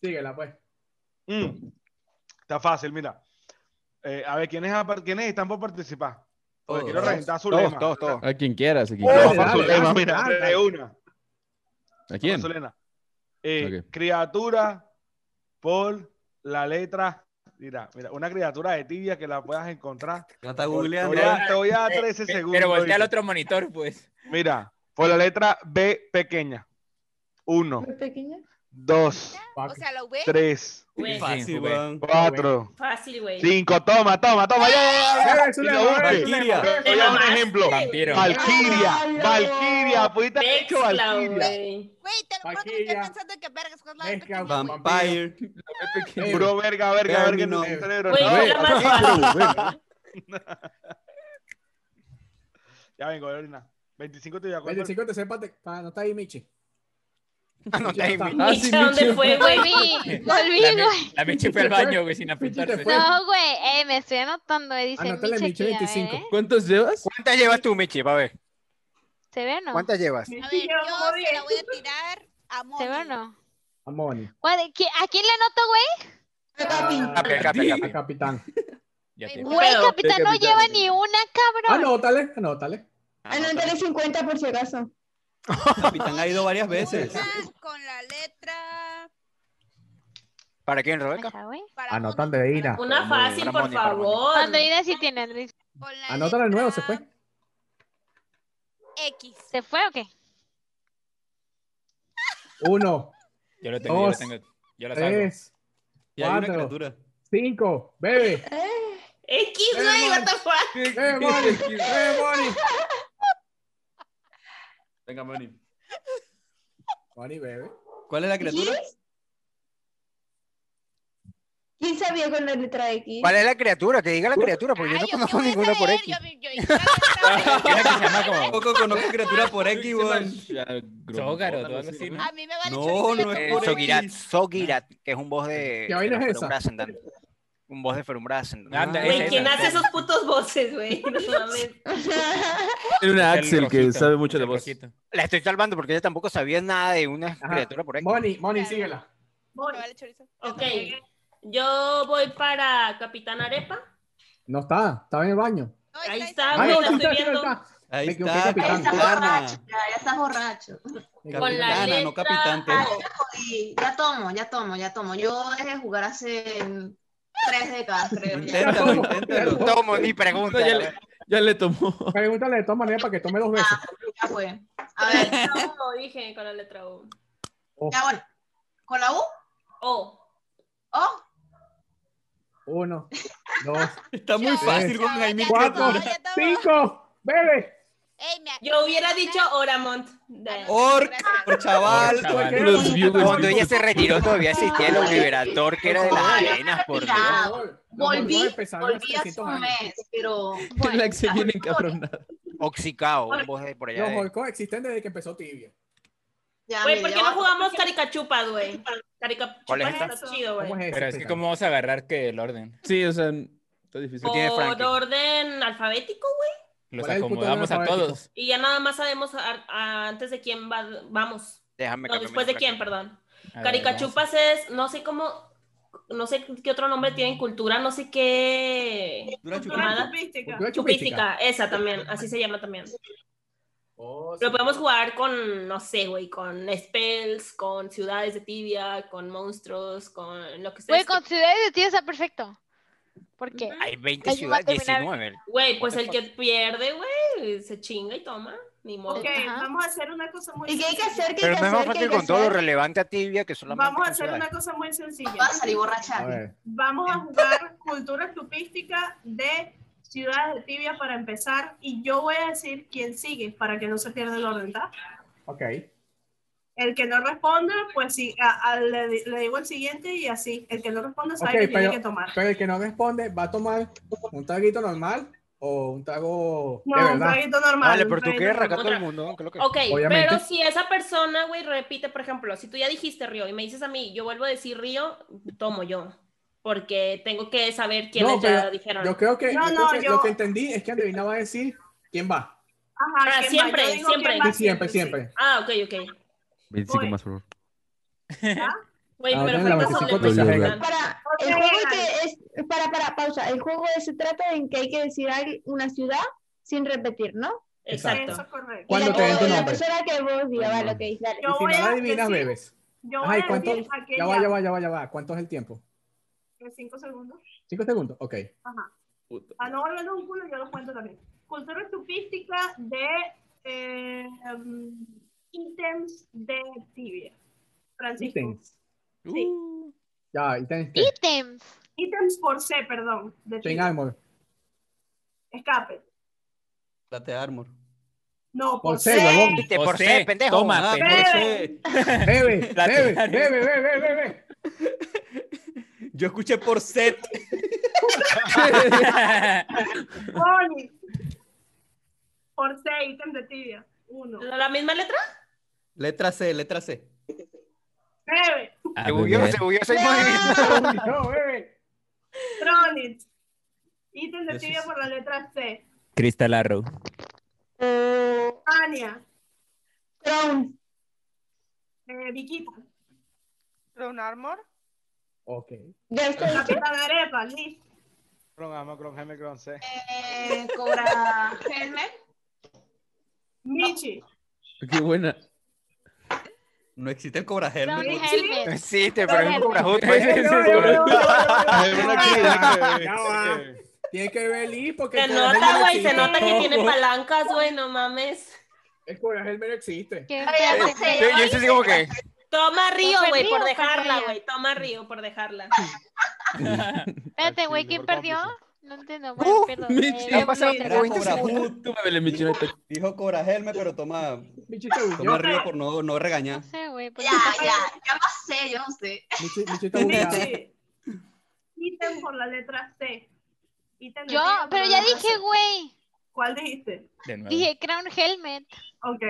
Síguela, pues. Mm, Está fácil, mira. Eh, a ver, ¿quiénes, apar- ¿quiénes están por participar? Porque Oh, Todos. quiero reventar su Todos, lema. todos, todos. A quien quieras. A, quien Vamos quieras. Dale, por su dale, lema, dale, mira, dale. de una. ¿A quién? Solena. Eh, Ok. Criatura por la letra. Mira, mira, una criatura de tibia que la puedas encontrar. Ya Por- está te googleando. voy a- te voy a dar Pe- 13 pe- segundos. eh. Pero voltea al ahorita. otro monitor, pues. Mira, por la letra B pequeña. Uno, Muy pequeña. dos, O sea, la V. tres, Güey, Fácil, güey. weón. cuatro, fácil, güey. cinco. Toma, toma, toma. ya, ya, ya, Bebes, ya. Ah, una, Y lo bebes, último. una, Valkyria. bebes. Voy a dar un ejemplo. Vampiro. Valkyria, Ay, no. Valkyria, pudiste haber dicho Mezcla, Valkyria. güey. Güey, te lo juro que me estoy Vaquilla. pensando que vergas con la Mezcla, pequeña, güey. vamos. Vampire. Bebes. Puro verga, verga, verga en Termino. tu cerebro. Güey, No, fue la más fácil. Ya vengo, Lorena. 25 te voy a contar. 25 te sepa, te- pa- no está ahí Michi. no Michi está ahí, no Michi. Ah, sí, Micha, ¿dónde Michi. fue, güey? Volví, La, volví, güey. mi- la Michi fue al baño, güey, sin apuntarse. fue. No, güey, eh, me estoy anotando, eh, dice Anótale, Miche Miche, aquí, a ver, 25. ¿eh? ¿Cuántos llevas? ¿Cuántas llevas tú, Michi? Pa' ver. ¿Se ve o no? ¿Cuántas llevas? A ver, Yo como yo se la diez. voy a tirar a Moni. ¿Se ve o no? A Moni, ¿Cuál- qui- ¿A quién le anoto, güey? Capi, capi, a capi. Capitán. Ya te- Pero- Güey, Pero- capitán no Capitán. lleva ni una, Ah, cabrón. Anótale, anótale. Ah, Anótale 50 por si acaso. Capitán ha ido varias veces. Una Ah, con la letra. ¿Para quién, Ahí Rebeca? está, güey. Para Anota Moni. Andreina. Una fácil, por Ramón, ya, Ramón. favor. Andreina sí tiene, Andreina. Con la Anótala de letra nuevo, se fue. X. ¿Se fue o qué? Uno, Yo lo tengo, yo lo Dos, tengo. Yo lo salgo. tres, Y hay una Cuatro. criatura. cinco. Bebe, X, güey, what the fuck. bebe, Moni, bebe, Moni. Venga, Moni. Moni, bebe. ¿Cuál es la criatura? ¿Quién sabía con la letra X? ¿Cuál es la criatura? Que diga la criatura, porque yo Ay, no ¿yo conozco qué voy a ninguna por saber? X. Yo- yo- yo- yo- Mira que se llama como Poco conozco criatura por X, weón. Zógaro o algo así, ¿no? A mí me vale No, chorizo la no es Eh, cara. por Sogirat, X. Sogirat, que es un voz de. ¿Qué vaina es esa? Ascendant. Un voz de Ah, Ferumbrada Ascendant. Anda, Güey, esa, ¿quién esa, hace esa. esos putos voces, güey? No mames. Tiene una El Axel que rojito, sabe mucho de el voz. rojito. La estoy salvando porque ella tampoco sabía nada de una Ajá. criatura por X. Moni, Moni, síguela. Me vale chorizo. Ok, yo voy para Capitán Arepa. No está, estaba en el baño. No, Ahí ahí está, Ah, güey, no, la sí está, estoy sí viendo. está. Ahí Me equivoqué, está, capitán. Ya estás capitana. borracho, ya, ya estás borracho. Con la Capitana, letra... no capitán, te- A. Y ya tomo, ya tomo, ya tomo. Yo dejé de jugar hace mm, tres décadas, creo. ya. Inténtalo, inténtalo. Tomo ni pregunta. ya, le, ya le tomó. Pregúntale de todas maneras para que tome dos veces. Ya fue. A Con la ver, letra U, como dije, con la letra U. ya bueno. ¿Con la U? O. ¿O? Uno, dos, Está muy Ya, fácil, ya, weón. Ahí ya, mi ya, cuatro, ya, ya, ya. cinco. Bebe. Ey, me- Yo hubiera dicho Oramont. Ah, Orc, por chaval. Los viewers. Cuando ella se retiró todavía existía el Liberator que era de las arenas, por Dios. Tirado. Volví, Los empezaron hace volví hace 300 un años. mes, pero... La que se viene encabronada. Oxicao, un voz de por allá. eh. Los de- holcos existen desde que empezó Tibia. Güey, ¿por qué no jugamos caricachupas, güey? Caricachupas ¿Cuál es está esa? chido, güey. Pero es que cómo vamos a agarrar que el orden. Oh, Sí, o sea, está difícil. Por orden alfabético, güey. Los ¿Cuál es el puto acomodamos orden a todos. Y ya nada más sabemos a- a- antes de quién va- vamos. Déjame No, cambiar después mi de quién, perdón. A ver, Caricachupas es, no sé cómo, no sé qué otro nombre tienen, cultura, no sé qué. Cultura mamada. chupística. Chupística, esa también, así se llama también. Lo podemos jugar con, no sé, güey, con spells, con ciudades de tibia, con monstruos, con lo que Güey, ustedes con ciudades de ti está perfecto. Porque Hay 20 Ay, yo voy a ciudades, terminar. 19. Güey, pues el que pierde, güey, se chinga y toma. Ni modo. Ok, vamos a hacer una cosa muy ¿Y qué hay que sencilla. hacer? ¿Qué Pero hay que no es más hacer? ¿Qué hay fácil que con todo lo hacer? relevante a Tibia que solamente. Vamos a con hacer ciudades. una cosa muy sencilla. Va a salir borracha. A ver. Vamos a jugar cultura estupística de ciudades de tibia para empezar y yo voy a decir quién sigue para que no se pierda el orden, ¿tá? Ok. El que no responda, pues sí, a- a- le, di- le digo el siguiente y así. El que no responda sabe Ok, que pero, tiene que tomar. pero el que no responde, ¿va a tomar un traguito normal o un trago No, de un verdad? traguito normal, Vale, un pero tú traguito quieres normal. arrancar todo el mundo. ¿no? Creo que- Ok, pero si esa persona, güey, repite, por ejemplo, si tú ya dijiste Río y me dices a mí, yo vuelvo a decir Río, tomo yo. Porque tengo que saber quiénes No, ya pero dijeron. Yo creo que, No, yo no, creo que yo. lo que entendí es que Andrina va a decir quién va. Ajá, Ah, ¿quién va? siempre, Yo digo siempre. quién va. Sí, siempre, siempre. Ah, ok, ok. 25 más, por favor. Güey, Ah, pero ok, la falta 25 sobre- te llega. Para, el juego que es, para, para, pausa. El juego se trata de que hay que decir al- una ciudad sin repetir, ¿no? Exacto. Eso es correcto. Cuando te den tu Y la nombre. persona que vos diga, vale, ok, dale. Y si no la adivinas, bebes. Yo voy Ay, a ¿cuánto? decir aquella. Ya va, ya va, ya va, ya va. ¿Cuánto es el tiempo? En cinco segundos. ¿Cinco segundos? Ok. Ajá. A Ah, no volvernos un culo, yo lo cuento también. Cultura estupística de eh, em, ítems de tibia. Francisco. Ítems. Uh. Sí. Ya, ítems. Ítems. Ítems por C, perdón. De Ten tibia. armor. Escape. Date armor. No, Por por C, C. huevón. Por Por C, ser pendejo. toma, Ah, pendejo. Bebe, bebe, bebe, bebe, bebe, bebe. Yo escuché por set. Bonnie. Por C, ítem de tibia. Uno. ¿La misma letra? Letra C, letra C. Bebe. Ah, Se bugueó, se bugueó, se movió. No, bebe. Tronit. Ítem de Yo sí tibia sé. por la letra C. Crystal Arrow. Ania. Crown. Eh, Viquita. ¿Crown Armor? Ok. Ya estoy hecho. Capitán Arepa, listo. Cron amo, cron geme, cron C. Eh, cobra Helmer. Michi. Qué buena. No existe el cobra Helmet. Brownie No Helmet. existe, pero es un cobrajú. pues. Tiene que ver Lee porque. Se el coraje nota, no güey, se existe. nota que tiene palancas, güey, no mames. El coraje del mero existe. Qué Oye, feo. Yo- yo sí digo que. Toma Río, fue güey, por Río, fue dejarla, Río. güey. Toma Río por dejarla. espérate, Este güey, ¿quién perdió? No Uh, entiendo, güey, perdón. Michi, Eh, Era cobra Hood. Tú, bebele, Michi, no te- Dijo cobra Helmet, pero toma. huyó. Toma río por no, no regañar. sé, güey, ¿por Ya, qué? ya, ya no sé, yo no sé. Michi, Michi está bugueada. Michi. Ítem por la letra C. Ítem de Yo, tibia por pero la ya letra dije, C. güey. ¿Cuál dijiste? De nuevo. Dije Crown Helmet. Ok.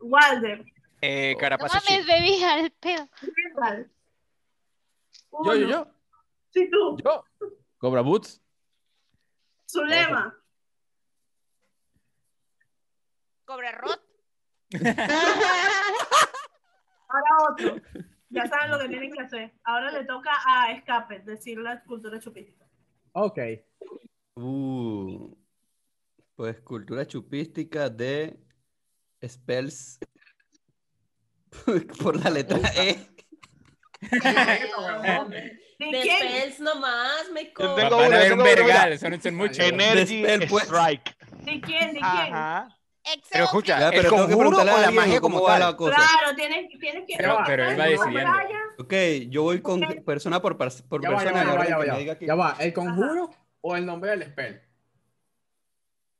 Walder. Eh, No Carapazo mames, Chic. bebí al pedo. Yo, yo, yo. Sí, tú. Yo. Cobra Boots. Zulema. Cobra Rot. Ahora otro. Ya saben lo que tienen que hacer. Ahora le toca a Escape decir la cultura chupística. Ok. Uh, pues cultura chupística de spells por la letra E. De spells nomás, me co. Van a ver un vergal, son, son muchos. Energy Strike. ¿De quién? ¿De quién? Pero escucha, Ya, ¿el pero tengo que conjuro o preguntarle a la alguien magia cómo como va tal? la cosa. Claro, tienes, tienes que. Pero- pero él va No, decidiendo. Brian, Ok, yo voy con persona por, par- por Ya va, ya persona. va, ya en el va, orden ya va, que ya me va. diga aquí. Ya va, ¿El conjuro o el nombre del spell?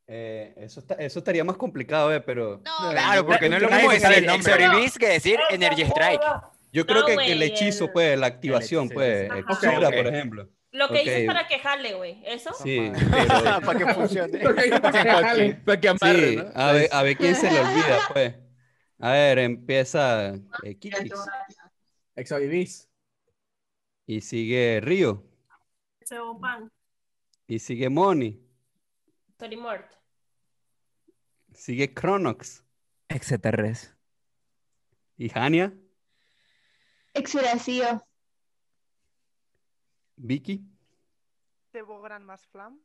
Eh, eso, está- eso estaría más complicado, eh, pero. Claro, porque no es lo mismo decir el Exorbiz que decir Energy Strike. Yo creo que, que el hechizo, pues, la activación, pues, Ajá. Xura, Ok. por ejemplo. Lo que hice es Ok, para quejarle, güey. ¿Eso? Sí, Para que funcione. Para que amarre, Sí, ¿no? a, ver, a ver quién se le olvida, pues. A ver, empieza eh, Kikis. Exoibis. Y sigue Río. Se va un pan. Y sigue Moni. Estoy muerto. Sigue Cronox. Exeterres. Y Hania. Exuración. Vicky. Debo gran más flam.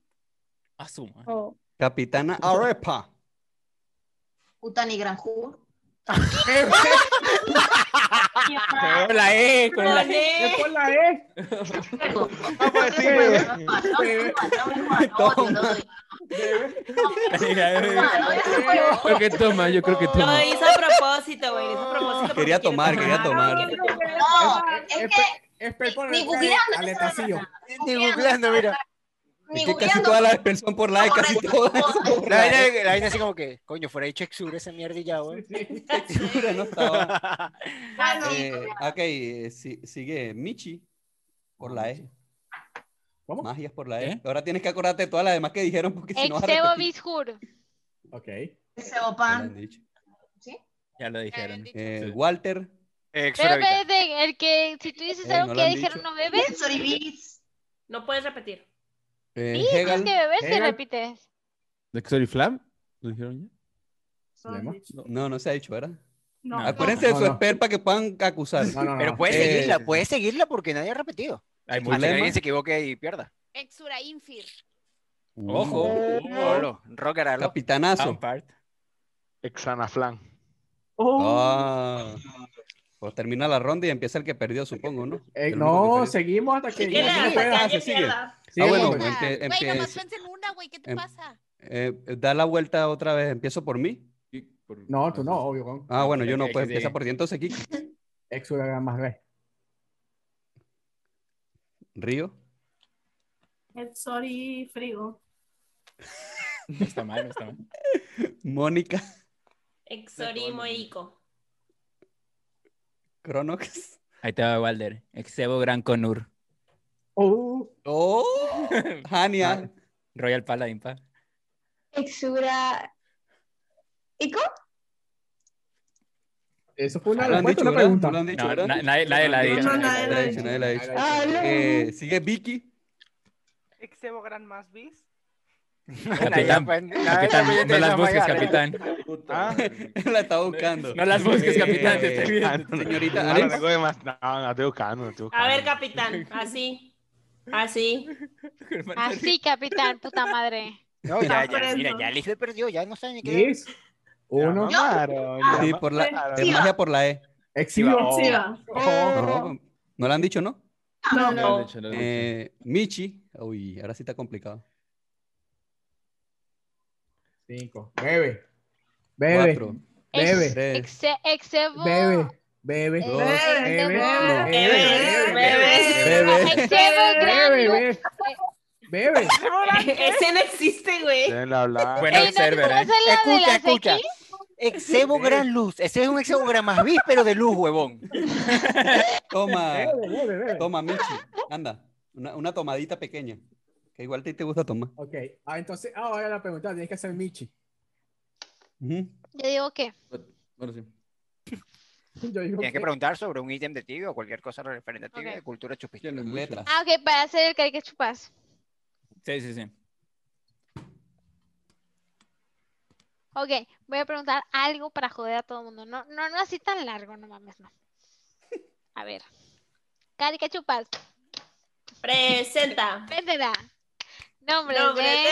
Asuma. Oh. Capitana Arepa. Puta ni granjur. Con la E, con la E. Con la E. pues, E. Creo que toma, yo creo que Lo toma. hice a propósito, güey. Lo hice a propósito. porque Quería quiere Ah, tomar, quería tomar. No, es que ni googleando, no se sabe. Ni googleando, mira. Ni Es que casi googleando. todas las personas por la E, casi todas son por La la E. vaina, la vaina así como que, coño, fuera dicho Exura esa mierda y ya, güey. Exura no estaba. Ah, no. Eh, ok, eh, si- sigue Michi por la E. Magias por la E. Ahora tienes que acordarte de todas las demás que dijeron porque si no vas a Exebo repetir. Bizjur. Ok. Exebo Ya lo pan. han dicho. Ya lo dijeron. Eh, Walter. Pero espérate, el que, si tú dices Eh, algo no lo que han dijeron dicho. no bebes. No puedes repetir. Eh, Sí, si es Hegel. que bebes te Hegel. repites. ¿Exoriflam? ¿Lo dijeron No, no se ha dicho, ¿verdad? No. Acuérdense de No, su no. experta que puedan acusar. Pero puedes Eh, seguirla, pues. puedes seguirla porque nadie ha repetido. Hay Hasta que problema. alguien se equivoque y pierda. Exura infir. Ojo. Olo, rocker alo. Uh. Capitanazo. Exanaflan. Ah. Pues termina la ronda y empieza el que perdió, supongo, ¿no? Eh, El único que no, perdió. seguimos hasta que. ya Sigue, no hasta puedas. que Ah, se alguien sigue. pierda. Ah, bueno, Sigue. empe- Güey, empe- nomás pensé en una, güey. ¿Qué te em- pasa? eh, da la vuelta otra vez. ¿Empiezo por mí? No, tú no, obvio. Gon. Ah, bueno, yo no, que pues sigue. empieza por ti. Entonces, Kiki. Exura más B. Río. El sorry frigo. No está mal, no está mal. Mónica. Exorimoico. Cronox. Ahí te va, Walder. Exebo Gran Conur. Oh. Oh. Hania. Ah, Royal Paladin, pa. Exura. ¿Ico? Eso fue una Ah, Lo han respuesta, dicho, una ¿verdad? pregunta. Lo han dicho, No, ¿verdad? na- nadie- nadie la ha dicho, No, nadie nadie la la ha ha dicho. dicho, nadie la ha dicho. Ah, no. Eh, Sigue Vicky. Exebo gran más bis. Capitán, Pues, pues, capitán, no las busques, capitán. La está buscando. No las busques, capitán, te estoy Ah, viendo. no, Señorita no, Alex. no tengo demás- No, no estoy buscando, no estoy buscando. A ver, capitán. Así. Así. Así, capitán, puta madre. No, ya, ya, preso. mira, ya Liz le perdió, ya no sabe ni qué. Liz. Uno. Ya Sí, por la, de magia por la E. Exhiba. Exhiba. No, no la han dicho, ¿no? No, No lo han dicho, no lo han dicho. Eh, Michi. Uy, ahora sí está complicado. Cinco. Bebe. Bebe. Cuatro. Bebe. Tres. Exe- Exebo. Bebe. Bebe. Dos. Bebe. Bebe. Bebe. Bebe. Bebe. Bebe. Bebe. Ese no existe, güey. Déjenla hablar. Bueno, observer, ¿eh? Escucha, escucha. Exebo gran luz. Ese es un exebo gran más bis, pero de luz, huevón. Toma, Bebe, bebe, bebe. toma, Michi. Anda, una, una tomadita pequeña. Que igual te, te gusta tomar. Ok. Ah, entonces, ahora la pregunta tienes que hacer Michi. Ujú. Yo digo que. Bueno, sí. Yo digo Tienes que que- preguntar sobre un ítem de tibio o cualquier cosa referente a tibio Ok. de cultura chupista. Letras. Ah, ok, para hacer el que hay que chupas. Sí, sí, sí. Ok, voy a preguntar algo para joder a todo el mundo. No, no, no así tan largo, no mames, no. A ver. Cari, ¿qué chupas? Presenta. Véndela. Nombre Nombre de... de-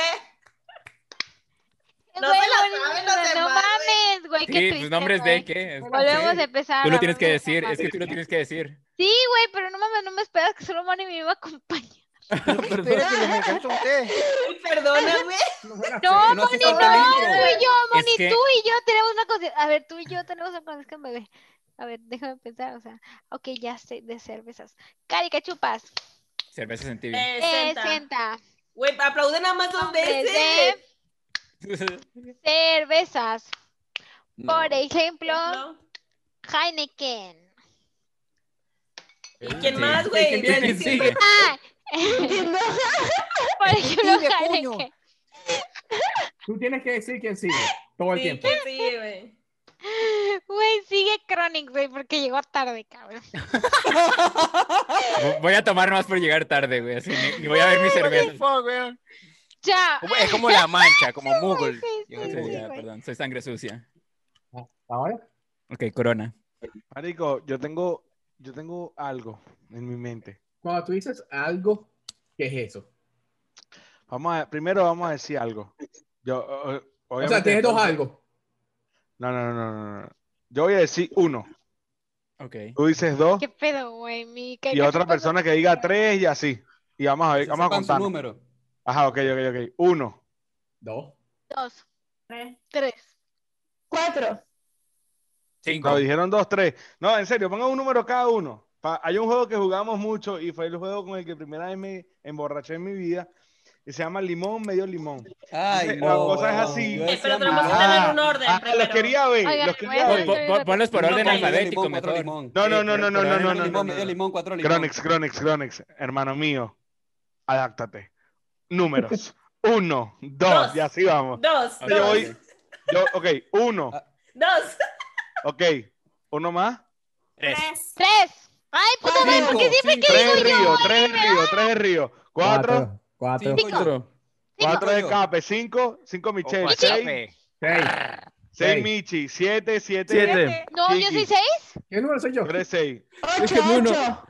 Güey, No se la bonito, saben los no demás, mames, güey, Sí, qué pues triste, nombres güey. de qué. Es- Volvemos a empezar. Tú lo a tienes que hablar de decir, mamá. es que tú lo tienes que decir. Sí, güey, pero no mames, no me esperas que solo Moni me iba a acompañar. Espera, que los encantan ustedes. Perdóname. No, no Moni, hace no, falta el tú intro. y yo, Es Moni, que- tú y yo tenemos una cosa. A ver, tú y yo tenemos una cosa, es que me ve. A ver, déjame pensar, o sea, ok, ya sé, de cervezas. Cari, ¿qué chupas? Cervezas en tibia. Eh, Presenta. sienta. Güey, aplaude nada más dos Nombre veces. de... Cervezas. No. Por ejemplo, Heineken. ¿Y quién más, güey? ¿Y quién Dale, sigue? Ah, por ejemplo, Sigue, coño. Heineken. Tú tienes que decir quién sigue todo el tiempo. güey. Güey, sigue Chronic, güey, porque llegó tarde, cabrón. Voy a tomar más por llegar tarde, güey. así, y voy a ver mi cerveza. Ya. Como- es como la mancha, como Muggle. Yo no sé, sí, ya, güey. perdón, soy sangre sucia. ¿Ahora? Ok, corona. Marico, yo tengo, yo tengo algo en mi mente. Cuando tú dices algo, ¿qué es eso? Vamos a, primero vamos a decir algo. Yo, o- o- O sea, obviamente- tienes dos algo. No, no, no, no, no, no. Yo voy a decir uno. Ok. Tú dices dos ¿Qué pedo, güey? Mi y otra persona que diga tres y así. Y vamos a ver, vamos a sepan su contar. número. Ajá, ok, ok, ok. Uno. Dos. Dos. Tres. Tres. Cuatro. Cinco. dijeron dos, tres. No, en serio, pongan un número cada uno. Pa- hay un juego que jugamos mucho y fue el juego con el que primera vez me emborraché en mi vida. Y se llama Limón Medio Limón. Ay, Entonces, la no, cosa es no, así. yo decía Eh, Pero tenemos que tener un Ah, orden. ah, los primero. quería ver. Oigan, los voy a quería hacer ver. un Pon- pon- ponlos por orden Ok. alfabético, Limón, cuatro mejor. limón. No, no, no, no, no, Por no, orden no, alfabético. no, no. medio limón, cuatro limón. Cronix, Cronix, Cronix, hermano mío. Adáptate. Números. Uno, dos, Dos. y así vamos. Dos. Yo Dos. voy- yo- ok, uno. Ah. Dos. Ok, uno más. Tres. Tres. Ay, puta madre, Cinco, porque siempre que Tres de digo río, yo, tres de río, tres de río. Cuatro. Cuatro. Cinco. Cuatro de escape, cinco, cinco Michelle, Ojo, seis, escape. seis Seis. Michi, siete, siete. Siete. No, yo soy Kiki. seis. ¿Qué número soy yo? Tres, seis. Ocho, ocho.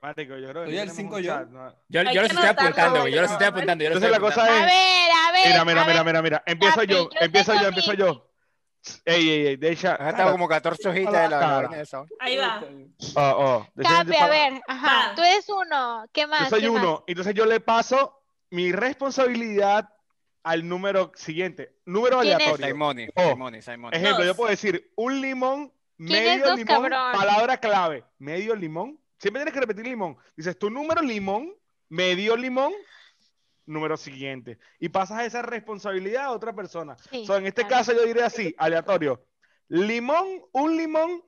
Marico, yo creo que Soy el tenemos cinco un yo. chat, ¿no? Yo, Hay yo los que estoy anotarlo, apuntando, güey. Yo los hay que estoy apuntando. Yo los Entonces la estoy cosa apuntando. A es- ver, a ver. Mira, mira, a mira, ver. mira, mira. Empiezo Papi, yo, yo empiezo tengo yo, empiezo mi- yo. Ey, ey, ey, deja. Ahora estaba como 14 hojitas de la- de la vaina de esa. Ahí va. Oh, oh. Entonces, Cape, yo- a ver. Ajá. Va. Tú eres uno. ¿Qué Yo más? soy ¿Qué más? uno, entonces yo le paso mi responsabilidad al número siguiente. Número ¿Quién es? aleatorio. Simone, Oh. Simone, Simone. Ejemplo, yo Dos. puedo decir un limón, ¿Quién es medio dos, limón, cabrón? palabra clave. Medio limón. Siempre tienes que repetir limón. Dices tu número limón, medio limón, número siguiente. Y pasas esa responsabilidad a otra persona. Sí, So, en este claro. caso yo diré así, aleatorio. Limón, un limón,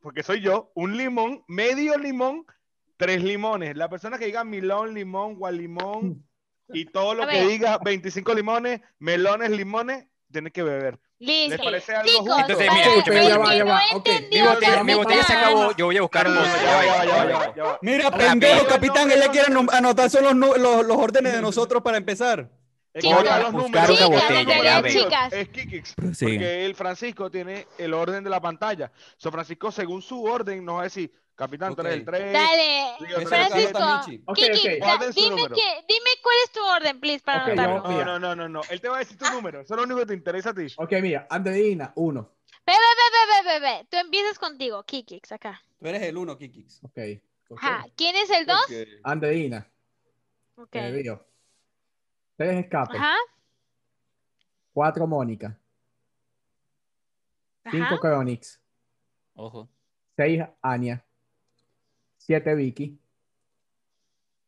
porque soy yo, un limón, medio limón, tres limones. La persona que diga milón, limón, gualimón y todo lo A que ver. diga 25 limones, melones, limones, tiene que beber. Listo. ¿Les parece algo Chicos, justo? Entonces, para mira, el escúchame, que ya va, ya no va, ok. Mi entendió botella, la mi botella se mitad. acabó. Yo voy a buscar No, no, moza, no, ya va, Ah, ya va, ya va, ya ya va. va, ya va. Mira, Rápido. pendejo, capitán, él le quiere nom- anotar solo los, los, los órdenes de nosotros para empezar. Es Chicos, que ahora los buscar números- una ahora los botella, números ya amigos, chicas. Es Kikix. Prosigue. Porque el Francisco tiene el orden de la pantalla. So, Francisco, según su orden, nos va a decir, capitán, tú eres Ok. el 3. Dale, Eso Digo, es lo que anota Francisco. Michi. Ok, Kiki, ok. da- Guarden su dime, número. que, dime cuál es tu orden, please, para Ok, yo- No, anotarlo. no, no, no, no. Él te va a decir tu Ah. número. Eso es lo único que te interesa a ti. Ok, mira, Andreina, uno. Ve, ve, ve, ve, ve, ve, ve. Tú empiezas contigo, Kiki, acá. Tú eres el uno, Kikix. Ok. ok. Ajá. ¿Quién es el dos? Andreina, Ok. te veo. Tres escape. Ajá. Cuatro Mónica. Cinco Ajá. Cronix. Ojo. Seis Ania. Siete Vicky.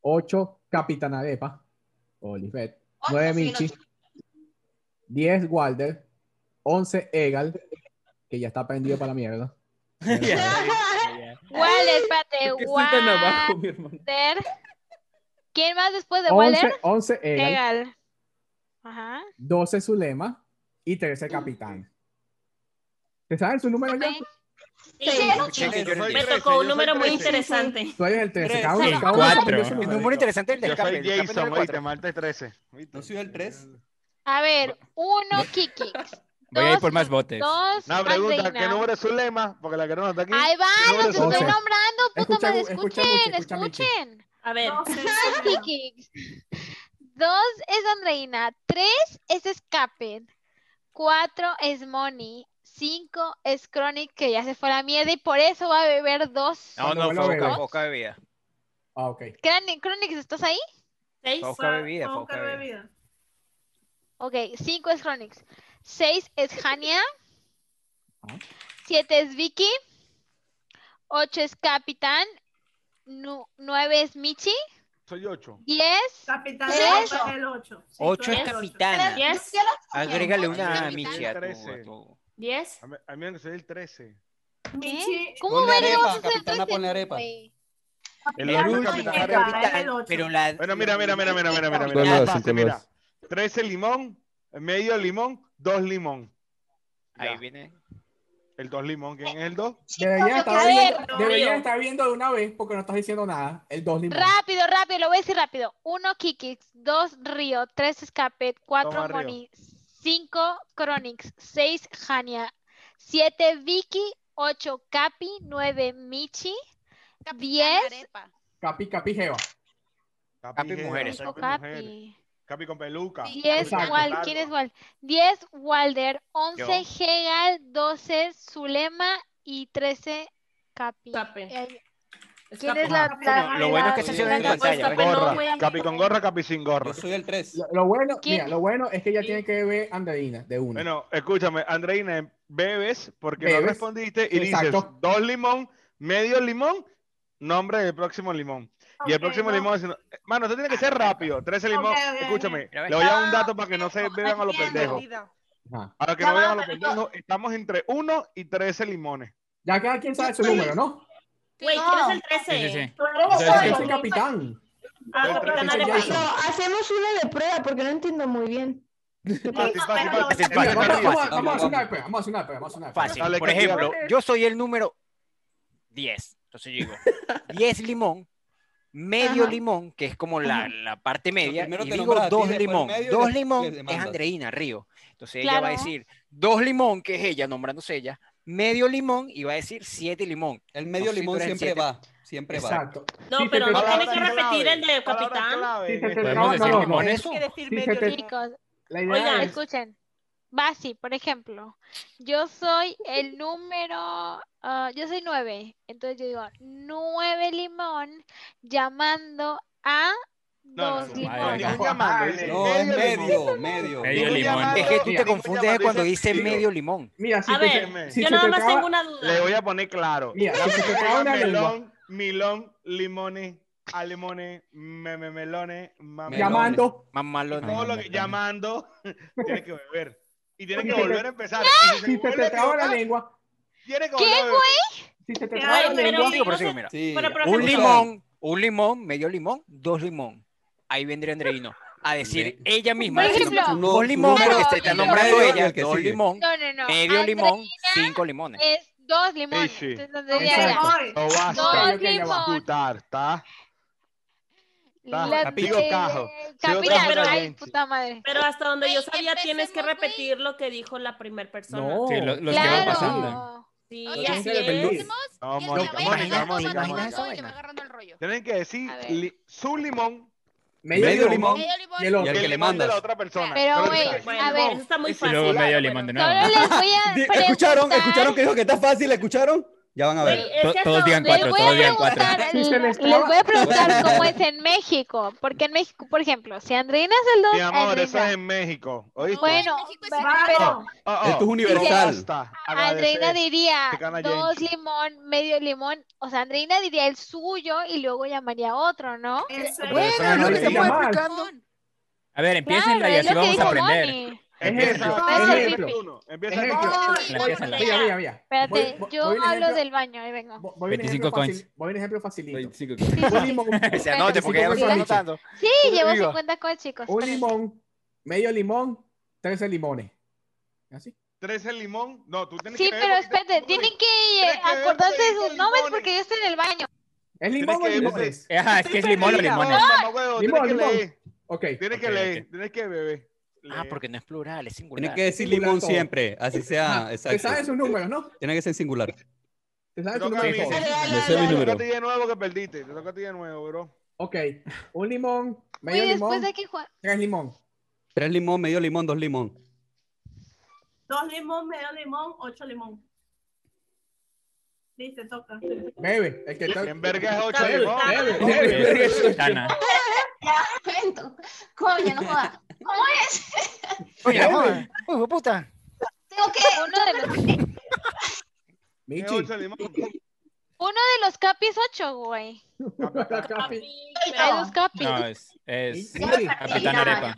Ocho Capitán Arepa. Olivet. Ocho, Nueve sí, Michi. ocho. Diez Walder. Once Egal. Que ya está pendido para la mierda. Waller, espérate. Waller. mi hermano? ¿Quién más después de Once, eh, Waller? once Egal. Egal. Ajá. Doce Zulema. Y trece Capitán. ¿Te saben su número ya? Ok. Sí, que yo no Me entiendo. tocó un número muy Yo soy trece. interesante. Tú eres el 13. Tres. Cada uno, Sí, cada uno cuatro. aprendió su Es número. un muy interesante el de Yo escape. soy el de escape Jason, número oíste, cuatro. Marta es 13. No soy el tres. A ver, uno, Kiki. Voy a ir por más botes. Dos, No, pregunta, ¿qué Andreina. número es su lema? Porque la que no está aquí. Ahí va, ¿Qué número es los su estoy doce. lema? nombrando, puta Escucha, madre, escucha, escuchen, Michi, escucha, Michi. escuchen. A ver. Ay, Kikix. Dos es Andreina, tres es Escape, cuatro es Moni, cinco es Chronic, que ya se fue a la mierda y por eso va a beber dos. No, Cuando no, vuelva fue a beber. boca, boca bebida. Ah, ok. Chronic, Chronic, ¿estás ahí? Seis. Fue a buscar bebida, fue a Buscar buscar bebida. Ok, cinco es Chronic, seis es Hania, Ah. siete es Vicky, ocho es Capitán, nu- nueve es Michi, Soy 8. 10. Capitán Tres. es el 8. 8 es capitana. Diez. Agrégale una a Yo soy Michi el a tu- a 13. tu- ¿Diez? A mí, a mí me soy el 13. Michi, ¿Cómo Ponle verga arepa, vamos a hacer capitana, trece, ponle arepa. güey? El Capitán, ocho, no, capitán, es el arepa. capitán, es el ocho. Pero la. Bueno, mira, mira, mira, mira, mira, mira, mira. Con los, Pase, con mira. los. 13 limón, medio limón, 2 limón. Ahí viene. El 2 limón, ¿quién es el 2? Deberías A estar, ver, viendo, deberías estar viendo de una vez porque no estás diciendo nada. El 2 limón. Rápido, rápido, lo voy a decir rápido. 1 Kikix, 2 Río, 3 Escape, 4 Toma, Río. Moni, 5 Chronix, 6 Hania, 7 Vicky, 8 Capi, 9 Michi, 10 Capi, capi, jeva. Capi mujeres. Cinco Capi. Capi con peluca. 10 Exacto, Wal, claro. ¿quién es Wal? 10 Walder, 11 Yo. Hegal, 12 Zulema y 13 Capi. Eh, ¿Quién es la, la- Lo bueno es que Capi se ve en con pantalla. gorra, güey. Capi con gorra, capi sin gorra. soy el 3. pues, Lo, lo bueno, ¿Quién? mira, lo bueno es que ya tiene que ver Andreina de una. Bueno, escúchame, Andreina, bebes porque no Bebes. respondiste y dices Exacto. dos limón, medio limón, nombre del próximo limón. Y el Ok, próximo no. limón, si no- mano, esto tiene que ser rápido. 13 limón, Ok, Ah, ok, escúchame, ok. le voy a dar un dato para que no se beban a los pendejos. Para que Ya no vean va, a los pero- pendejos, estamos entre 1 y 13 limones. Ya cada quien sabe su número, ¿no? Güey, ¿quién es el 13? Sí, sí, sí. Tú eres Yo el soy ocho. capitán. Ah, Yo capitán soy Arepa. Jason. Hacemos una de prueba porque no entiendo muy bien. Fácil, fácil, fácil. Mira, Fácil, vamos, fácil, vamos, fácil. vamos a hacer una de prueba, vamos a hacer una de prueba, vamos a hacer una de prueba. Fácil. Dale, Por Katy, ejemplo, dale. yo soy el número 10. Entonces yo digo 10 limón, medio Ajá. limón, que es como la, Ajá. la parte media, primero y te digo nombras a ti, dos después limón. medio y Dos después limón le es demandas. Andreina Río. Entonces ella va a Claro. decir dos limón, que es ella nombrándose ella, medio limón y va a decir siete limón. El medio No sé si tú limón eres el siempre siete. va. Siempre Exacto. No, Sí, pero te- no te- tienes que palabras repetir clave, el de palabras capitán. clave. te- te- ¿Podemos no, decir no, limón no. eso? Sí, te- te- Chicos, La idea Oigan, es escuchen. Basi, por ejemplo, yo soy el número, ah, yo soy nueve, entonces yo digo nueve limón llamando a No, no, dos no, limones. ningún llamando, dice No, es medio, limón. medio. Medio Ningún limón. llamando, Es que tú ningún te confundes llamando, de cuando dice dice tiro. medio limón. Mira, si A te, ver, si yo se nada te más acaba- tengo una duda. Le voy a poner claro. Mira, si se te acaba una lengua melón, milón, limones, alemones, mememelones, mamelones. llamando, Mamalona. Todo lo que- llamando, tienes que beber. Y tienes que volver a empezar. ¡Ah! Y si se te acaba la lengua, tienes que ¿Qué, volver a beber. si se te Ay, acaba la pero lengua, mi- Digo, por no eso, sé- mira, Sí. Bueno, pero un se- limón, un limón, medio limón, dos limón. Ahí vendría Andreino a decir ella misma, Por diciendo, ejemplo, dos limones número- que se está el nombrando medio y ella, el que dos sigue. limón, No, no, no. medio limón, Andreina cinco limones. es dos limones. Sí, sí. Entonces Exacto. diría ella, No Dos basta. ok, ya va. limones. Putar, ¿está? Está, La capillo de- cajo. Sigo Capitán, trabajando ay, bien, puta madre. Pero hasta donde yo Güey, sabía, tienes que empecemos, repetir lo que dijo la primera persona. Sí, lo- los que van pasando. Claro. Sí, Oye, así tienes que repetir. es. Hacemos No, que Mónica, el que Mónica, vaya agarrando Mónica, Mónica. va agarrando y le va agarrando el rollo. Tienen que decir A ver. li- su limón medio, Medio limón, Medio limón. y el Y otro. el que le limón de mandas. la otra persona. Pero, Solo güey, decir. Bueno, a ver, eso está muy Y fácil. luego medio limón de solo nuevo. les voy Di- a preguntar. ¿Escucharon? ¿Escucharon que dijo que está fácil? ¿Escucharon? Ya van a Güey, ver. es que To- todos hasta digan donde- cuatro, Les voy, a todos digan cuatro. preguntar, Sí, se les les traba. voy a preguntar cómo es en México, porque en México, por ejemplo, si Andreina es el 2, Mi amor, eso es en México. ¿Oíste? Bueno, En México es va- igual. pero Oh, Esto es universal. Basta, agradecer. Andreina diría Chicana dos Yankee. limón, medio limón, o sea, Andreina diría el suyo y luego llamaría a otro, ¿no? Pero Bueno, eso lo no que es estamos llamar. explicando. A ver, empiecenla y es así lo que vamos a dijo aprender. Moni. Empieza, Ejemplo, empieza ejemplo. el uno, Empieza el Ejemplo. uno. Ay, La empiezan, la- Mira, mira, mira. Espérate, Voy- yo voy un hablo ejemplo- del baño, ahí vengo. voy- voy un 25 ejemplo coins. facil- voy un ejemplo facilito. 25. Un limón, Se anote porque ya me estoy anotando. Sí, Yo llevo digo, 50 cosas, chicos. un limón, medio limón, 13 limones. ¿Así? 13 limón. No, tú tienes Sí, que pero espérate, tienen que Tienes eh, que ver acordarse de cuáles sus son nombres limones. porque yo estoy en el baño. ¿Es limón o que- limones? Ajá, Ah, es que es limón o limones. Tienes Limón, que limón. leer. Ok. Tienes que Ok, leer. ok. Tienes que beber. Ah, Leer. porque no es plural, es Tiene singular. que decir Singular limón todo. siempre, así sea, Te sabes exacto. sus números, ¿no? Tiene que ser singular. Te sabes Te sus toca a mí. números. todos. Me sé mi Te toca a número. ti de nuevo que perdiste. Te toca a ti de nuevo, bro. Ok. Un limón, Y medio después limón, de que Juan. tres limón. Tres limón, medio limón, dos limón. Dos limón, medio limón, ocho limón. Listo, toca. Bebe. El que está... En verga es 8 Bebe, limón. bebe, bebe. Chana. Ya, vento. Coño, no jodas. ¿Cómo es? Oye, amor, hijo puta. Tengo que. Uno de los. Es Michi, 8 limón. Uno de los capis 8, güey. Hay dos capis. No, es, es Sí, sí. Capitán Arepa.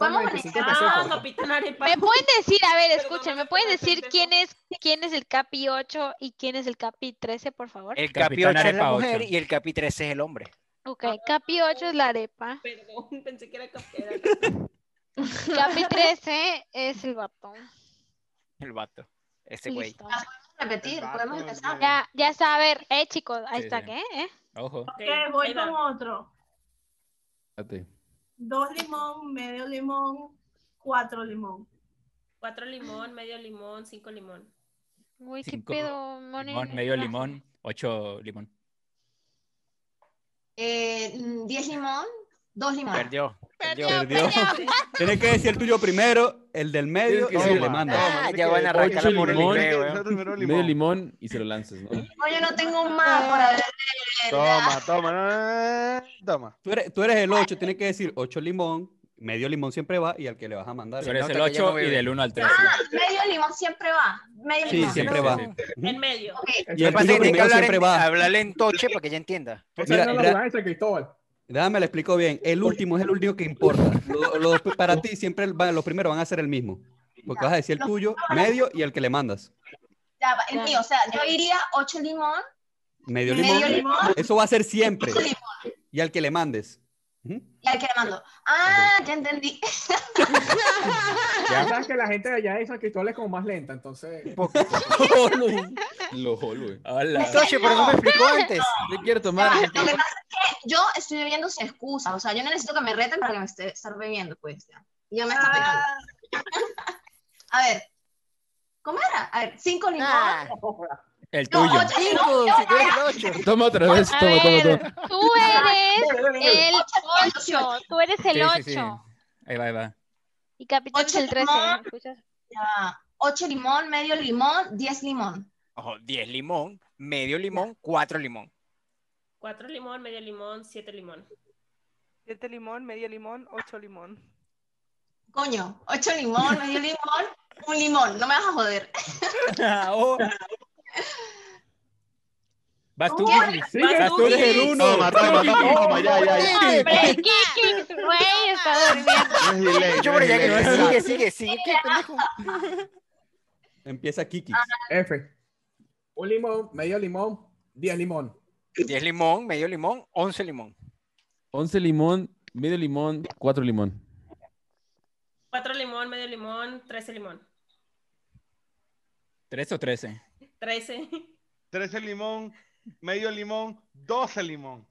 Ah, Capitán Arepa. Me pueden decir, a ver, escuchen, ¿me pueden decir quién es, quién es el capi 8 y quién es el capi 13, por favor? El Capitán capi 8 es la Arepa mujer ocho. y el capi 13 es el hombre. Ok, capi 8 es la arepa. Perdón, pensé que era Capi. Capi 13 es el batón. El vato. Ese güey. Listo. repetir, podemos empezar. Ya, ya saber, eh, chicos, ahí Sí, está, sí. ¿qué? ¿Eh? Ojo. Ok, voy con otro. Espérate. Dos limón, medio limón, cuatro limón. Cuatro limón, medio limón, cinco limón. Uy, qué Cinco pedo, Limón, medio limón, ocho limón. Eh, mm, diez limón, dos limón. Ah. Perdió. Perdió, Perdió. Tienes que decir el tuyo primero, el del medio y Tienes que el decir- le manda. Ah, ya van a arrancar Ocho la limón, moral, creo, medio limón y se lo lanzas, ¿no? No, yo no tengo un más para ver. Toma, toma, no, no, no, no, toma. Tú eres, tú eres el 8, tienes que decir 8 limón, medio limón siempre va y al que le vas a mandar. Tú eres el 8 y del 1 al 13. Ah, medio limón siempre va. Medio Sí, limón. siempre va. En medio. Y el tuyo tiene que primero hablar siempre en- va. Hablarle en toche para que ella entienda. Mira, mira, Cristóbal. Déjame le explico bien. El último es el último que importa. Lo- lo- para ti siempre el- va- los primeros van a ser el mismo. Porque vas a decir el tuyo, medio y el que le mandas. Ya va, el mío, o sea, yo diría ocho limón. Medio Medio limón. limón. Eso va a ser siempre. Ocho limón. Y al que le mandes. Y al que le mando. Ah, ya entendí. Ya sabes que la gente de allá de San Cristóbal es como más lenta, entonces. Oh, Lo jol, güey. Hola. Toche, pero no me explicó antes. Yo quiero tomar. Lo que pasa es que yo estoy bebiendo sin excusa. O sea, yo no necesito que me reten para que me esté estar bebiendo, pues. ya. Y Yo me estaba Ah. A ver. ¿Cómo era? A ver, cinco limón. Ah. El No, tuyo. ocho limón. No, no, no. Toma otra vez. A Toma, toma, toma. ver, tú eres Dale, dale, dale. el 8, tú eres el Sí, sí, sí. 8 Ahí va, ahí va. y Capitán es Ocho el 13. limón. ¿escuchas? Ya, Ocho limón, medio limón, diez limón. Ojo, 10 limón, medio limón, 4 limón. Cuatro limón, medio limón, siete limón. Siete limón, medio limón, ocho limón. Coño, ocho limón, medio limón, un limón. No me vas a joder. Vas tú. ¿Cómo? Vas tú. eres el Kiki. uno. Toma, Toma, Kiki. toma, toma, ya, ya, ya. Hombre, Kiki, güey, está durmiendo. No es delay, no Yo por es allá que delay. sigue, sigue, sigue. ¿Qué pendejo? Empieza Kiki. F. Un limón, medio limón, diez limón. 10 limón, medio limón, 11 limón. 11 limón, medio limón, cuatro limón. Cuatro limón, medio limón, trece limón. ¿Tres o trece? Trece. 13 limón, medio limón, 12 limón.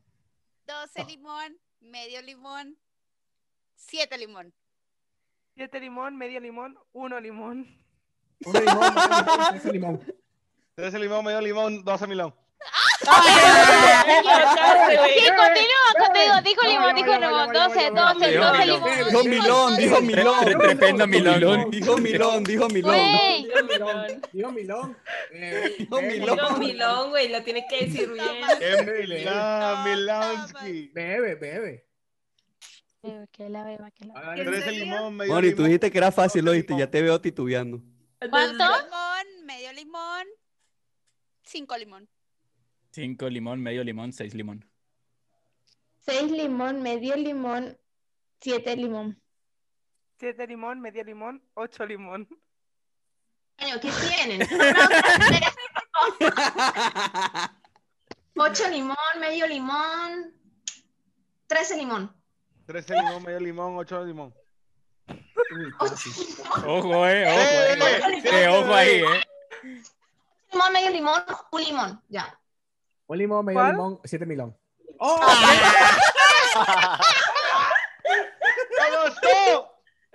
12 limón, medio limón, 7 limón. Siete limón, medio limón, uno limón. Un limón, medio limón, trece limón. 13 limón, medio limón, 12 limón. Sí, continúa contigo, dijo limón, dijo limón, 12, 12, Dijo 12 milón. limón. Dijo Milón, dijo Milón. Tre- Tremendo milón. Dijo Milón, dijo Milón. Güey, Digo milón. Digo milón. Eh, Dijo Milón. Digo milón, güey, lo tienes que decir bien. Milán, Milansky. Bebe, bebe. Eh, que la beba, que la- Hágale. 13 limón, medio Moni, tú limón. dijiste que era fácil, oíste, ya te veo titubeando. ¿Cuánto? Limón, medio limón, 5 limón. Cinco limón, medio limón, seis limón. Seis limón, medio limón, siete limón. Siete limón, medio limón, ocho limón. Coño, ¿qué tienen? Aplausos. Ocho limón, medio limón, trece limón. 13 limón, medio limón, 8 limón. Ojo, eh, ojo. Eh, eh. eh, Eh, ojo ahí, eh. Limón, medio limón, un limón. Ya. Un limón, medio ¿Cuál? limón, siete milón. Oh. ¡Vamos tú!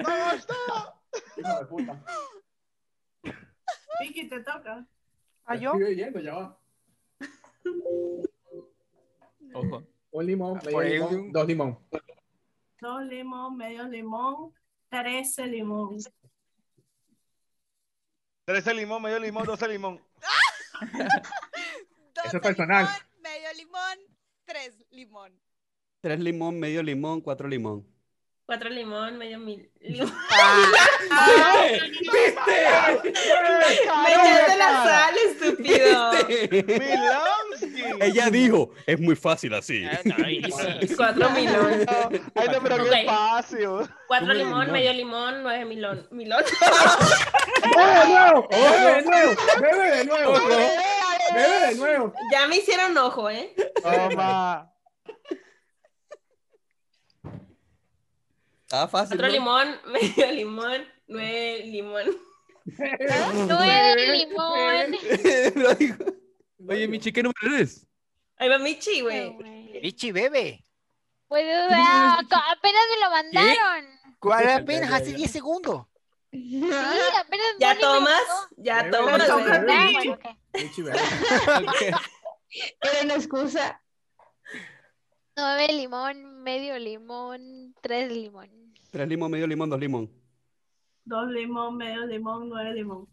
¡Vamos tú! Hijo de puta. Vicky, te toca. ¿A Ya yo? Estoy oyendo, ya va. Ojo. Un limón, medio Por ahí limón, un- dos limón. Dos limón, medio limón, trece limón. 13 limón, medio limón, 12 limón. 12 personal. limón, medio limón, 3 limón. Tres limón, medio limón, cuatro limón. Cuatro limón, medio mil. limón. Me echaste la sal, estúpido. ¡Milán! Ella dijo, es muy fácil así. Cuatro milón. Ay, no, pero qué Ok. fácil. Cuatro Nueve limón, milón. medio limón, nueve milón. Milón. ¡Bebe de nuevo! ¡Bebe de nuevo! ¡Bebe de nuevo! ¡Bebe de nuevo! Ya me hicieron ojo, ¿eh? Toma. Estaba fácil. Cuatro ¿no? limón, medio limón, nueve limón. Nueve limón. Lo dijo. Oye, Michi, ¿qué número eres? Ahí va Michi, güey. Michi, bebe. Pues ah, co- apenas me lo mandaron. ¿Cuál apenas hace 10 segundos? Sí, apenas ¿Ya Bonnie me tomas? mandó. Ya Bebe, tomas, bebe, güey. bebe. Ah, bueno, ok. Michi, bebe. Era una excusa. Nueve limón, medio limón, tres limón. Tres limón, medio limón, dos limón. Dos limón, medio limón, nueve limón.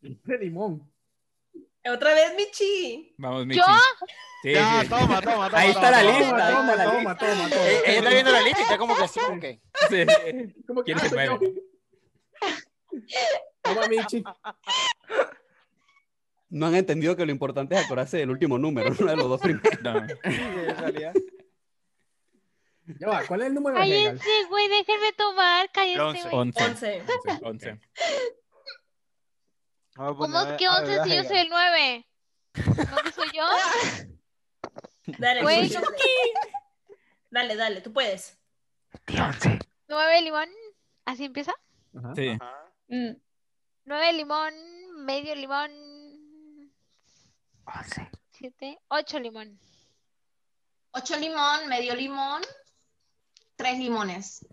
De limón. Otra vez, Michi. Vamos, Michi. ¿Yo? Sí, Ya, sí. toma, toma, toma, Ahí está la toma, lista. ahí toma, está la toma, lista. toma, toma. Eh, Ella está viendo la lista y está como que sí, ok. Sí. Como ¿Quién se mueve? Toma, Michi. No han entendido que lo importante es acordarse del último número, no de los dos primeros. Ya va, ¿cuál es el número de Hegel? Cállense, güey, déjenme tomar, cállense, güey. Once. Once. Once. ¿Cómo es que once si yo soy el nueve? ¿No que soy yo? Dale, Güey, Michi. no. Dale, dale, tú puedes. Nueve limón, así empieza. Sí. Mm. Nueve limón, medio limón, Ah, siete, ocho limón. Ocho limón, medio limón, tres limones.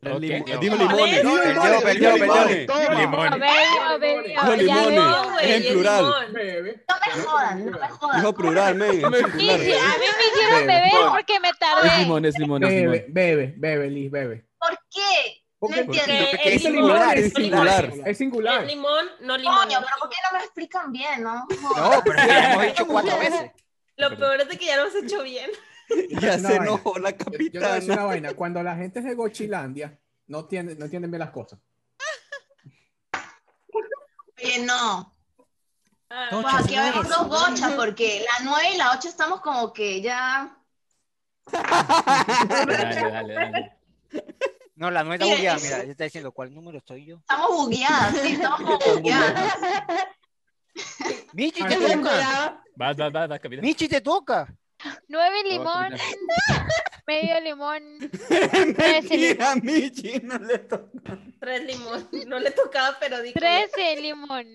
Tres Ok, limón- Dios. Digo limones. Perdió, Limones, perdió, digo perdió. limones. Toma. Limón. Medio, Dijo medio, ya limones. veo. No, Es güey, en es plural. limón. Bebe. No me jodan, no me jodan. Dijo plural, men. es Sí, singular. sí, a mí me hicieron beber porque me Es tardé. limón, es limón, es Bebe, limón. bebe, bebe, Liz, bebe. ¿Por qué? No Porque- entiendo. Porque Es singular, es singular. Es Es singular. limón, no limón. Coño, pero ¿por qué no me explican bien? No, No, jodan. pero ya lo hemos dicho cuatro veces. Lo peor es de que ya lo has hecho bien. Ya No, se no. enojó la Yo- Yo te voy a decir capitana. una vaina. Cuando la gente es de Gochilandia, no entienden, no entienden bien las cosas. Oye, no. Ah, Pues aquí habemos dos gochas, porque la nueve y la ocho estamos como que ya. Dale, dale, dale. No, la nueva Mira, bugueada, eso. mira, está diciendo cuál número estoy yo. Estamos bugueadas, sí, estamos como bugueadas. Michi, Ah, te sí. toca. Vas, vas, vas, vas, capitán. Michi, te toca. Nueve limón, pues medio limón, tres limón, Mira, Michi, no le tocó. Tres limón. No le tocaba, pero dije. trece limón.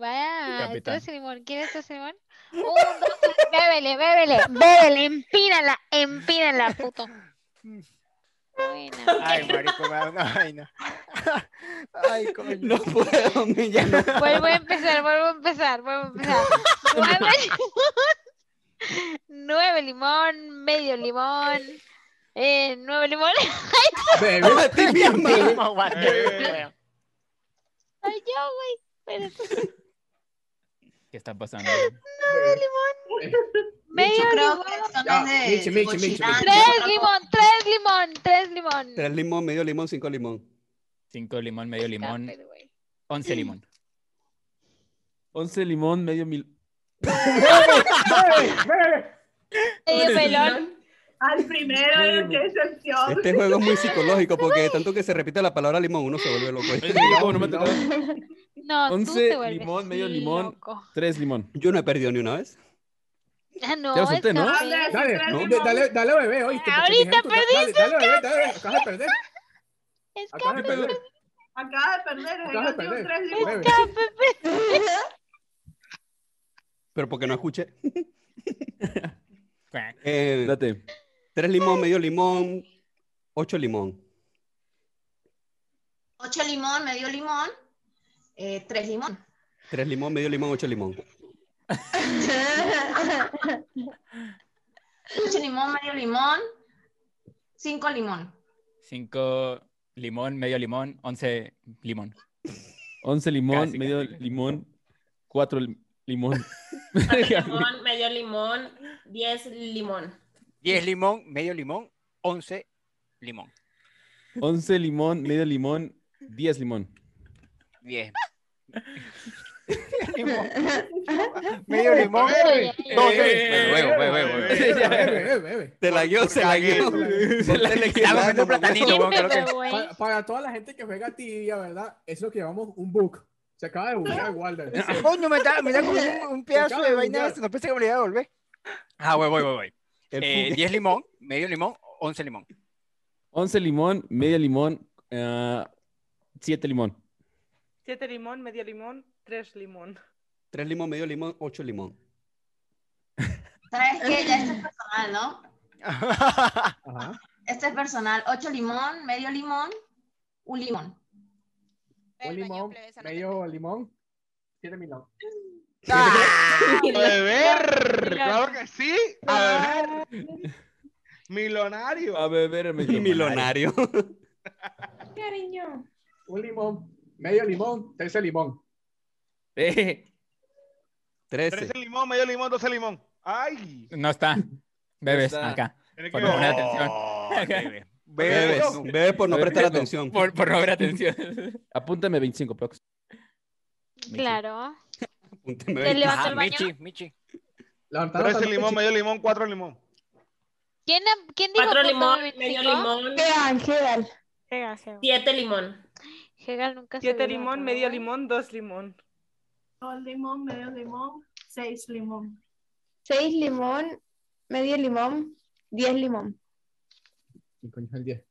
Vaya, Capitán. trece limón. ¿Quieres trece limón? Un, dos, tres, bébele, bébele, bébele, empínala, empínala, puto. Buena. Ay, marico, me da una vaina. Ay, coño. No puedo, men, ya no. Vuelvo a empezar, vuelvo a empezar, vuelvo a empezar. Nueve, nueve limón, medio limón, eh, nueve limón. Bebe. A ti misma. No, guarda, weón. Soy yo, güey. Espérate. ¿Qué está pasando? Nueve limón, medio Yo creo limón. que esto Ya, no es Michi, Michi, de Michi, cochinada, Michi. es Tres otra limón, tres limón, tres limón. Tres limón, medio limón, cinco limón. Cinco limón, medio limón, Escape, güey. once limón. Once limón, medio mil. Medio pelón. Al primero, Nueve. qué excepción. Este juego es muy psicológico porque de tanto que se repite la palabra limón, uno se vuelve loco. Limón, no me ha tocado. No, tú Once te vuelves limón, medio sí, limón. loco. Tres limón. Yo no he perdido ni una vez. Ah, no, Ya lo solté, ¿no? escape. Dale, Tres no, limón. de- dale, dale, bebé, oíste. porque Ahorita dijeron tú, dale, perdiste, Dale, bebé, dale, bebé. Acabas de perder. Acabas de Escape, perder. Acaba de perder, Acabas de Hegel dio perder. tres limones. Bebe. escape, pe- Pero porque no escuché. Cuac. Eh, Date. tres limón, medio limón, ocho limón. Ocho limón, medio limón, eh, tres limón. Tres limón, medio limón, ocho limón. Ocho limón, medio limón, cinco limón. Cinco limón, medio limón, once limón. Once limón, Casi, medio casi, casi. limón, cuatro lim- limón. Cuatro limón, medio limón, diez limón. 10 limón, medio limón, 11 limón. Once limón, medio limón, diez limón. 10. Limón. Medio limón. Bebe. Dos de- Bebe. Bueno, huevo, huevo, huevo. Bebe, bebe, Te la guió, se la guió. Se la Estaba comiendo un platanito, huevón, que lo que- Pa- Para toda la gente que juega tibia, ¿verdad? Es lo que llamamos un book. Se acaba de buguear Walder. Ah, Coño, me da, me da como un, un pedazo Acaba de de vaina. buguear. esta, No pensé que me lo iba a devolver. Ah, voy, voy, voy. voy. El Eh, jugo. 10 limón, medio limón, 11 limón. 11 limón, medio limón, 7 limón. Siete limón, medio limón, tres limón. Tres limón, medio limón, ocho limón. ¿Sabes qué? Ya esto es personal, ¿no? Ajá. Este es personal. Ocho limón, medio limón, un limón. Un limón, medio limón, siete milón. A beber, claro que sí, a beber. Milonario. A beber Y milonario. Cariño. Un limón, medio limón, tercer limón. Trece limón, medio limón, doce limón. Ay. No está. Bebes está. acá. Tiene Por que no poner ver. atención. bebe. Bebes, bebes por no prestar Bebes. atención. Por, por no ver atención. Apúntame 25, Prox. Claro. Apúntame ¿Te levantó el baño? Michi, Ah, Michi. Levantaron Trece limón, medio limón, cuatro limón. ¿Quién, quién dijo Cuatro punto limón, medio 25? limón. Ángel. Siete limón. Hegel nunca Siete se ¿eh? limón, medio limón, dos limón. Dos limón, medio limón, seis limón. Seis limón, medio limón, diez limón. Y coño el diez.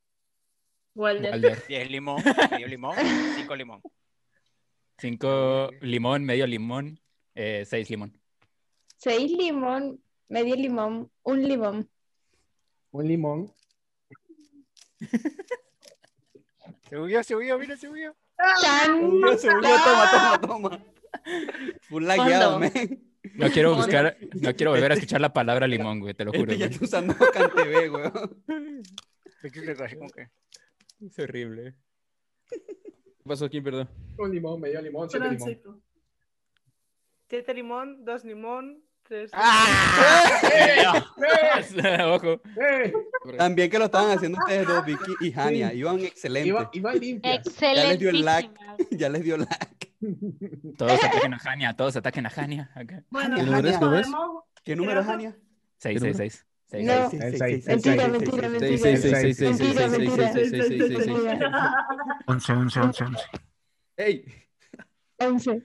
Walder. 10 limón, medio limón, 5 limón. 5 limón, medio limón, 6 limón. Seis limón, medio limón, un limón. Un limón. Se huyó, se huyó, mira, se huyó. Chan. Dios, se huyó, toma, toma, toma. Fue un lagueado, man. No quiero buscar, no quiero volver a escuchar la palabra limón, güey, te lo juro. Este ya güey. está usando Cantebé, weón. Es horrible. ¿Qué pasó? ¿Quién perdón? Un limón, medio limón, siete limón. Francisco. Siete limón, dos limón, tres Ah. Ojo. ¡Eh! También que lo estaban haciendo ustedes dos, Vicky y Hania. Iban excelente. Iba, iba limpia. Ya les dio el lag. Excelentísima. Ya les dio lag. Todos ataquen a Jania, todos ataquen a Jania. Acá. Bueno, ¿Qué número es? Jania, podemos- ¿Qué número es, Hania? 6, 6, 6. No. Mentira, mentira, mentira. Mentira, mentira. Mentira. 11, 11, 11, 11. Ey, Once.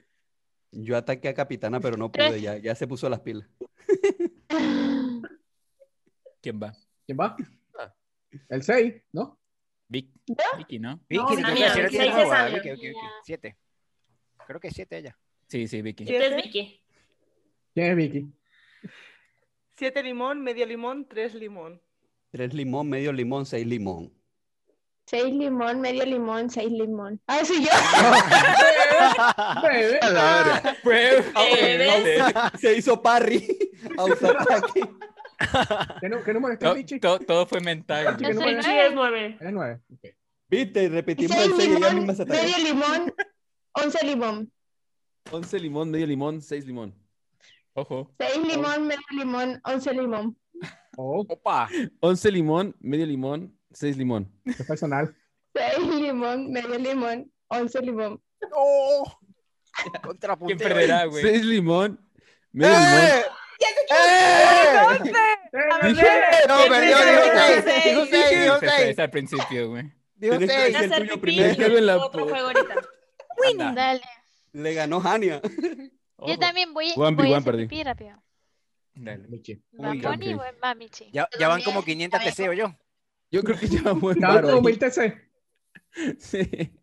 yo ataqué a Capitana, pero no pude. Ya, ya se puso las pilas. ¿Quién va? ¿Quién va? Ah. El 6, ¿no? Vic. Vicky, ¿no? Vicky, No, no, Samia, Vicky, seis es Samia. 7. Creo que 7 ella. Sí, sí, Vicky. Siete es Vicky. ¿Quién es Vicky? Siete limón, medio limón, tres limón. Tres limón, medio limón, seis limón. Seis limón, medio limón, seis limón. ¡Ah, soy yo! Bebé. Ah, Bebes. Se hizo parry. Autoataque. ¿Qué, nu- qué número está To- Michi? to- todo fue mental. Michi, ¿qué Yo número soy es? nueve. Diez, nueve. Eres 9. Viste, repetimos Seis el seis y ella limón, misma se atacó. medio limón, once limón. 11 limón, medio limón, 6 limón. Ojo. Seis limón, medio limón, once limón. Oh, Opa. 11 limón, medio limón, 6 limón. qué personal. Seis limón, medio limón, once limón. ¡Oh! Contrapunteo. ¿Quién perderá, güey? 6 limón, ¡Eh! medio limón. Dije, No, perdió, dijo 6. Dijo 6, dijo Ese fue- 6. ese al principio, güey. Dijo Tienes que 6. decir el Hacer tuyo pipí, primero. Es que algo en la Otro po- juego ahorita. Anda. Dale. eh, Le ganó Hania. Yo también voy, One voy v a one hacer perdí. pipí rápido. Dale. Michi. Va Uy, Bonnie, ok. va- va Michi. Ya, ya van como 500 TC, yo. Yo creo que ya muy Claro, raro. 2000 TC. Sí. A ver,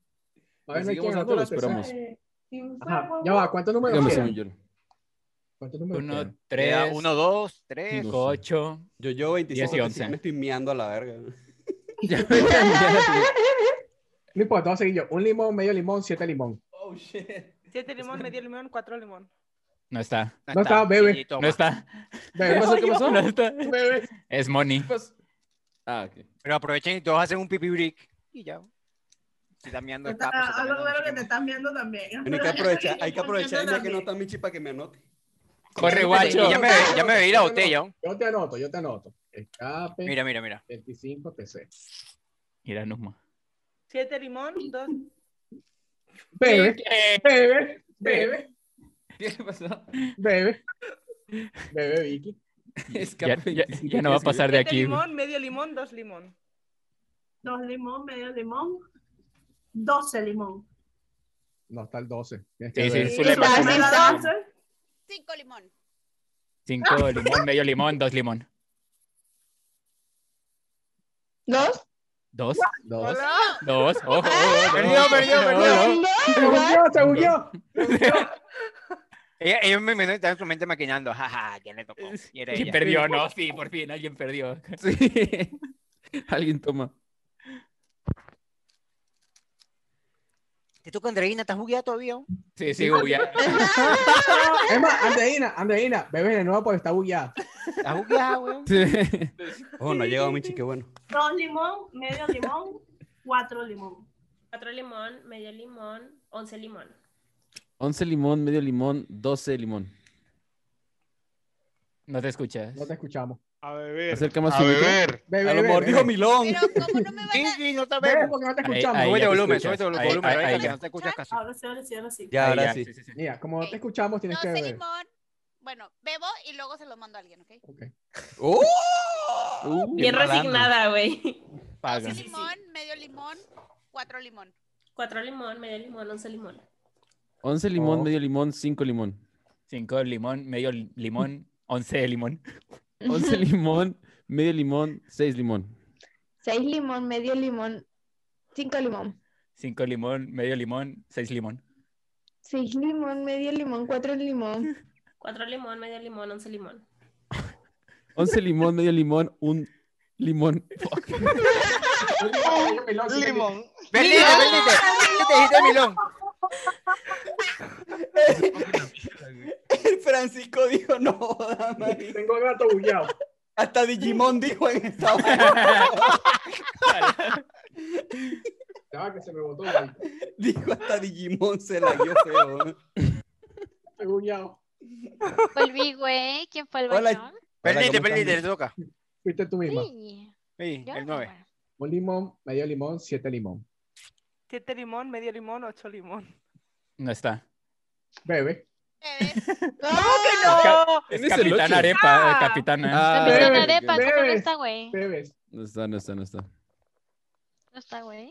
no hay Sigamos quien a todos, ganó la esperamos. tercera. Eh, y un Ajá, huevo. Ah, ya va, ¿cuántos números Dígame, quedan? según yo. ¿Cuántos números Uno, quedan? Queda tres, 1, 2, 3. No sé. 8. Yo, yo 25 Diez y que sí once. me estoy miando a la verga. Ya me cambiaste. No importa, vamos a seguir yo. Un limón, medio limón, siete limón. Oh, shit. Siete limón, medio limón, cuatro limón. No está. No está, bebe. Sí, toma. No está. Bebé. ¿Qué pasó? No está. Bebé. Es money. pues, Ah, ok. Pero aprovechen y todos hacen un pipi break. Y ya. Si están mirando No el capo, está- si están algo mirando claro no sé que qué te más. están viendo también. ¿eh? Bueno, hay que aprovechar, hay que aprovechar ya que no también. está Michi para que me anote. Corre, Y ya guacho. me, ya me bebí la botella. ¿no? Yo te anoto, yo te anoto. Ah, Escape, Mira, mira, mira. 25 TC. Mira, Numa. Siete limón, dos. Bebe, bebe, bebe. ¿Qué pasó? Bebe. Bebe, Vicky. Ya, ya- ya no va a pasar de Este aquí. limón, medio limón, dos limón. Dos limón, medio limón, doce limón. No, está el 12. Tienes Sí, que sí, ver. su limón. Doce, doce. Cinco limón, medio limón, dos limón. ¿Dos? Dos. Dos. Dos. Ojo, ojo, Perdió, ojo, perdió, ojo, perdió. ojo. Se bugueó, se bugueó. Ella, ella me me estaba en su mente maquinando. Jaja, ¿quién le tocó? Y era ¿Quién ella. perdió? No, sí, por fin, alguien perdió. Alguien toma. Te toca Andreina, ¿estás bugueada todavía? Sí, sí, uy, ya. Es más, Andreina, Andreina, bebe de nuevo porque está bugueada. Está bugueada, weón. Oh, no ha llegado Michi, qué bueno. Dos limón, medio limón, cuatro limón. Cuatro limón, medio limón, once limón. 11 limón, medio limón, 12 limón. No te escuchas. No te escuchamos. A beber. Acerca más a su micro. beber. Bebe, A lo bebe, mejor bebe. dijo Milón. Sí, sí, no te Bebe, vemos. porque no te Ahí, escuchamos. ahí ya Súbete te volumen, escuchas. súbete el Ahí, volumen, ahí, ahora ahí que ya. no te escuchas casi. Ahora sí, ahora sí, ahora sí. Ya, ahora ya, sí. sí, sí, sí. Mira, como no te escuchamos, tienes que 12 beber. limón. Bueno, bebo y luego se los mando a alguien, ¿ok? ¡Oh! Uh. Bien resignada, güey. Paga. Sí, sí, sí. Limón, medio limón, cuatro limón. Cuatro limón, medio limón, once limón. 11 limón, Oh. medio limón, 5 limón. Cinco limón, medio li- limón, once limón. 11 limón, medio limón, 6 limón. Seis limón, medio limón, cinco limón. Cinco limón, medio limón, seis limón. Seis limón, medio limón, cuatro limón. Cuatro limón, medio limón, once limón. 11 limón, medio limón, un limón. Limón. Perdiste, perdiste. ¿Qué te dijiste, Milón? El Francisco dijo, no, joda, marico". Tengo gato bugueado. Hasta Digimon dijo en esta hora. Ya va, que se me botó. güey. Dijo hasta Digimon se la dio feo. Estoy bugueado. Volví, güey. ¿Quién fue el Hola, bañón? ¿cómo Perdiste, están? perdiste, te toca. Fuiste tú misma. Sí. Sí, Yo el no, 9. Un limón, medio limón, siete limón. Siete limón, medio limón, ocho limón. No está. Bebe. ¡No! Es ¿Quién es el capitán ocho? Arepa, ¿eh? capitana. Ah, Capitán bebes, Arepa, ¿cómo no bebes, está, güey? Bebes. No está, no está, no está. No está, güey.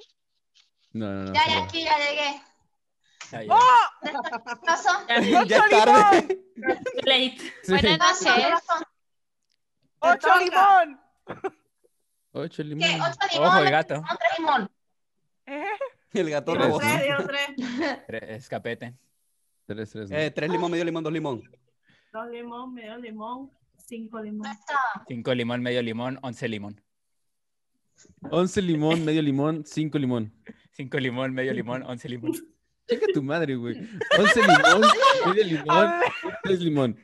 No, no, no. Ya, está ya, aquí ya llegué. ¡Oh! ¿Qué pasó? bien. Ya es tarde. Sí. Buenas noches. ¡Ocho limón! Ocho limón. ¿Qué? Ocho limón, Ojo, el gato. tres limón. ¿Eh? El gato Tres, robó. Tres, digo tres. Tre- Escapete. Tres, tres. Eh, tres limón, medio limón, dos limón. Dos limón, medio limón, cinco limón. Cinco limón, medio limón, once limón. 11 limón, medio limón, 5 limón. Cinco limón, medio limón, once limón. Checa tu madre, güey. 11 limón, medio limón, 3 limón.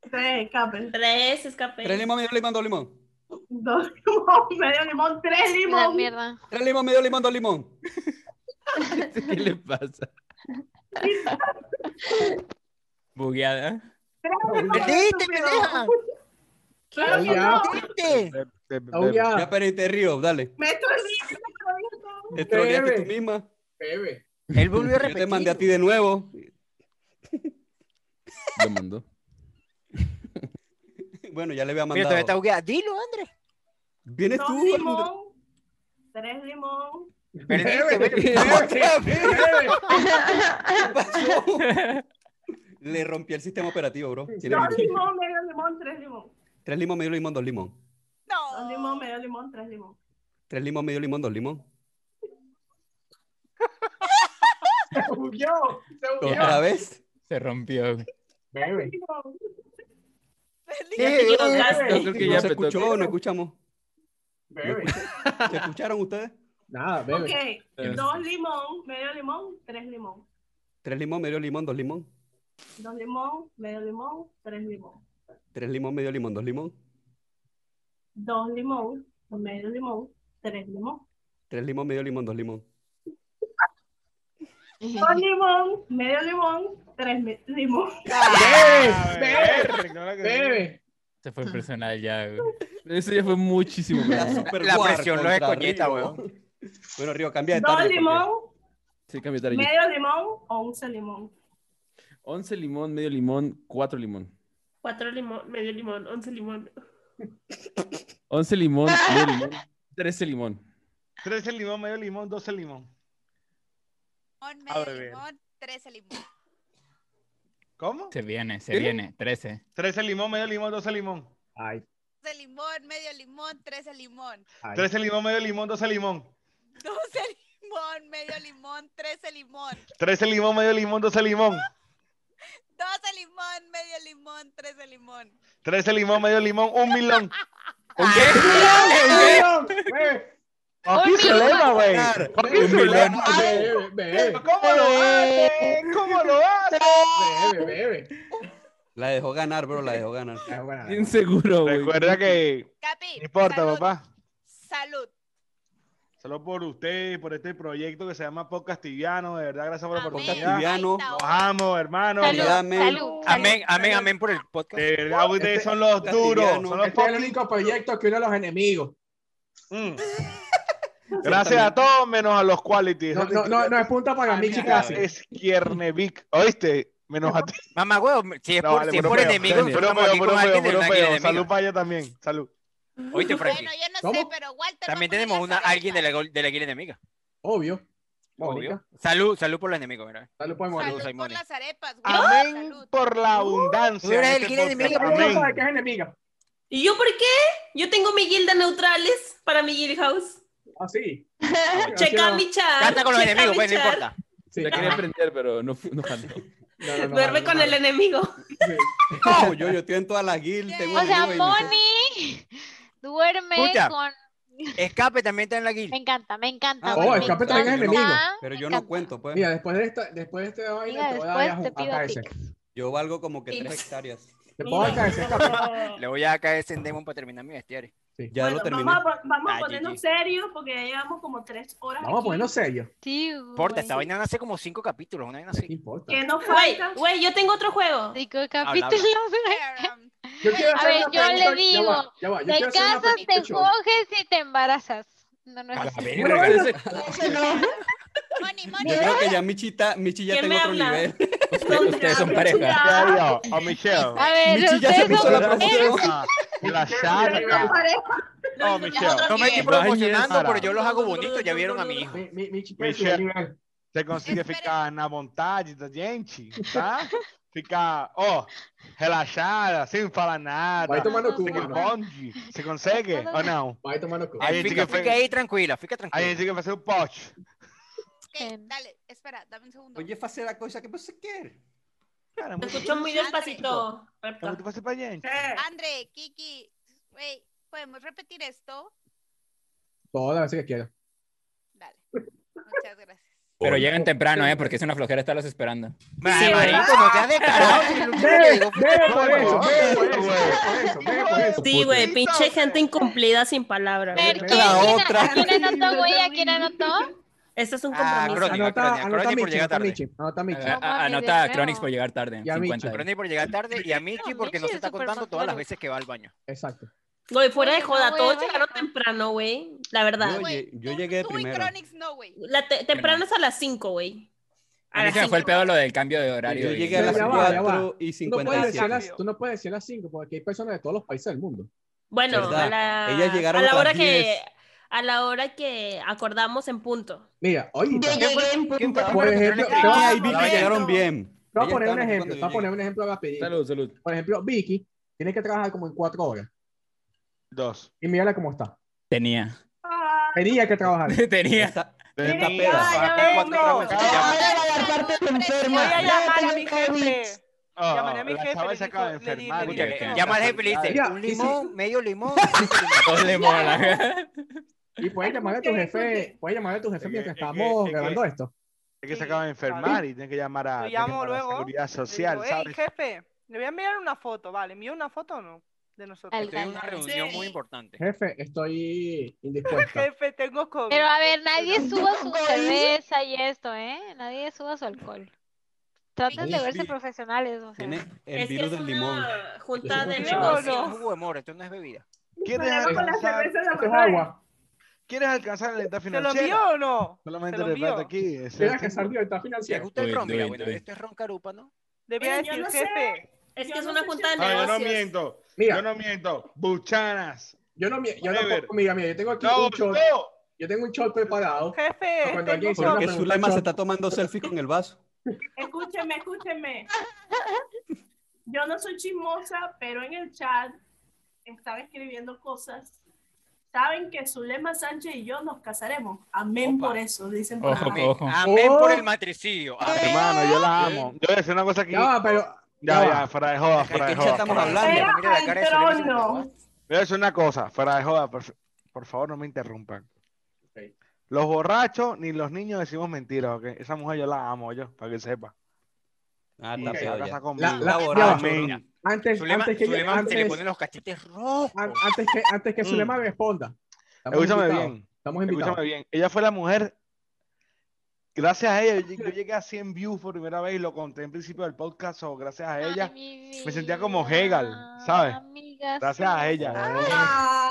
Tres escape. Tres escapé. Tres limón, medio limón, dos limón. Dos limón, medio limón, tres La limón. mierda. Tres limón, medio limón, dos limón. ¿Qué le pasa? Bugueada. Perdiste, pendeja. Claro que no. Ya. Perdiste. Está bugueado. Ya perdiste río, dale. Me troleaste, me Te troleaste tú misma. Bebe. Él volvió a Yo te repetir. mandé a ti de nuevo. Lo mandó. Bueno, ya le había Mira, todavía está mandado. bugueada. Dilo, André. Vienes Dos tú. limón, tres limón. Perdiste, bebé. Otra vez. Bebe. ¿Qué pasó? Le rompí el sistema operativo, bro. Tiene Dos virus. limón, medio limón, tres limón. Tres limón, medio limón, dos limón. Dos limón, medio limón, tres limón. Tres limón, medio limón, dos limón. Se bugueó. Se Otra bugueó. vez. Se rompió. güey. Bebe. Sí, bebé. Yo creo que ya no se petó. escuchó, no escuchamos. Bebe. ¿Se escucharon ustedes? Nada, bebe. Ok, dos limón, medio limón, tres limón. Tres limón, medio limón, dos limón. Dos limón, medio limón, tres limón. Tres limón, medio limón, dos limón. Dos limón, medio limón, tres limón. Tres limón, medio limón, dos limón. Dos limón, medio limón, tres me- limón. A beber. No la creí. Bebe. Se fue personal ya, güey. Eso ya fue muchísimo. güey. Super La War presión lo contra descoñeta, Río. weón. Bueno, Río, cambia de Dos tarde. porque- limón, Sí, cambia tarde. medio limón, once limón. 11 limón, medio limón, 4 limón. Cuatro limón, medio limón, once limón. 11 limón, medio limón, 13 limón. 13 limón, medio limón, 12 limón. Limón, Ah, medio bebé. limón, 13 limón. ¿Cómo? Se viene, se ¿Sí? viene. 13. 13 limón, medio limón, 12 limón. Ay. 12 limón, medio limón, 13 limón. 13 limón, medio limón, 12 limón. 12 limón, medio limón, 13 limón. 13 limón, medio limón, 12 limón. 12 limón, medio limón, 13 limón. 13 limón, medio limón, un milón. ¿Un milón, qué? Un Aquí se lema, milón. güey. Aquí se lema. Bebe, bebe, ¿Cómo lo hace? ¿Cómo lo hace? bebe, bebe. La dejó ganar, bro, la dejó ganar. Bien seguro, güey. Recuerda que. Capi, No importa, papá. salud. Solo por usted, por este proyecto que se llama Podcast Tibiano. De verdad, gracias por la Amén. oportunidad. Tibiano. Los amo, hermano. Salud, Amén. salud. Amén, amén, amén por el podcast. De verdad, ustedes son los duros. Son los Este es el único proyecto que uno a los enemigos. Mm. Gracias a todos, menos a los quality. No, no, no, no es punta para mí, chicas. Es Kiernevic. ¿Oíste? Menos a ti. Mamá, huevo, si es No, por, vale, si es puro por peo. enemigos, Puro estamos peo, aquí puro con peo, alguien de puro una guía peo. de Salud enemigos. para ella también. Salud. Oíste, este, Frankie. Yo no sé, pero Walter También tenemos una, alguien de la, gol- de la guía enemiga. Obvio. Obvio. Salud, salud por los enemigos, ¿verdad? Salud por Salud, salud por Simone. las arepas. güey. Amén por Uh, la abundancia. Tú eres en el este podcast. guía enemiga, pero no Amén. ¿Sabes qué es enemiga? ¿Y yo por qué? Yo tengo mi guilda neutrales para mi guild house. Así. Checa mi chat. Canta con los checa enemigos, mi pues no chat. importa. La quería aprender, pero no, no jaló. Duerme con el enemigo. No, yo, yo estoy en todas las guild. Tengo O sea, amigos y no sé. Moni duerme Escucha. con. Escape Pues también está en la guía. Me encanta, me encanta. Ah, Moni, Oh, me escape también es encanta. enemigo. Pero yo no cuento, pues. Mira, después de, esta, después de este baile Ah, te Mira, voy a dar después te a- pido a caerse. Yo valgo como que Sí. 3 hectáreas. Te puedo dar caerse, escape. Le voy a caer en Demon para terminar mi bestiario. Ya Bueno, lo terminé. vamos a, po- vamos a Ah, ponernos GG. serios porque ya llevamos como tres horas. Vamos a aquí. ponernos serios. Sí, Importa, güey. esta vaina van a ser como cinco capítulos, una vaina ¿Qué así. importa? ¿Qué nos Güey, falta? güey, yo tengo otro juego. Cinco habla. capítulos. Pero, um, Yo quiero A hacer ver, una yo le pregunta- ya digo, va, ya va, yo Te quiero hacer una casas, pregunta te al show. coges y te embarazas. No, no es así. Bueno, bueno, Moni, Moni, Yo creo que ya Michita, Michi ya ¿Quién tengo me otro habla? nivel. Ustedes son pareja. Michelle, o Michelle. A ver, Michi ya se ustedes pisó son- la promoción. Ah, La Una charca. pareja. No, Michelle. No me estoy Bien. promocionando, Brian, pero yo los hago bonitos, ya vieron a mi hijo. Mi, mi, mi chica Mi es chef. nivel. Você consiga Espera. ficar na vontade da gente, tá? Ficar, ó, oh, relaxada, sem falar nada. Vai tomar no cu, Você mano. responde? Você consegue ou não? Vai tomando cu. Ahí sí Fica, que fue- fica ahí tranquila, fica Aí a gente tranquila. tem que fazer o pote. ok, dale, espera, dame un segundo. Oye, fazer a coisa que você quer. Cara, Te muito escucho muy despacito. é muito você pra gente. Eh, André, Kiki, güey, ¿podemos repetir esto? Todas las veces que quieras. Dale. Muchas gracias. Pero llegan temprano, ¿eh? Porque es una flojera estarlos esperando. Ay, marico, no te has descarado. si lo- Bebe, bebe por eso, bebe Bueno. por eso, bebe por eso, bebe por eso. Sí, güey, pinche gente incumplida sin palabras. Ver, La ¿quién, ¿quién- otra. ¿a quién anotó, güey? ¿A quién anotó? Este es un Ah, compromiso. Crony. Anota, anota a Crony por Michi, llegar anota a tarde. Michi, anota a Michi. Ah, mames, ah, de Anota a nuevo. Cronix por llegar tarde. Y a 50. Michi. Crony por llegar tarde y a Michi No, porque no Michi se es está contando todas supermotoro. las veces que va al baño. Exacto. Güey, fuera de No, joda, güey, todos vaya, llegaron no. temprano, güey. La verdad. Yo Güey, lle- yo tú- llegué tú primero. y Cronix no, güey. La te- temprano es a las 5, güey. A mí se me las fue el 5. pedo lo del cambio de horario. Yo y- llegué a Ya las va, ya va. 4 y Tú no, puedes decir 57. las, tú no puedes decir las 5 porque hay personas de todos los países del mundo. Bueno, ¿Verdad? a la, Ellas llegaron a la a las hora que 10. a la hora que acordamos en punto. Mira, oye, Yo llegué en ¿Quién punto. fue Por el primero que ejemplo, entró en yo- la Ay, guía? vi La que vez- llegaron te bien. voy a poner Ellas un estaban ejemplo, te voy a cuando poner yo un ejemplo rápido. Salud, salud. Por ejemplo, Vicky tiene que trabajar como en 4 horas. Dos. Y mírala cómo está. Tenía. ah, Tenía que trabajar. llegué. Tenía. Esa- Tem Mira, tapete. ya vengo. Ah, Ahora va a dar parte de enferma. Voy a llamar a mi Ya tengo jefe. Ó, Llamaré a mi Ah, la jefe, chava le se dijo- acaba de le di- le enfermar. di- Escucha, que- eh, Llama al jefe y le dice, Mira, un y si- limón, medio limón. Dos cinco limones". limonas. Y puedes llamar a tu jefe, puedes llamar a tu jefe Es que- mientras es que- estamos es que- grabando esto. Es que se acaba de enfermar y tiene que llamar a, Lo tiene que llamo llamar a la luego. seguridad social, Le digo, "Ey, ¿sabes? jefe, le voy a enviar una foto, vale. ¿Envío una foto o no? De nosotros. Estoy en una Sí. reunión muy importante. Jefe, estoy indispuesta. Jefe, tengo COVID. Pero a ver, nadie Pero- suba su cerveza y esto, ¿eh? Nadie suba su alcohol. Traten de Uy, verse sí. profesionales, o sea. Tiene el Es que virus es del una limón. Junta de Sí, negocios. Esto es jugo de mora, esto no es bebida. ¿Quieres Problema con la alcanzar, cerveza de Esto es Manuel. agua. ¿Quieres alcanzar la libertad ¿Se lo financiera? envió o no? Solamente Se lo reparto envió. aquí. ese Tienes tipo. que salir de está ¿Les financiera. gusta el Doy, ron? Mira, doy, bueno, este. doy. esto es ron carúpano. Debía Yo decir no sé. jefe. Es que es una junta de No, yo no negocios. miento. Mira. Yo no miento. Buchanas. Yo no miento. Yo Whatever. tampoco, mira, mira, yo tengo aquí No, un shot. no. Yo tengo un shot preparado. Eh, Jefe, Cuando alguien hizo una Porque pregunta, Zulema se shot. está tomando selfie con el vaso. Escúcheme, escúcheme. Yo no soy chismosa, pero en el chat estaba escribiendo cosas. Saben que Zulema Sánchez y yo nos casaremos. Amén por eso, dicen por Ojo, acá. ojo. Amén Oh. por el matricidio. Amén. Hermano, yo la amo. Yo voy a decir una cosa aquí. Ya va, pero- Ya, ya ya, va. fuera de joda, fuera de qué joda. estamos fuera de hablando? joda. Mira la cara de Zulema Sánchez. Voy a decir una cosa, fuera de joda, por, por favor no me interrumpan. Los borrachos ni los niños decimos mentiras, ¿ok? Esa mujer yo la amo, yo, para que sepa. Ah, está peor ya. La, la, Conmigo. ya va. Amén. Antes, Zulema- antes que Zulema antes, se le ponen los cachetes rojos. Mm. an- antes que antes que Zulema responda. estamos Escúchame invitados, bien. Estamos invitados. Escúchame bien. Ella fue la mujer. Gracias a ella, yo, yo llegué a 100 views por primera vez y lo conté en principio del podcast. O gracias a ella, me sentía como Hegel, ¿sabes? Gracias a ella. Y- ah,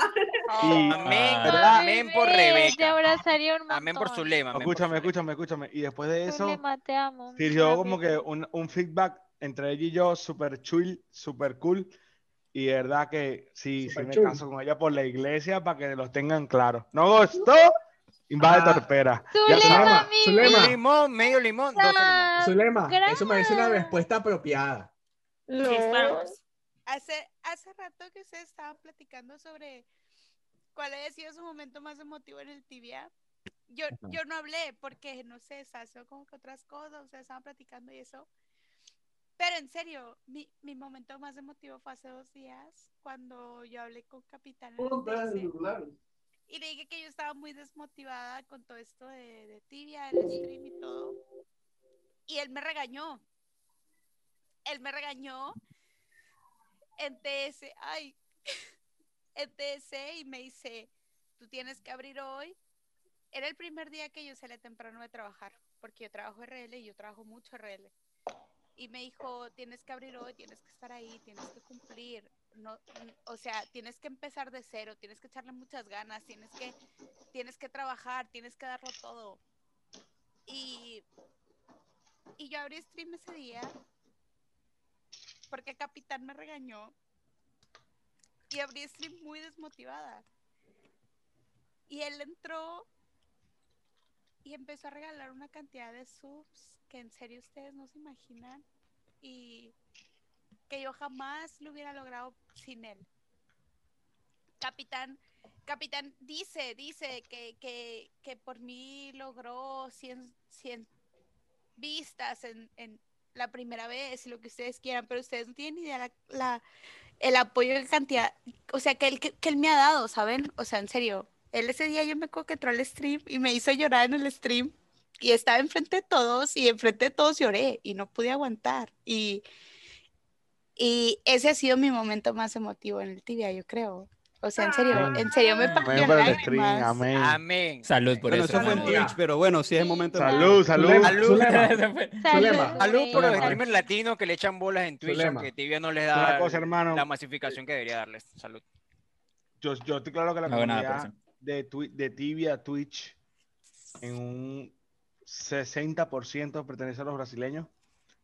Amén, ¿verdad? amén por Bebé, Te Rebeca. abrazaría un Amén por Zulema. amén por Escúchame, escúchame, escúchame. Y después de eso, Zulema, te amo. sirvió como que un, un feedback entre ella y yo, súper chill, súper cool. Y de verdad que sí, sí Súper me chill. caso con ella por la iglesia para que los tengan claros. No gustó, invade Ah. torpera. Zulema, saben. mi Zulema. Un limón, medio limón, dos limones. Zulema, eso merece una respuesta apropiada. Hace, hace rato que ustedes estaban platicando sobre cuál había sido su momento más emotivo en el tibia. Yo, Ajá. yo no hablé porque no sé, hace como que otras cosas, ustedes estaban platicando y eso. Pero en serio, mi, mi momento más emotivo fue hace dos días cuando yo hablé con Capitán. en el TC. Y le dije que yo estaba muy desmotivada con todo esto de, de tibia, el stream y todo. Y él me regañó. Él me regañó en TS, ay, en TS y me dice, tú tienes que abrir hoy. Era el primer día que yo salí temprano de trabajar, porque yo trabajo RL y yo trabajo mucho RL. Y me dijo, tienes que abrir hoy, tienes que estar ahí, tienes que cumplir. No, n- o sea, tienes que empezar de cero, tienes que echarle muchas ganas, tienes que, tienes que trabajar, tienes que darlo todo. Y, y yo abrí stream ese día porque Capitán me regañó y abrí stream muy desmotivada. Y él entró y empezó a regalar una cantidad de subs que en serio ustedes no se imaginan y que yo jamás lo hubiera logrado sin él. Capitán, Capitán dice, dice que, que, que por mí logró 100, 100 vistas en, en la primera vez, lo que ustedes quieran, pero ustedes no tienen ni idea la, la- el apoyo en cantidad, o sea, que él, que, que él me ha dado, ¿saben? O sea, en serio, él ese día yo me acuerdo que entró al stream y me hizo llorar en el stream y estaba enfrente de todos y enfrente de todos lloré y no pude aguantar y, y ese ha sido mi momento más emotivo en el tibia, yo creo. O sea, en serio, en serio me Amén partió en por Ah. el lágrimas. stream, amén. Amén. Salud por Bueno, eso. eso fue en hermano. Twitch, pero bueno, sí es el momento. de- Salud, salud. Zulema. Salud por los Zulema. streamers latinos que le echan bolas en Twitch, Zulema. aunque Tibia no les Una da cosa, hermano. la masificación que debería darles. Salud. Yo, yo estoy claro que la No hago nada, comunidad pero de, Twi- de Tibia, Twitch, en un 60% pertenece a los brasileños,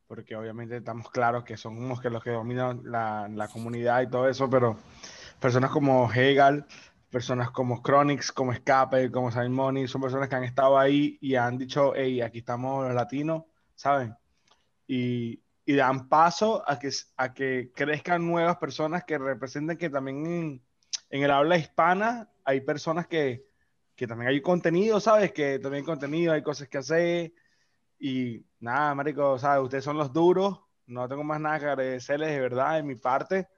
porque obviamente estamos claros que son unos que los que dominan la, la comunidad y todo eso, pero personas como Hegel, personas como Chronix, como Escape, como Simon Money, son personas que han estado ahí y han dicho, hey, aquí estamos los latinos, ¿saben? y, y dan paso a que, a que crezcan nuevas personas que representen que también en, en el habla hispana hay personas que, que también hay contenido, ¿sabes? Que también hay contenido, hay cosas que hacer. Y nada, Marico, ¿sabes? Ustedes son los duros, no tengo más nada que agradecerles de verdad de mi parte.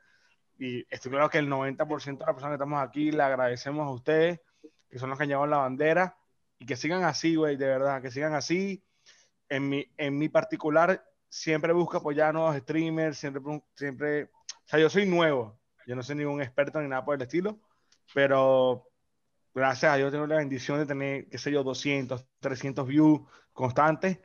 Y estoy claro que el 90% de las personas que estamos aquí le agradecemos a ustedes, que son los que han llevado la bandera. Y que sigan así, güey, de verdad, que sigan así en mi, en mi particular, siempre busco apoyar a nuevos streamers, siempre, bu- siempre, o sea, yo soy nuevo, yo no soy ningún experto ni nada por el estilo, pero gracias a Dios tengo la bendición de tener, qué sé yo, 200, 300 views constantes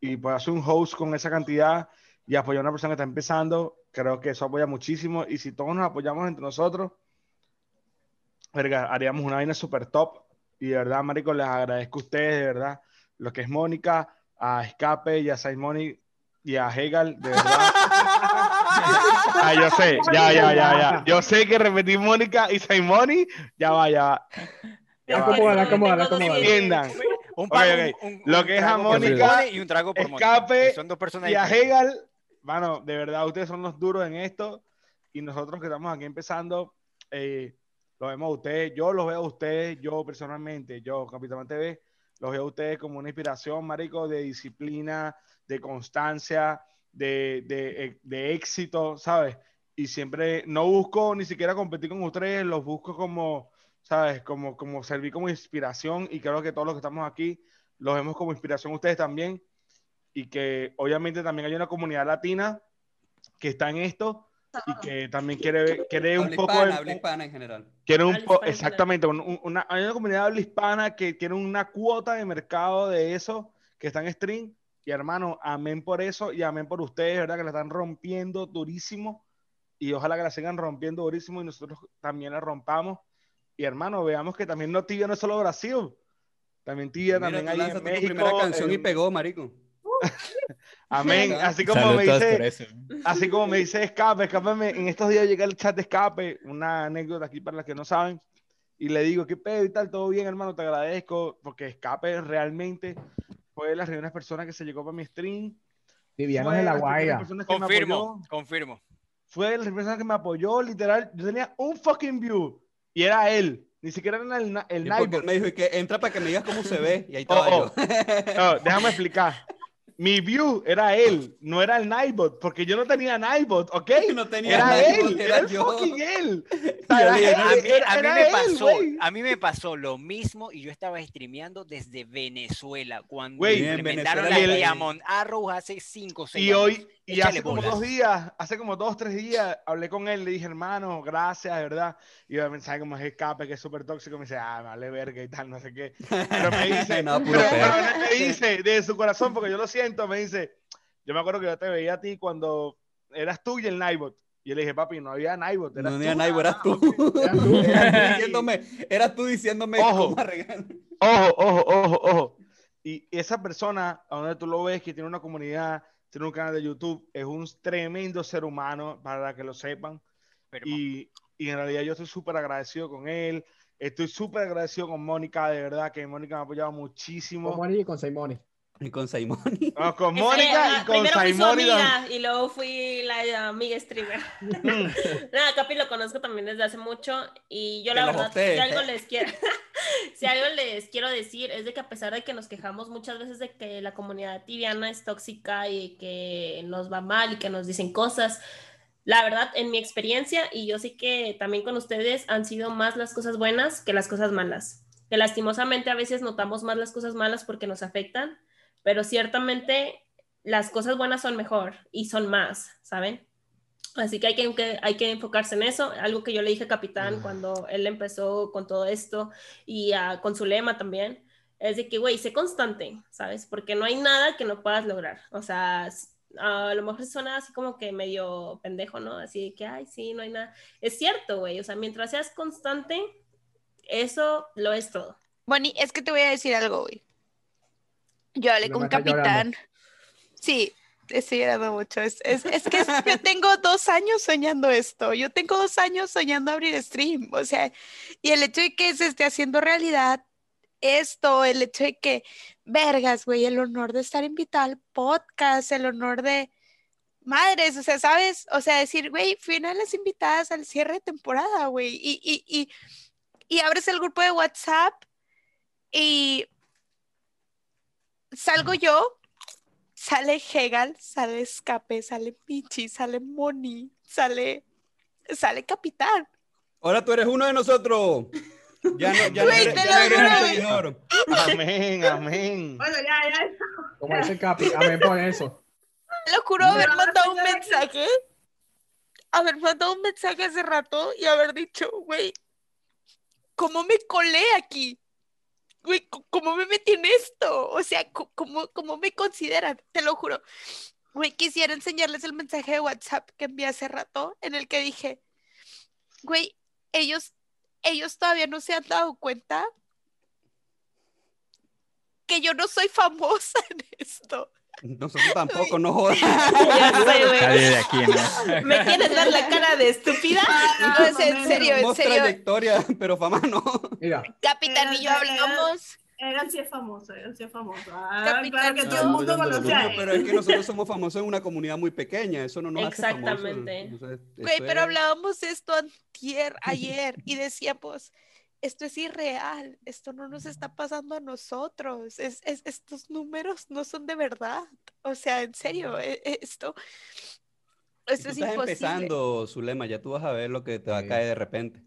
y pues hacer un host con esa cantidad y apoyar a una persona que está empezando, creo que eso apoya muchísimo y si todos nos apoyamos entre nosotros, verga, haríamos una vaina super top y de verdad, marico, les agradezco a ustedes, de verdad, lo que es Mónica, a Escape y a Simoni, y a Hegel, de verdad. ah, yo sé, ya, ya, ya, ya. Yo sé que repetir Mónica y Saimoni, ya va, ya va. Ya va. Acomódala, acomódala, acomódala. Entiendan. Un Ok, pan, ok. un- un- Lo un que es a trago por Mónica Simone y un trago por Mónica, escape que son dos personas y a diferentes. Hegel, mano, de verdad, ustedes son los duros en esto y nosotros que estamos aquí empezando, eh, lo vemos a ustedes, yo los veo a ustedes, yo personalmente, yo, Capitán TV, los veo a ustedes como una inspiración, marico, de disciplina, de constancia, de, de- eh, de éxito, ¿sabes? Y siempre no busco ni siquiera competir con ustedes, los busco como, ¿sabes? Como, como servir como inspiración y creo que todos los que estamos aquí los vemos como inspiración ustedes también y que obviamente también hay una comunidad latina que está en esto y que también quiere, quiere un Habla poco hispana, de- habla hispana en general. Quiere un Habla po- hispana, exactamente, un- un- una, hay una comunidad de habla hispana que tiene una cuota de mercado de eso, que está en stream. Y hermano, amén por eso y amén por ustedes, ¿verdad? Que la están rompiendo durísimo y ojalá que la sigan rompiendo durísimo y nosotros también la rompamos. Y hermano, veamos que también no tibia no es solo Brasil, también tibia Mira, también tú hay en lanzaste tu México. primera canción y en- pegó, marico. Amén. Así como Saludos me por eso. dice, así como me dice escape, escápame. En estos días llega el chat de escape, una anécdota aquí para las que no saben, y le digo, ¿qué pedo y tal? Todo bien, hermano, te agradezco, porque escape realmente fue de las primeras personas que se llegó para mi stream. Vivianos Fue de la las primeras Guaira. personas que me apoyó Confirmo, confirmo. fue la persona que me apoyó, literal. Yo tenía un fucking view y era él. Ni siquiera era el, na- el Y porque él me dijo, y que entra para que me digas cómo se ve, y ahí todo estaba déjame explicar. Mi view era él, no era el Nightbot, porque yo no tenía Nightbot, ¿ok? No tenía era Nightbot, él, era era el yo. fucking él. A Era mí, él, a mí- era- a mí era me él, pasó, güey. a mí me pasó lo mismo y yo estaba streameando desde Venezuela cuando Güey, implementaron Venezuela la la- Diamond Arrow hace 5 o 6 Y hoy, y hace como dos días, hace como dos, tres días, hablé con él, le dije, hermano, gracias, de verdad. Y yo mensaje como es escape, que es súper tóxico, me dice, ah, me vale verga y tal, no sé qué. Pero me dice, No, puro pero- pedo. pero me dice, de su corazón, porque yo lo siento, me dice, yo me acuerdo que yo te veía a ti cuando eras tú y el Naibot. Y yo le dije, papi, no había Naibot, eras No, tú. ni a Naibo, eras tú. Eras tú diciéndome, eras tú diciéndome Ojo. cómo arreglar. Ojo, ojo, ojo, ojo. Y esa persona, a donde tú lo ves, que tiene una comunidad, tiene un canal de YouTube, es un tremendo ser humano, para que lo sepan. Y, y en realidad yo estoy súper agradecido con él. Estoy súper agradecido con Mónica, de verdad, que Mónica me ha apoyado muchísimo. Con Moni y con Saimoni. Y con Simón. No, con Es que, Mónica ah, y con primero fui su Saimoni. amiga y luego fui la amiga streamer. Nada, Capi lo conozco también desde hace mucho y yo Que la lo verdad, hosté. si algo les quiero, si algo les quiero decir es de que a pesar de que nos quejamos muchas veces de que la comunidad tibiana es tóxica y que nos va mal y que nos dicen cosas, la verdad, en mi experiencia, y yo sé que también con ustedes han sido más las cosas buenas que las cosas malas. Que lastimosamente a veces notamos más las cosas malas porque nos afectan, pero ciertamente las cosas buenas son mejor y son más, ¿saben? Así que hay que, que- hay que enfocarse en eso. Algo que yo le dije a Capitán cuando él empezó con todo esto y ah, con su lema también, es de que, güey, sé constante, ¿sabes? Porque no hay nada que no puedas lograr. O sea, s- a lo mejor suena así como que medio pendejo, ¿no? Así de que, ay, sí, no hay nada. Es cierto, güey. O sea, mientras seas constante, eso lo es todo. Bonnie, es que te voy a decir algo, güey. Yo hablé Me con está llorando. Capitán. Sí, estoy llorando mucho. Es, es- es que es- yo tengo dos años soñando esto. Yo tengo dos años soñando abrir stream. O sea, y el hecho de que se esté haciendo realidad esto, el hecho de que, vergas, güey, el honor de estar invitada al podcast, el honor de, madres, o sea, ¿sabes? O sea, decir, güey, fui una de las invitadas al cierre de temporada, güey, y, y, y, y abres el grupo de WhatsApp y salgo yo, sale Hegel, sale Escape, sale Pichi, sale Moni, sale, sale Capitán. Ahora tú eres uno de nosotros. Ya no, ya no Güey, eres, ya te no lo eres juro, un güey. seguidor. Amén, amén. Bueno, ya, ya. Como dice Capi, amén por eso. Te lo juro haber mandado un mensaje, haber mandado un mensaje hace rato y haber dicho, güey, ¿cómo me colé aquí? Güey, c- ¿cómo me metí en esto? O sea, c- ¿cómo, cómo me consideran? Te lo juro. Güey, quisiera enseñarles el mensaje de WhatsApp que envié hace rato en el que dije, güey, ellos, ellos todavía no se han dado cuenta que yo no soy famosa en esto. Nosotros tampoco, no jodas. Nadie de aquí, ¿no? ¿Me quieres dar la cara de estúpida? No, es en serio, en Mos serio. trayectoria, pero fama no. Mira. Capitán y yo hablamos. Eran sí es famoso, eran sí es famoso. Ah, claro Capitán que todo el mundo conoce a Pero es que nosotros somos famosos en una comunidad muy pequeña, eso no nos hace famosos. Exactamente. Entonces, Güey, eso pero es- hablábamos esto antier, ayer, y decíamos, esto es irreal, esto no nos está pasando a nosotros, es, es- estos números no son de verdad, o sea, en serio, e- e- esto, Y esto tú es estás imposible. empezando, Zulema, ya tú vas a ver lo que te va a caer de repente.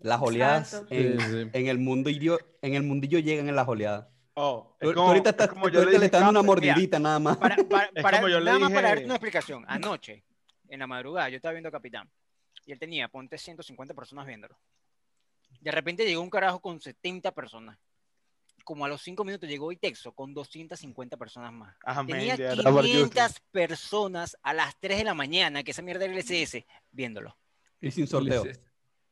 Las oleadas Exacto. en, Sí, sí. en el mundillo, en el mundillo llegan en las oleadas. Oh, Tú, es tú como- ahorita, es estás- como tú yo le ahorita le dije estás dando una Capper, mira, mordidita nada más. Es Para- como yo le nada más para darte dije- una explicación. Anoche, en la madrugada, yo estaba viendo a Capitán y él tenía, ponte 150 personas viéndolo. De repente llegó un carajo con 70 personas. Como a los 5 minutos llegó Itexo con 250 personas más. Amén, Tenía de Robert Houston. 500 personas a las 3 de la mañana, que esa mierda era el SS, viéndolo. Y sin sorteo.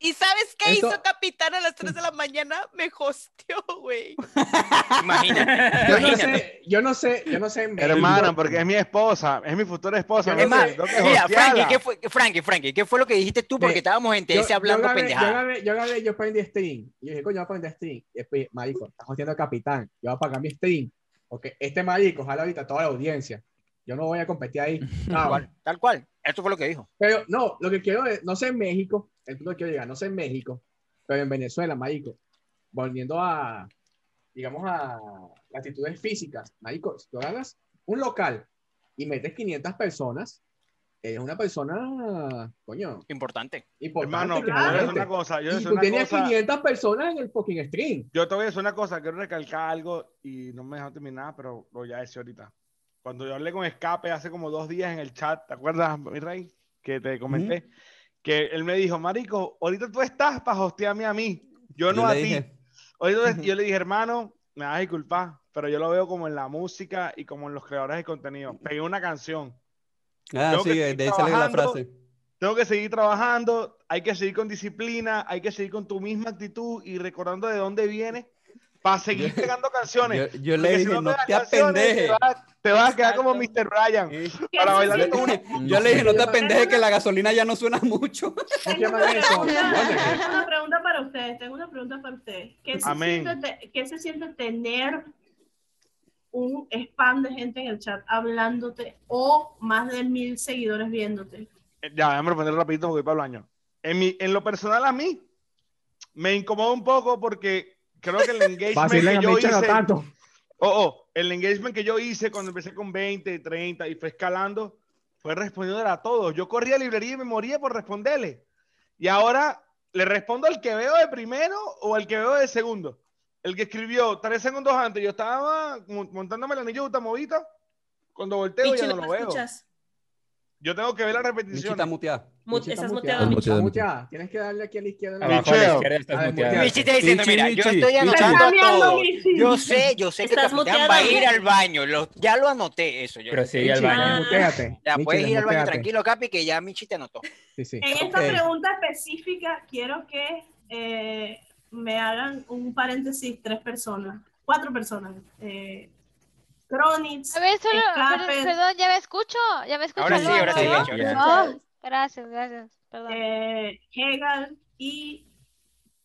¿Y sabes qué Eso- hizo Capitán a las 3 de la mañana? Me hosteó, güey. Imagínate. Yo no imagínate. sé, yo no sé, yo no sé. en México. Hermana, porque es mi esposa, es mi futura esposa. Es no más, sé, tengo que mira, hostearla. Frankie, ¿qué fue, Frankie, Frankie, ¿qué fue lo que dijiste tú? Porque Ve, estábamos en TS hablando grabé- Yo pendejada. grabé, yo grabé, yo prendí stream. Y yo dije, coño, voy a prender stream. Y después, marico, estás jodiendo al capitán. Yo voy a pagar mi stream. Porque este marico jala ahorita toda la audiencia. Yo no voy a competir ahí. Tal Ah, cual, tal cual. Esto fue lo que dijo. Pero no, lo que quiero es, no sé en México, el punto que quiero llegar, no sé en México, pero en Venezuela, marico, volviendo a, digamos, a las actitudes físicas, marico, si tú ganas un local y metes 500 personas, eres una persona, coño, importante. Importante, Hermano, yo voy a decir una cosa, yo voy a y decir tú una tenías cosa. 500 personas en el fucking stream. Yo te voy a decir una cosa, quiero recalcar algo y no me dejó terminar, pero lo ya decía ahorita. Cuando yo hablé con Escape hace como dos días en el chat, ¿te acuerdas, mi rey? Que te comenté. Que él me dijo, Marico, ahorita tú estás para hostearme a mí, yo no Yo a le ti. dije. Ahorita tú- yo le dije, hermano, me vas a disculpar, pero yo lo veo como en la música y como en los creadores de contenido. Pegué una canción. Ah, Tengo que sí, de seguir ahí sale la trabajando. frase. Tengo que seguir trabajando, hay que seguir con disciplina, hay que seguir con tu misma actitud y recordando de dónde vienes para seguir pegando canciones. Yo, yo le Porque si dije, no, pegas te canciones, apendejes. Te vas, te vas a quedar como Mr. Bryan para bailar Yo, con una. yo le dije, no te apendejes que la gasolina ya no suena mucho. ¿Cómo se llama eso? Tengo una pregunta para ustedes, tengo una pregunta para ustedes. ¿Qué se, Amén. siente, te- qué se siente tener un spam de gente en el chat hablándote o más de mil seguidores viéndote? Eh, Ya, déjame responder rapidito porque voy para el baño. En, mi, en lo personal a mí, me incomoda un poco porque creo que el engagement Vacilen que a yo Micha, no hice... tanto. Oh, oh, el engagement que yo hice cuando empecé con 20, 30 y fue escalando, fue respondiendo a todos. Yo corría a la librería y me moría por responderle. Y ahora le respondo al que veo de primero o al que veo de segundo. El que escribió tres segundos antes, yo estaba mo- montándome el anillo de Utamovita. Cuando volteo Michi, ya no ¿no lo te veo. escuchas? Yo tengo que ver la repetición. Michita muteada. Mut- Michi, está estás muteada. muteado, Michi. Está muteada. Tienes que darle aquí a la izquierda. Abajo a la Micheo. izquierda estás A ver, muteada. muteada. Michi está diciendo, Michi, mira, Michi, yo estoy Michi. anotando a Estás cambiando, todos. Michi. Yo sé, yo sé que Estás Capitán va a muteado. ir al baño. lo- ya lo anoté eso. Yo. Pero sigue al ¿eh? Michi, baño. desmuteate. Ya Michi, puedes ir al baño desmuteate. tranquilo, Capi, que ya Michi te anotó. Sí, sí. En esta Ok. pregunta específica quiero que eh, me hagan un paréntesis tres personas, cuatro personas. Eh, Cronitz, A ver, solo, Escape. per- perdón, ya me escucho, ya me escucho. Ahora sí, ¿no? ahora sí, ¿No? Michi, ahora sí. Ah, gracias, gracias, perdón. eh, Hegel y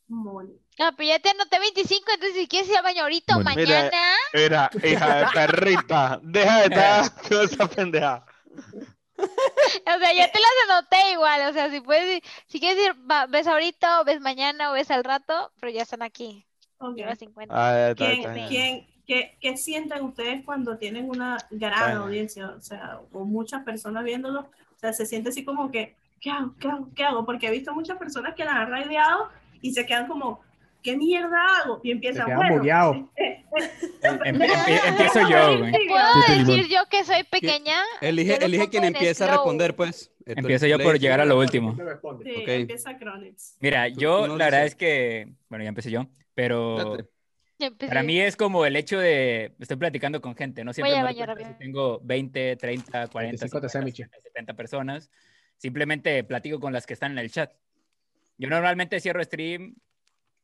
Moni. No, pero ya te anoté 25, entonces si quieres ir al baño ahorita o Bueno. Mira, mañana. Era, hija de perrita, deja de estar con esa pendeja. O sea, ya te las anoté igual. O sea, si puedes, ir- si quieres ir, va- ves ahorita, o ves mañana, o ves al rato, pero ya están aquí. Ok. Yo las encuentro. Ah, ya está, está ¿Quién, bien. quién- qué, qué sienten ustedes cuando tienen una gran Bueno. audiencia? O sea, o muchas personas viéndolo. O sea, se siente así como que, ¿qué hago? ¿Qué hago? ¿Qué hago? Porque he visto muchas personas que la han raideado y se quedan como, ¿qué mierda hago? Y Se empiezan, queda bueno, bugueado. Em- em- empiezo yo, güey. ¿Puedo Sí, te decir limón. yo que soy pequeña? Yo Elige, lo elige pongo quien en empieza a slow. responder, pues. Esto- Empiezo yo le por dices- llegar a lo último. Te responde. sí, Ok. empieza Cronix. Mira, Tú- yo tú no la verdad dices. es que, bueno, ya empecé yo, pero Date. Ya empecé. para mí es como el hecho de, estoy platicando con gente, no siempre Voy al me doy baño cuenta rápido. si tengo 20, 30, 40, 25 te 50, sé, Michi. 70 personas, simplemente platico con las que están en el chat. Yo normalmente cierro stream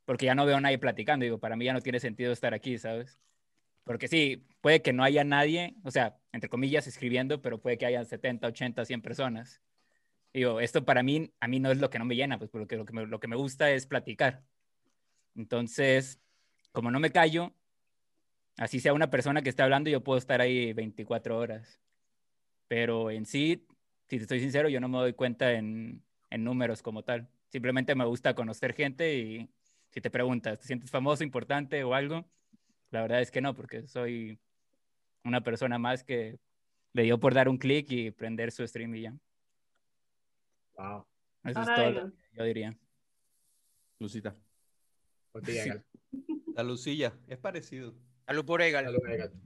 porque ya no veo a nadie platicando, digo, para mí ya no tiene sentido estar aquí, ¿sabes? Porque sí, puede que no haya nadie, o sea, entre comillas escribiendo, pero puede que haya 70, 80, 100 personas. Digo, esto para mí, a mí no es lo que no me llena, pues porque lo que me, lo que me gusta es platicar. Entonces, como no me callo, así sea una persona que esté hablando, yo puedo estar ahí 24 horas. Pero en sí, si te estoy sincero, yo no me doy cuenta en, en números como tal. Simplemente me gusta conocer gente y si te preguntas, ¿te sientes famoso, importante o algo? La verdad es que no, porque soy una persona más que le dio por dar un clic y prender su stream y ya. Wow. Eso es Ahora todo digo. lo que yo diría. Lucita. Por ti, Egal. La Lucilla, es parecido. Salud por Egal.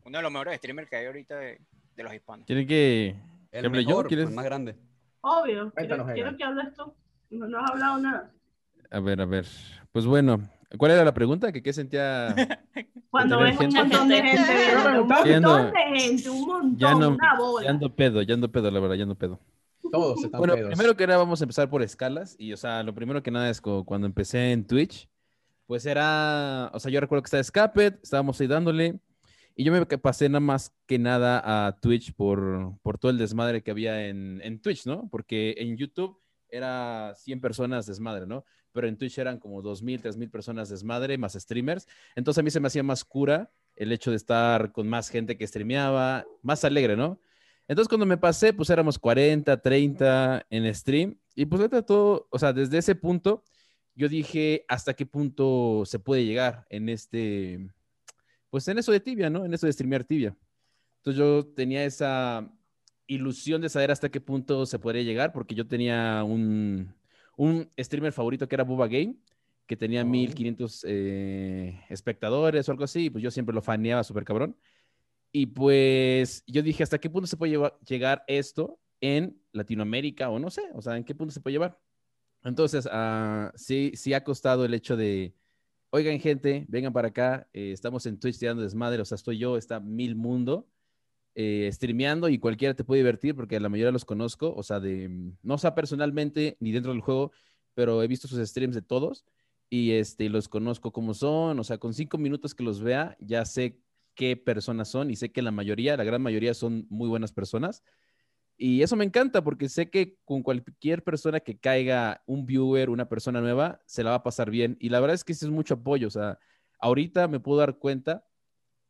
Uno de los mejores streamers que hay ahorita de, de los hispanos. ¿Tienen que... El que hable yo, mejor, ¿Quieres? el más grande. Obvio. Cuéntanos, Quiero, Edgar. quiero que hables tú. No, no has hablado nada. A ver, a ver. Pues bueno, ¿cuál era la pregunta? ¿Que qué sentía? de Cuando tener ves un montón de gente, ¿verdad? un Ya no- montón de gente, un montón, Ya no, una bola. ya ando pedo, ya ando pedo, la verdad, ya ando pedo. Todos están bueno, pedos. primero que nada vamos a empezar por escalas y, o sea, lo primero que nada es co- cuando empecé en Twitch, pues era, o sea, yo recuerdo que estaba Scapet, estábamos ahí dándole y yo me que- pasé nada más que nada a Twitch por, por todo el desmadre que había en, en Twitch, ¿no? Porque en YouTube era 100 personas desmadre, ¿no? Pero en Twitch eran como 2.000, 3.000 personas desmadre más streamers. Entonces a mí se me hacía más cura el hecho de estar con más gente que streameaba, más alegre, ¿no? Entonces, cuando me pasé, pues éramos 40, 30 en stream. Y pues neta, todo, o sea, desde ese punto, yo dije hasta qué punto se puede llegar en este, pues en eso de tibia, ¿no? En eso de streamear tibia. Entonces, yo tenía esa ilusión de saber hasta qué punto se podría llegar, porque yo tenía un, un streamer favorito que era Bubba Game, que tenía 1500 eh, espectadores o algo así, y pues yo siempre lo faneaba súper cabrón. Y pues yo dije, ¿hasta qué punto se puede llevar- llegar esto en Latinoamérica o no sé? O sea, ¿en qué punto se puede llevar? Entonces, ah, sí, sí ha costado el hecho de, oigan gente, vengan para acá, eh, estamos en Twitch tirando desmadre, o sea, estoy yo, está Mil Mundo, eh, streameando y cualquiera te puede divertir porque la mayoría los conozco, o sea, de, mm, no o sea personalmente ni dentro del juego, pero he visto sus streams de todos y este, los conozco como son, o sea, con cinco minutos que los vea, ya sé qué personas son y sé que la mayoría, la gran mayoría son muy buenas personas. Y eso me encanta porque sé que con cualquier persona que caiga un viewer, una persona nueva, se la va a pasar bien. Y la verdad es que ese es mucho apoyo. O sea, ahorita me puedo dar cuenta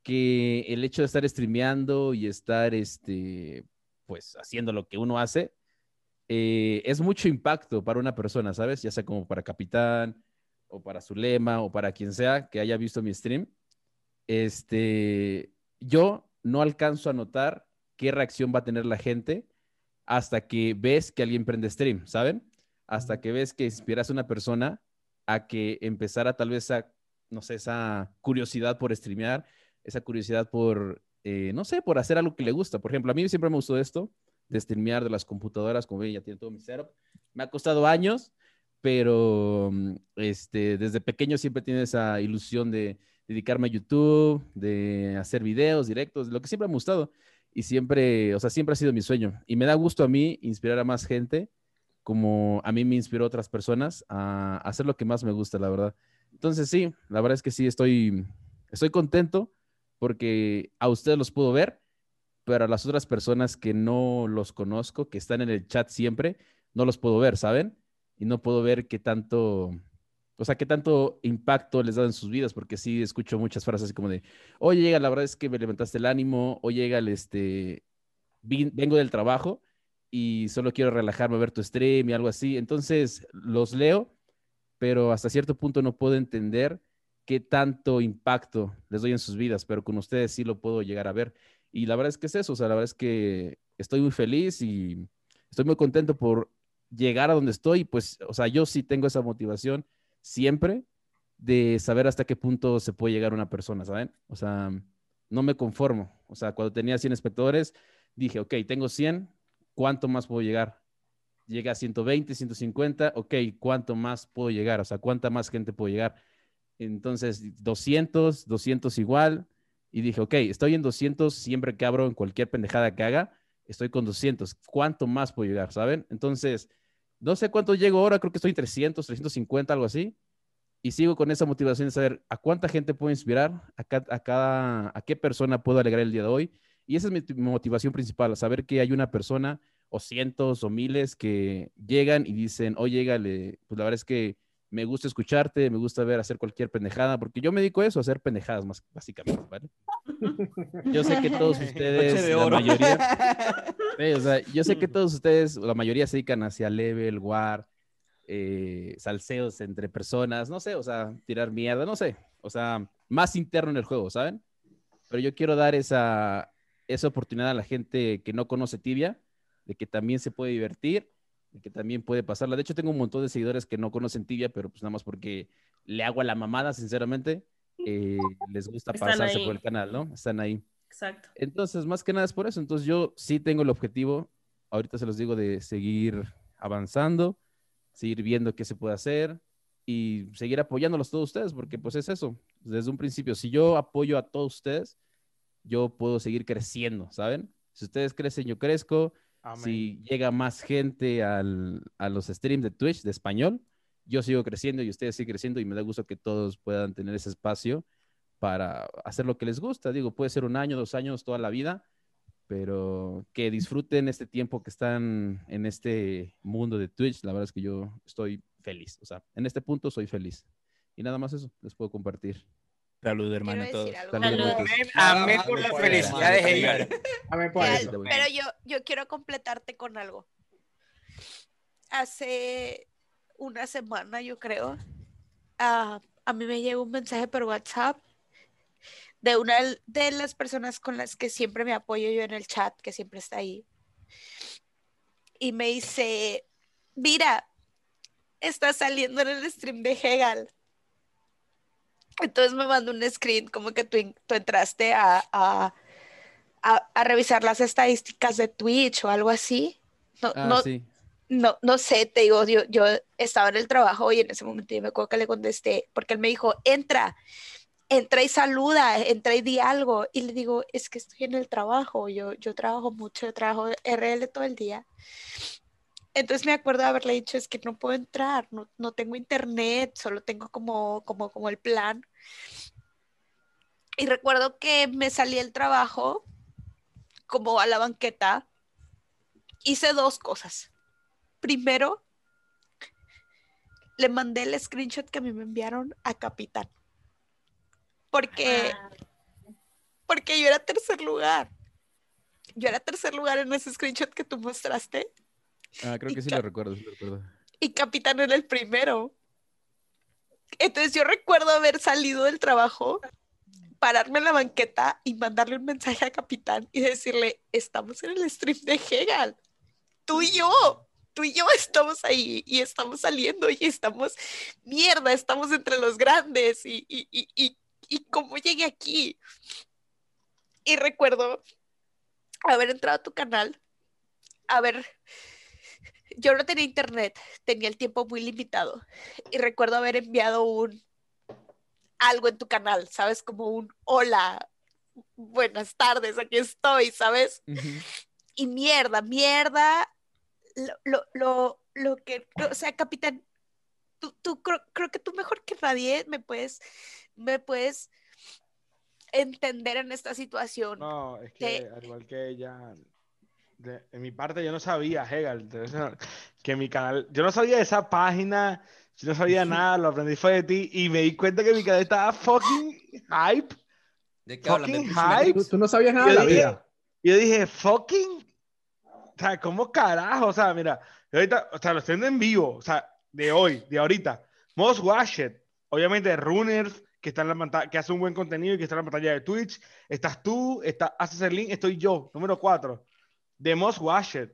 que el hecho de estar streameando y estar, este, pues, haciendo lo que uno hace, eh, es mucho impacto para una persona, ¿sabes? Ya sea como para Capitán o para Zulema o para quien sea que haya visto mi stream. Este, yo no alcanzo a notar qué reacción va a tener la gente hasta que ves que alguien prende stream, ¿saben? Hasta que ves que inspiras a una persona a que empezara tal vez a, no sé, esa curiosidad por streamear, esa curiosidad por, eh, no sé, por hacer algo que le gusta. Por ejemplo, a mí siempre me gustó esto, de streamear de las computadoras, como ven, ya tiene todo mi setup. Me ha costado años, pero mm, este, desde pequeño siempre tiene esa ilusión de dedicarme a YouTube, de hacer videos directos, lo que siempre me ha gustado. Y siempre, o sea, siempre ha sido mi sueño. Y me da gusto a mí inspirar a más gente, como a mí me inspiró otras personas a hacer lo que más me gusta, la verdad. Entonces, sí, la verdad es que sí, estoy, estoy contento porque a ustedes los puedo ver, pero a las otras personas que no los conozco, que están en el chat siempre, no los puedo ver, ¿saben? Y no puedo ver qué tanto, o sea, qué tanto impacto les da en sus vidas, porque sí escucho muchas frases así como de, oye, llega, la verdad es que me levantaste el ánimo, oye, llega, este, vin- vengo del trabajo y solo quiero relajarme, ver tu stream y algo así. Entonces, los leo, pero hasta cierto punto no puedo entender qué tanto impacto les doy en sus vidas, pero con ustedes sí lo puedo llegar a ver. Y la verdad es que es eso, o sea, la verdad es que estoy muy feliz y estoy muy contento por llegar a donde estoy, pues, o sea, yo sí tengo esa motivación siempre de saber hasta qué punto se puede llegar una persona, ¿saben? O sea, no me conformo. O sea, cuando tenía 100 espectadores, dije, ok, tengo 100, ¿cuánto más puedo llegar? Llegué a 120, 150, ok, ¿cuánto más puedo llegar? O sea, ¿cuánta más gente puedo llegar? Entonces, 200, 200 igual. Y dije, ok, estoy en 200, siempre que abro en cualquier pendejada que haga, estoy con 200. ¿Cuánto más puedo llegar? ¿Saben? Entonces, no sé cuánto llego ahora, creo que estoy en 300, 350, algo así y sigo con esa motivación de saber a cuánta gente puedo inspirar, a, ca- a cada, a qué persona puedo alegrar el día de hoy. Y esa es mi, t- mi motivación principal, saber que hay una persona o cientos o miles que llegan y dicen, oye, llégale, pues la verdad es que me gusta escucharte, me gusta ver hacer cualquier pendejada, porque yo me dedico a eso, a hacer pendejadas más, básicamente, ¿vale? Yo sé que todos ustedes, Noche de la oro. Mm. mayoría, Sí, o sea, yo sé que todos ustedes, la mayoría se dedican hacia level, war, eh, salseos entre personas, no sé, o sea, tirar mierda, no sé, o sea, más interno en el juego, ¿saben? Pero yo quiero dar esa, esa oportunidad a la gente que no conoce Tibia, de que también se puede divertir, de que también puede pasarla. De hecho, tengo un montón de seguidores que no conocen Tibia, pero pues nada más porque le hago a la mamada, sinceramente, eh, les gusta Están pasarse ahí. por el canal, ¿no? Están ahí. Exacto. Entonces, más que nada es por eso. Entonces, yo sí tengo el objetivo, ahorita se los digo, de seguir avanzando, seguir viendo qué se puede hacer y seguir apoyándolos todos ustedes, porque pues es eso, desde un principio. Si yo apoyo a todos ustedes, yo puedo seguir creciendo, ¿saben? Si ustedes crecen, yo crezco. Si llega más gente al- a los streams de Twitch de español, yo sigo creciendo y ustedes siguen creciendo y me da gusto que todos puedan tener ese espacio para hacer lo que les gusta. Digo, puede ser un año, dos años, toda la vida, pero que disfruten este tiempo que están en este mundo de Twitch. La verdad es que yo estoy feliz. O sea, en este punto soy feliz. Y nada más eso, les puedo compartir. Salud, hermano, a todos. Salud, Salud. hermano, a todos. Amén, amén por la felicidad de Heigar. Amén por Ya, eso. Pero yo, yo quiero completarte con algo. Hace una semana, yo creo, ah, a mí me llegó un mensaje por WhatsApp de una de las personas con las que siempre me apoyo yo en el chat, que siempre está ahí. Y me dice, mira, está saliendo en el stream de Hegel. Entonces me mandó un screen como que tú, en- tú entraste a- a, a, a revisar las estadísticas de Twitch o algo así. No, Ah, no, sí. no, no sé, te digo, yo, yo estaba en el trabajo y en ese momento yo me acuerdo que le contesté, porque él me dijo, entra, entra y saluda, entra y di algo. Y le digo, es que estoy en el trabajo, yo, yo trabajo mucho, yo trabajo RL todo el día. Entonces me acuerdo de haberle dicho, es que no puedo entrar, no, no tengo internet, solo tengo como, como, como el plan. Y recuerdo que me salí del trabajo como a la banqueta, hice dos cosas. Primero, le mandé el screenshot que a mí me enviaron a Capitán. Porque, porque yo era tercer lugar. Yo era tercer lugar en ese screenshot que tú mostraste Ah, creo que sí lo recuerdo, sí lo recuerdo. y Capitán era el primero. Entonces yo recuerdo haber salido del trabajo, pararme en la banqueta y mandarle un mensaje a Capitán y decirle, estamos en el stream de Hegel. Tú y yo, tú y yo estamos ahí y estamos saliendo y estamos, mierda, estamos entre los grandes y, y, y, y, y cómo llegué aquí. Y recuerdo haber entrado a tu canal, haber yo no tenía internet, tenía el tiempo muy limitado y recuerdo haber enviado un algo en tu canal, ¿sabes? Como un hola, buenas tardes, aquí estoy, ¿sabes? Y mierda, mierda, lo, lo, lo, lo que, o sea, capitán, tú, tú creo, creo que tú mejor que nadie me puedes, me puedes entender en esta situación. No, es que Te- al igual que ella, de, en mi parte yo no sabía, Hegel, entonces, no, que mi canal, yo no sabía de esa página, yo no sabía nada, lo aprendí fue de ti y me di cuenta que mi canal estaba fucking hype. ¿De qué hablan? ¿De Fucking Twitch? hype. Tú- tú no sabías nada de Yo la dije- vida. Yo dije, fucking, o sea, ¿cómo carajo? O sea, mira, yo ahorita, o sea, lo estoy viendo en vivo, o sea, de hoy, de ahorita. Most Watched, obviamente, Runners, que, está en la pantalla, que hace un buen contenido y que está en la pantalla de Twitch. Estás tú, está Assassin's Link, estoy yo, número 4. De Most Watched.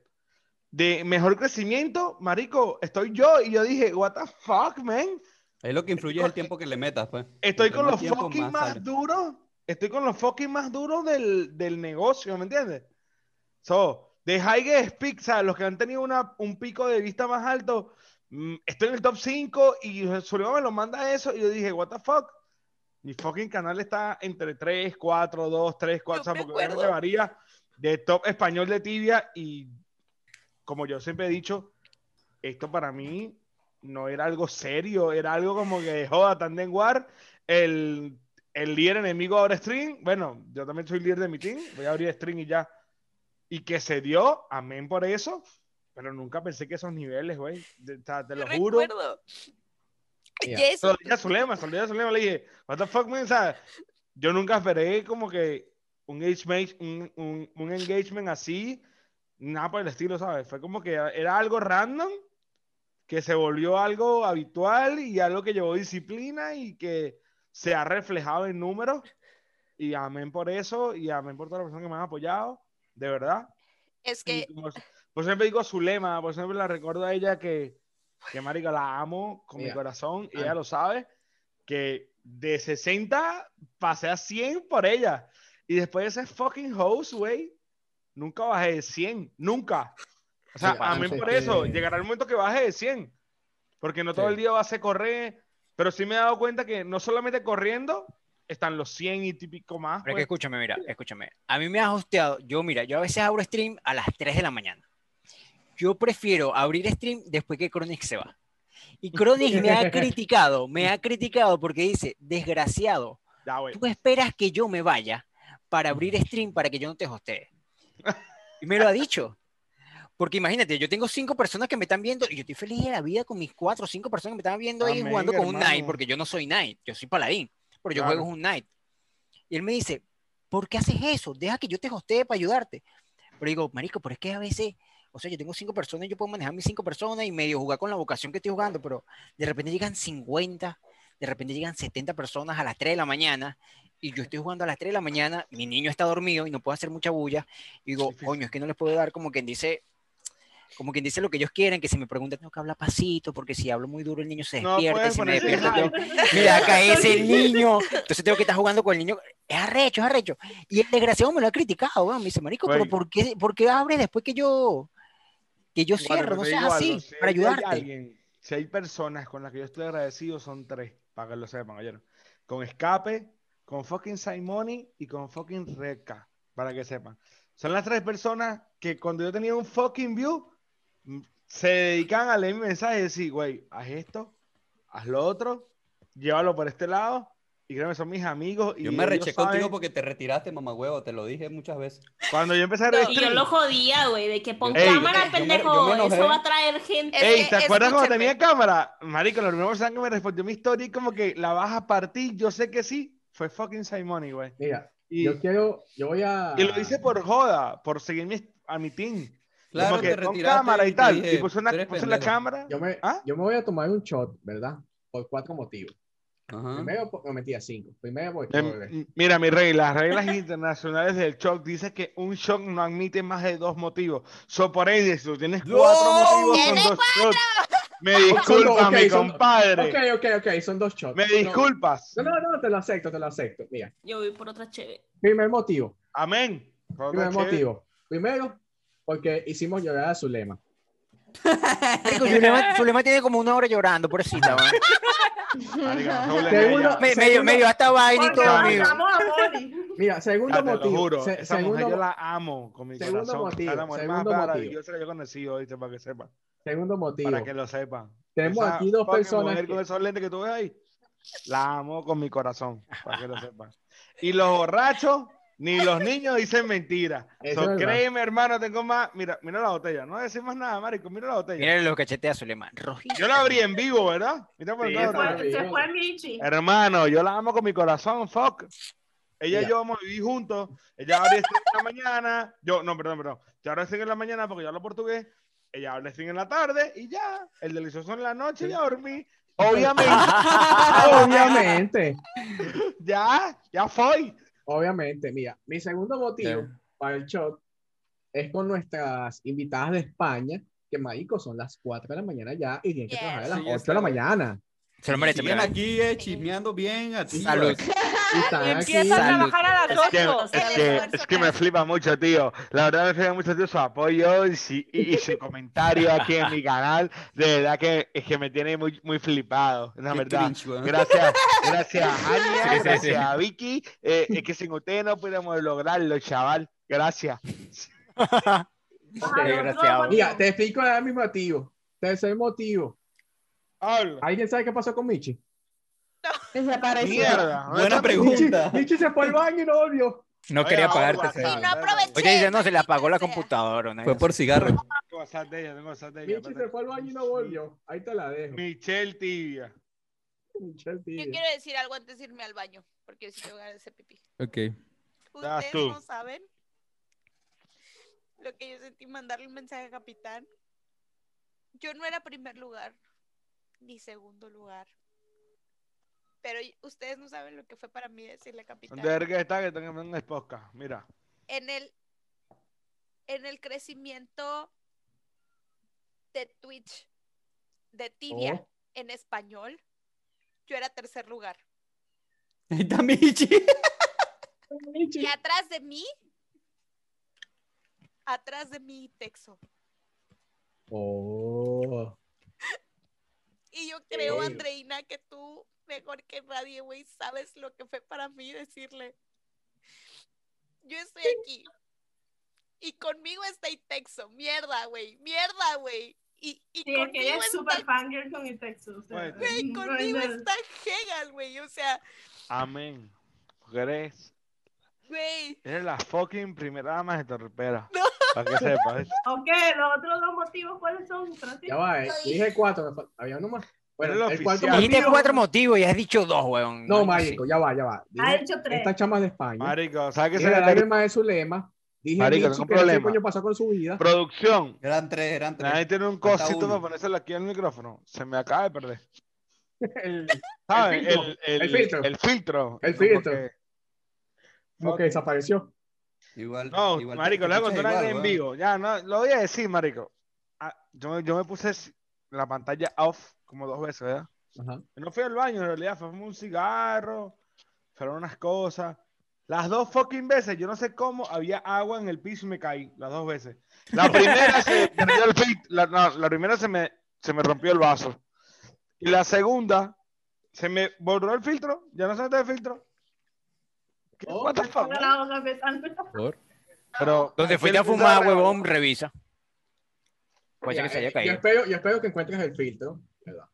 De mejor crecimiento, marico, estoy yo. Y yo dije, what the fuck, man. Ahí lo que influye es el tiempo que le metas, pues. Estoy Entre con más los tiempo, fucking más más, sale. duros. Estoy con los fucking más duros del, del negocio, ¿me entiendes? So, de Highest Peak, o sea, los que han tenido una, un pico de vista más alto, mm, estoy en el top 5 y Sullivan me lo manda eso. Y yo dije, what the fuck. Mi fucking canal está entre 3, 4, 2, 3, 4. o sea, porque obviamente varía de top español de tibia. Y como yo siempre he dicho, esto para mí no era algo serio, era algo como que, joda, Tandem War, el, el líder enemigo ahora es String, bueno, yo también soy líder de mi team, voy a abrir String y ya. Y que se dio, amén por eso, pero nunca pensé que esos niveles, güey, de- o sea, te lo juro. Recuerdo. Ya. Jason. Se lo dije a Zulema, se lo dije a Zulema, le dije, what the fuck, man, o sea, yo nunca esperé como que un engagement, un, un- un engagement así, nada por el estilo, ¿sabes? Fue como que era algo random, que se volvió algo habitual y algo que llevó disciplina y que se ha reflejado en números. Y amén por eso, y amén por todas las personas que me han apoyado, de verdad. Es que... por siempre digo a Zulema, por siempre la recuerdo a ella que, que marica, la amo con mi Mira. corazón, y Ah. ella lo sabe, que de 60 pasé a 100 por ella. Y después de ese fucking host, güey, nunca bajé de 100, nunca. O sea, Sí, amén antes por que- eso, llegará el momento que baje de 100, porque no todo Sí. el día va a ser correr, pero sí me he dado cuenta que no solamente corriendo, están los 100 y típico más. Pero es que pues. escúchame, mira, escúchame. A mí me has hosteado. Yo, mira, yo a veces abro stream a las 3 de la mañana. Yo prefiero abrir stream después que Cronix se va. Y Cronix me ha criticado, me ha criticado porque dice, desgraciado, Ya, güey. tú esperas que yo me vaya para abrir stream para que yo no te hostee. Y me lo ha dicho. Porque imagínate, yo tengo cinco personas que me están viendo y yo estoy feliz de la vida con mis cuatro o cinco personas que me están viendo ahí Amén, jugando con un hermano. Knight, porque yo no soy Knight, yo soy Paladín, pero yo Claro. juego es un Knight. Y él me dice, ¿por qué haces eso? Deja que yo te hostee para ayudarte. Pero digo, marico, pero es que a veces, o sea, yo tengo cinco personas, yo puedo manejar mis cinco personas y medio jugar con la vocación que estoy jugando, pero de repente llegan 50, de repente llegan 70 personas a las 3 de la mañana y yo estoy jugando a las 3 de la mañana, mi niño está dormido y no puedo hacer mucha bulla. Y digo, coño, es que no les puedo dar como quien dice... Como quien dice lo que ellos quieren, que si me preguntan tengo que hablar pasito, porque si hablo muy duro el niño se No despierta, y puedes si me ponerse despierta yo, hype. mira, acá es el niño. Entonces tengo que estar jugando con el niño. Es arrecho, es arrecho. Y el desgraciado me lo ha criticado, weón. Me dice, marico, pero Güey. ¿por qué, por qué abre después que yo, que yo Bueno, cierro? pero No te seas digo así, algo, si para hay- si hay ayudarte. alguien- si hay personas con las que yo estoy agradecido, son tres, para que lo sepan, oyeron. Con Escape, con fucking Simoni y con fucking Reca, para que sepan. Son las tres personas que cuando yo tenía un fucking view, mm, se dedican a leer mi mensaje y decir, güey, haz esto, haz lo otro, llévalo por este lado, y créeme, son mis amigos. Y Yo me ellos reché saben- contigo porque te retiraste, mamagüevo, te lo dije muchas veces. Cuando yo empecé a Y yo lo jodía, güey, de que pon Ey, cámara, yo me- yo pendejo, me enojé. eso va a traer gente. Ey, ¿te acuerdas cuando tenía cámara? Marico, lo primero que me respondió mi historia y como que la vas a partir, yo sé que sí, fue fucking Simoni, güey. Mira, y, yo quiero, yo voy a... y lo hice por joda, por seguir mi- a mi team. Claro, como te que con retiraste cámara y y te tal, dije, y puse, una- "Tú eres puse la pendejo". cámara. Yo me, yo me voy a tomar un shot, ¿verdad? Por cuatro motivos. Primero, porque me metí a cinco. Primero, porque... Em, Mira, mi rey, las reglas internacionales del shock dicen que un shock no admite más de dos motivos. So, por ahí, si tú tienes cuatro motivos, son dos shots. Me disculpa, disculpas, mi compadre. ok, ok, ok, son dos shots. Me No. disculpas. No, no, no, te lo acepto, te lo acepto. Mira, Yo voy por otra chévere. primer motivo. Amén. Primer chévere. motivo. Primero, porque hicimos llorar a Zulema. Marico, Zulema, Zulema tiene como una hora llorando, pobrecita, weón. Ah, Segundo- Me- medio, segundo- medio hasta vaina y todo, amigo. Mira, segundo Ya, te motivo. Lo juro, se- esa segundo mujer yo mo- la amo con mi segundo corazón. motivo, Es la mujer segundo más motivo. maravillosa que yo conocí hoy, para que sepan. Segundo motivo. Para que lo sepan. Tenemos Esa aquí dos fucking personas mujer que- con esos lentes que tú ves ahí, la amo con mi corazón, para que lo sepan. Y los borrachos, ni los niños dicen mentiras. So, Eso es verdad. créeme, hermano, tengo más. Mira, mira la botella. No voy a decir más nada, marico. Mira la botella. Mírale los cachetes a Zulema. Rojito. Yo la abrí en vivo, ¿verdad? Mira por Sí, todos está lados. bien. Se fue Michi. Hermano, yo la amo con mi corazón, fuck. Ella y yo vamos a vivir juntos. Ella habla stream en la mañana. Yo, no, perdón, perdón. Yo hablo stream en la mañana porque yo hablo portugués. Ella habla stream en la tarde y ya. El delicioso en la noche y a dormir. Obviamente. Obviamente. ya, ya fue. Obviamente, mira, mi segundo motivo para el shot es con nuestras invitadas de España, que marico son las 4 de la mañana ya y tienen que trabajar a las Sí, 8 de la mañana. Se lo merece, Siguen mira. aquí eh, chismeando bien. activas. Salud. Y están aquí. Empieza a trabajar a las Es que, ocho. es que, es que me flipa mucho, tío. La verdad me flipa mucho, tío, su apoyo y, si- y- y su comentario aquí en mi canal. De verdad que, es que me tiene muy, muy flipado. La Qué verdad. cringe, weón. gracias, gracias a Ania, Sí, sí, sí. gracias a Vicky. Eh, es que sin ustedes no pudiéramos lograrlo, chaval. Gracias. Mira, te explico ahora mi motivo. Tercer motivo. ¿Alguien sabe qué pasó con Michi? Desapareció. Mierda, buena pregunta. Michi, Michi se fue al baño y no volvió. No quería pagarte. ese- Oye, dice, no, se le apagó la computadora. una Fue vez. por cigarro. Tengo WhatsApp de ella, tengo WhatsApp de ella. Michi se fue al baño y no volvió. Ahí te la dejo. Michelle Tibia. Michelle Yo Tibia. quiero decir algo antes de irme al baño, porque yo sí tengo ganas de ese pipí. Ok. Das Ustedes tú. no saben lo que yo sentí mandarle un mensaje a Capitán. Yo no era primer lugar, ni segundo lugar. Pero y- ustedes no saben lo que fue para mí decirle a Capitán. ¿Dónde verga está que tengo un podcast? Mira. En el, en el crecimiento de Twitch, de Tibia, Oh. en español, yo era tercer lugar. Ahí está Michi. Y atrás de mí, atrás de mí, Texo. Oh. Y yo creo, Ey. Andreina, que tú, mejor que nadie, güey, sabes lo que fue para mí decirle. Yo estoy aquí. Y conmigo está Itexo. Mierda, güey. Mierda, güey. Y, y Sí, es que ella conmigo es está, super fangirl con el texto. o sea, Bueno. güey, no hay conmigo nada. está Hegel, güey. O sea, Amén. Eres, güey. eres la fucking primera dama de Torpera. Para que sepas. Ok, los otros dos motivos, ¿cuáles son, Francisco? Ya va, eh. dije cuatro. me fal- Había uno más. Bueno, Era el el cuarto oficial. motivo- Dijiste cuatro motivos y has dicho dos, weón. No, marico, ya va, ya va. Ha Dije, hecho tres. esta chama es de España. Marico, ¿sabes qué Dije, se la lágrima de Zulema. Dije, Marico, tengo Michi, un que no sé problema. qué coño pasó con su vida. Producción. Eran tres, eran tres. Nadie tiene un Falta cosito uno. para ponérselo aquí al micrófono. Se me acaba de perder. El, ¿Sabes? filtro, el filtro. El filtro. El Es como filtro. que- Como que desapareció. Igual. No, igual te marico, le voy a escuchas contar algo igual, en weón. vivo. Ya, no, lo voy a decir, marico. Ah, yo, yo me puse la pantalla off como dos veces, ¿verdad? Ajá. Yo No fui al baño, en realidad, fue un cigarro, fueron unas cosas. Las dos fucking veces, yo no sé cómo, había agua en el piso y me caí, las dos veces. La primera se, me cayó el fil- la, no, la primera se, me, se me rompió el vaso. Y la segunda, se me borró el filtro, ya no se nota el filtro. ¿Qué, Oh, what the fuck? Hola, hola, Capitán. Ah, Pero, Donde fuiste a fumar, huevón, revisa. Puede ser que se haya eh, Yo caído. espero, yo espero que encuentres el filtro. ¿verdad?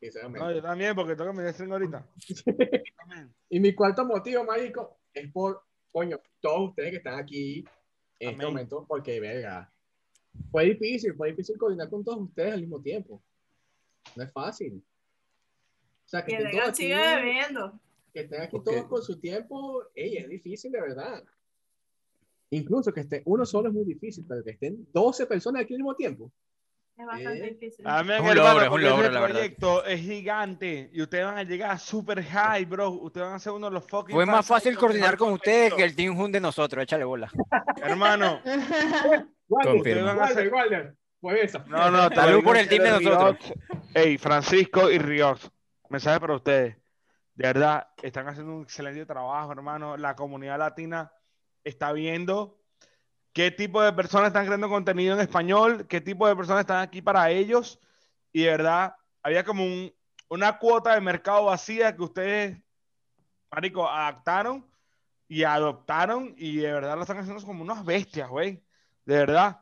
Sinceramente. No, yo también, porque tengo que mirar string ahorita. Y mi cuarto motivo, marico, es por, coño, todos ustedes que están aquí en este momento, porque, verga, fue difícil, fue difícil coordinar con todos ustedes al mismo tiempo. No es fácil. O sea, que Que estén Legal todos sigue aquí- bebiendo. que estén aquí Ok. todos con su tiempo, ey, es difícil de verdad. Incluso que esté uno solo es muy difícil, pero que estén 12 personas aquí al mismo tiempo. Es Eh, bastante difícil. Amén, Es un hermano, logro, es un porque logro, ese la verdad. proyecto es gigante y ustedes van a llegar super high, bro. Ustedes van a ser uno de los fucking. Fue más fans. fácil coordinar con ustedes que el Team Hun de nosotros. Échale bola. Hermano, Walter, Confirmo. Walter, Walter, Walter, fue esa. no, no, Salud por el team de nosotros. Hey, Francisco y Ríos, mensaje para ustedes. De verdad, están haciendo un excelente trabajo, hermano. La comunidad latina está viendo qué tipo de personas están creando contenido en español, qué tipo de personas están aquí para ellos. Y de verdad, había como un- una cuota de mercado vacía que ustedes, marico, adaptaron y adoptaron y de verdad lo están haciendo como unas bestias, güey. De verdad.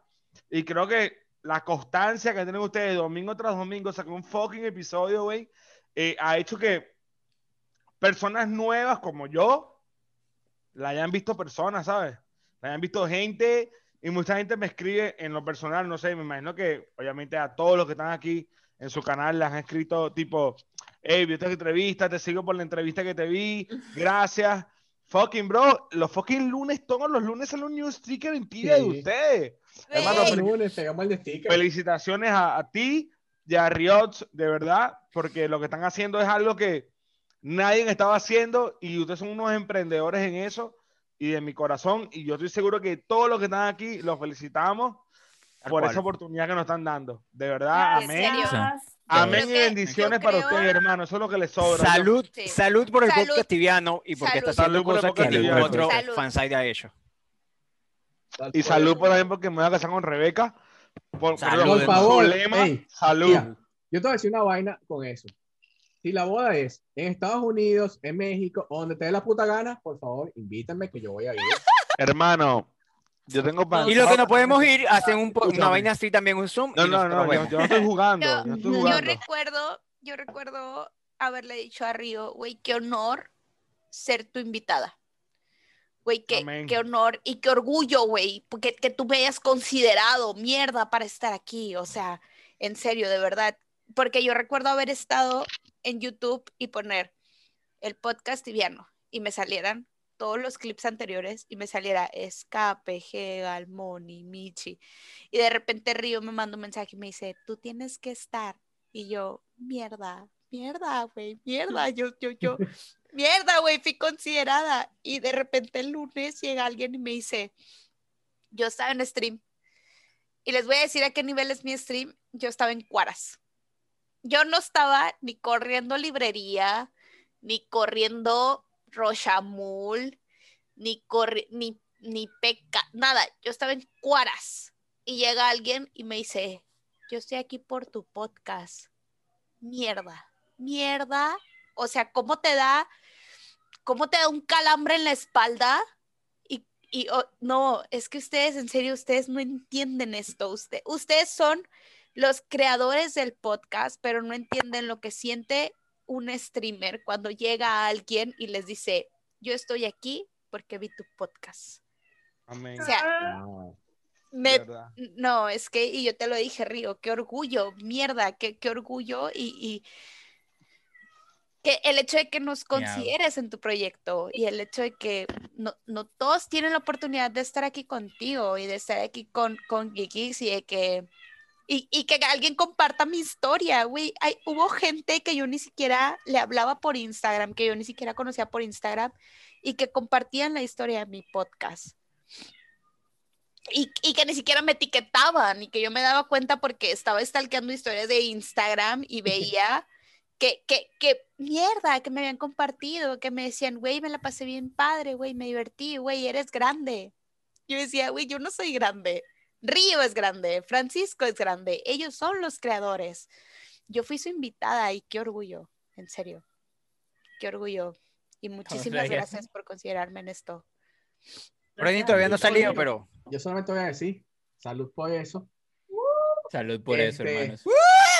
Y creo que la constancia que tienen ustedes domingo tras domingo, sacó un fucking episodio, güey, eh, ha hecho que personas nuevas como yo la hayan visto personas, ¿sabes? La hayan visto gente y mucha gente me escribe en lo personal, no sé, me imagino que obviamente a todos los que están aquí en su canal les han escrito tipo, hey, vi esta entrevista, te sigo por la entrevista que te vi, gracias. Fucking bro, los fucking lunes, todos los lunes sale un new sticker en ti de Sí. ustedes. Hermano, Hermano, lunes pegamos el de sticker. felicitaciones a, a ti y a Riots, de verdad, porque lo que están haciendo es algo que nadie estaba haciendo y ustedes son unos emprendedores en eso y de mi corazón y yo estoy seguro que todos los que están aquí los felicitamos Tal por cual. esa oportunidad que nos están dando. De verdad, En amén. serio. Amén y creo que- bendiciones yo para creo- ustedes, hermano. Eso es lo que les sobra. Salud, Sí. salud por el Salud. podcast tibiano y porque Salud. está haciendo Salud por el cosas que podcast ningún tibiano. otro Salud. fansite ha hecho. Y salud, por ejemplo, que me voy a casar con Rebeca. Por, Salud. por Por favor, Zulema, ey, salud. Mira, yo te voy a decir una vaina con eso. Si la boda es en Estados Unidos, en México, donde te dé la puta gana, por favor, invítame que yo voy a ir. Hermano, Yo tengo pan. Y lo que no podemos ir, hacen un, po- una vaina así también, un Zoom. No, y no, nosotros no, yo, vemos. yo no estoy jugando. Yo, no estoy Yo jugando. recuerdo, yo recuerdo haberle dicho a Río, güey, qué honor ser tu invitada. Güey, qué, qué honor y qué orgullo, güey, porque que tú me hayas considerado mierda para estar aquí. O sea, en serio, de verdad. Porque yo recuerdo haber estado en YouTube y poner el podcast tibiano y me salieran todos los clips anteriores y me saliera Escape, Hegal, Moni, Michi. Y de repente Río me manda un mensaje y me dice, tú tienes que estar. Y yo, mierda, mierda, güey, mierda, yo, yo, yo, mierda, güey, fui considerada. Y de repente el lunes llega alguien y me dice, yo estaba en stream. Y les voy a decir a qué nivel es mi stream. Yo estaba en cuaras. Yo no estaba ni corriendo librería, ni corriendo Rochamul, ni, corri- ni, ni peca, nada. Yo estaba en cuaras. Y llega alguien y me dice, yo estoy aquí por tu podcast. Mierda, mierda. O sea, ¿cómo te da, cómo te da un calambre en la espalda? Y, y, oh, no, es que ustedes, en serio, ustedes no entienden esto. Usted, ustedes son los creadores del podcast, pero no entienden lo que siente un streamer cuando llega alguien y les dice, yo estoy aquí porque vi tu podcast. Amén. O sea, Ah. me- verdad. no, es que, y yo te lo dije, Río, qué orgullo, mierda, qué, qué orgullo y, y que el hecho de que nos consideres en tu proyecto y el hecho de que no, no todos tienen la oportunidad de estar aquí contigo y de estar aquí con, con Geekies y de que, y, y que alguien comparta mi historia, güey. Hay- Hubo gente que yo ni siquiera le hablaba por Instagram, que yo ni siquiera conocía por Instagram y que compartían la historia de mi podcast y, y que ni siquiera me etiquetaban y que yo me daba cuenta porque estaba stalkeando historias de Instagram y veía que, que, que mierda, que me habían compartido, que me decían, güey, me la pasé bien padre, güey, me divertí, güey, eres grande. Yo decía, güey, yo no soy grande. Río es grande, Francisco es grande, ellos son los creadores. Yo fui su invitada y qué orgullo, en serio, qué orgullo. Y muchísimas ya. gracias por considerarme en esto. Brenny todavía no ha salido, pero. Yo solamente voy a decir, salud por eso. Salud por eso, Este- hermanos.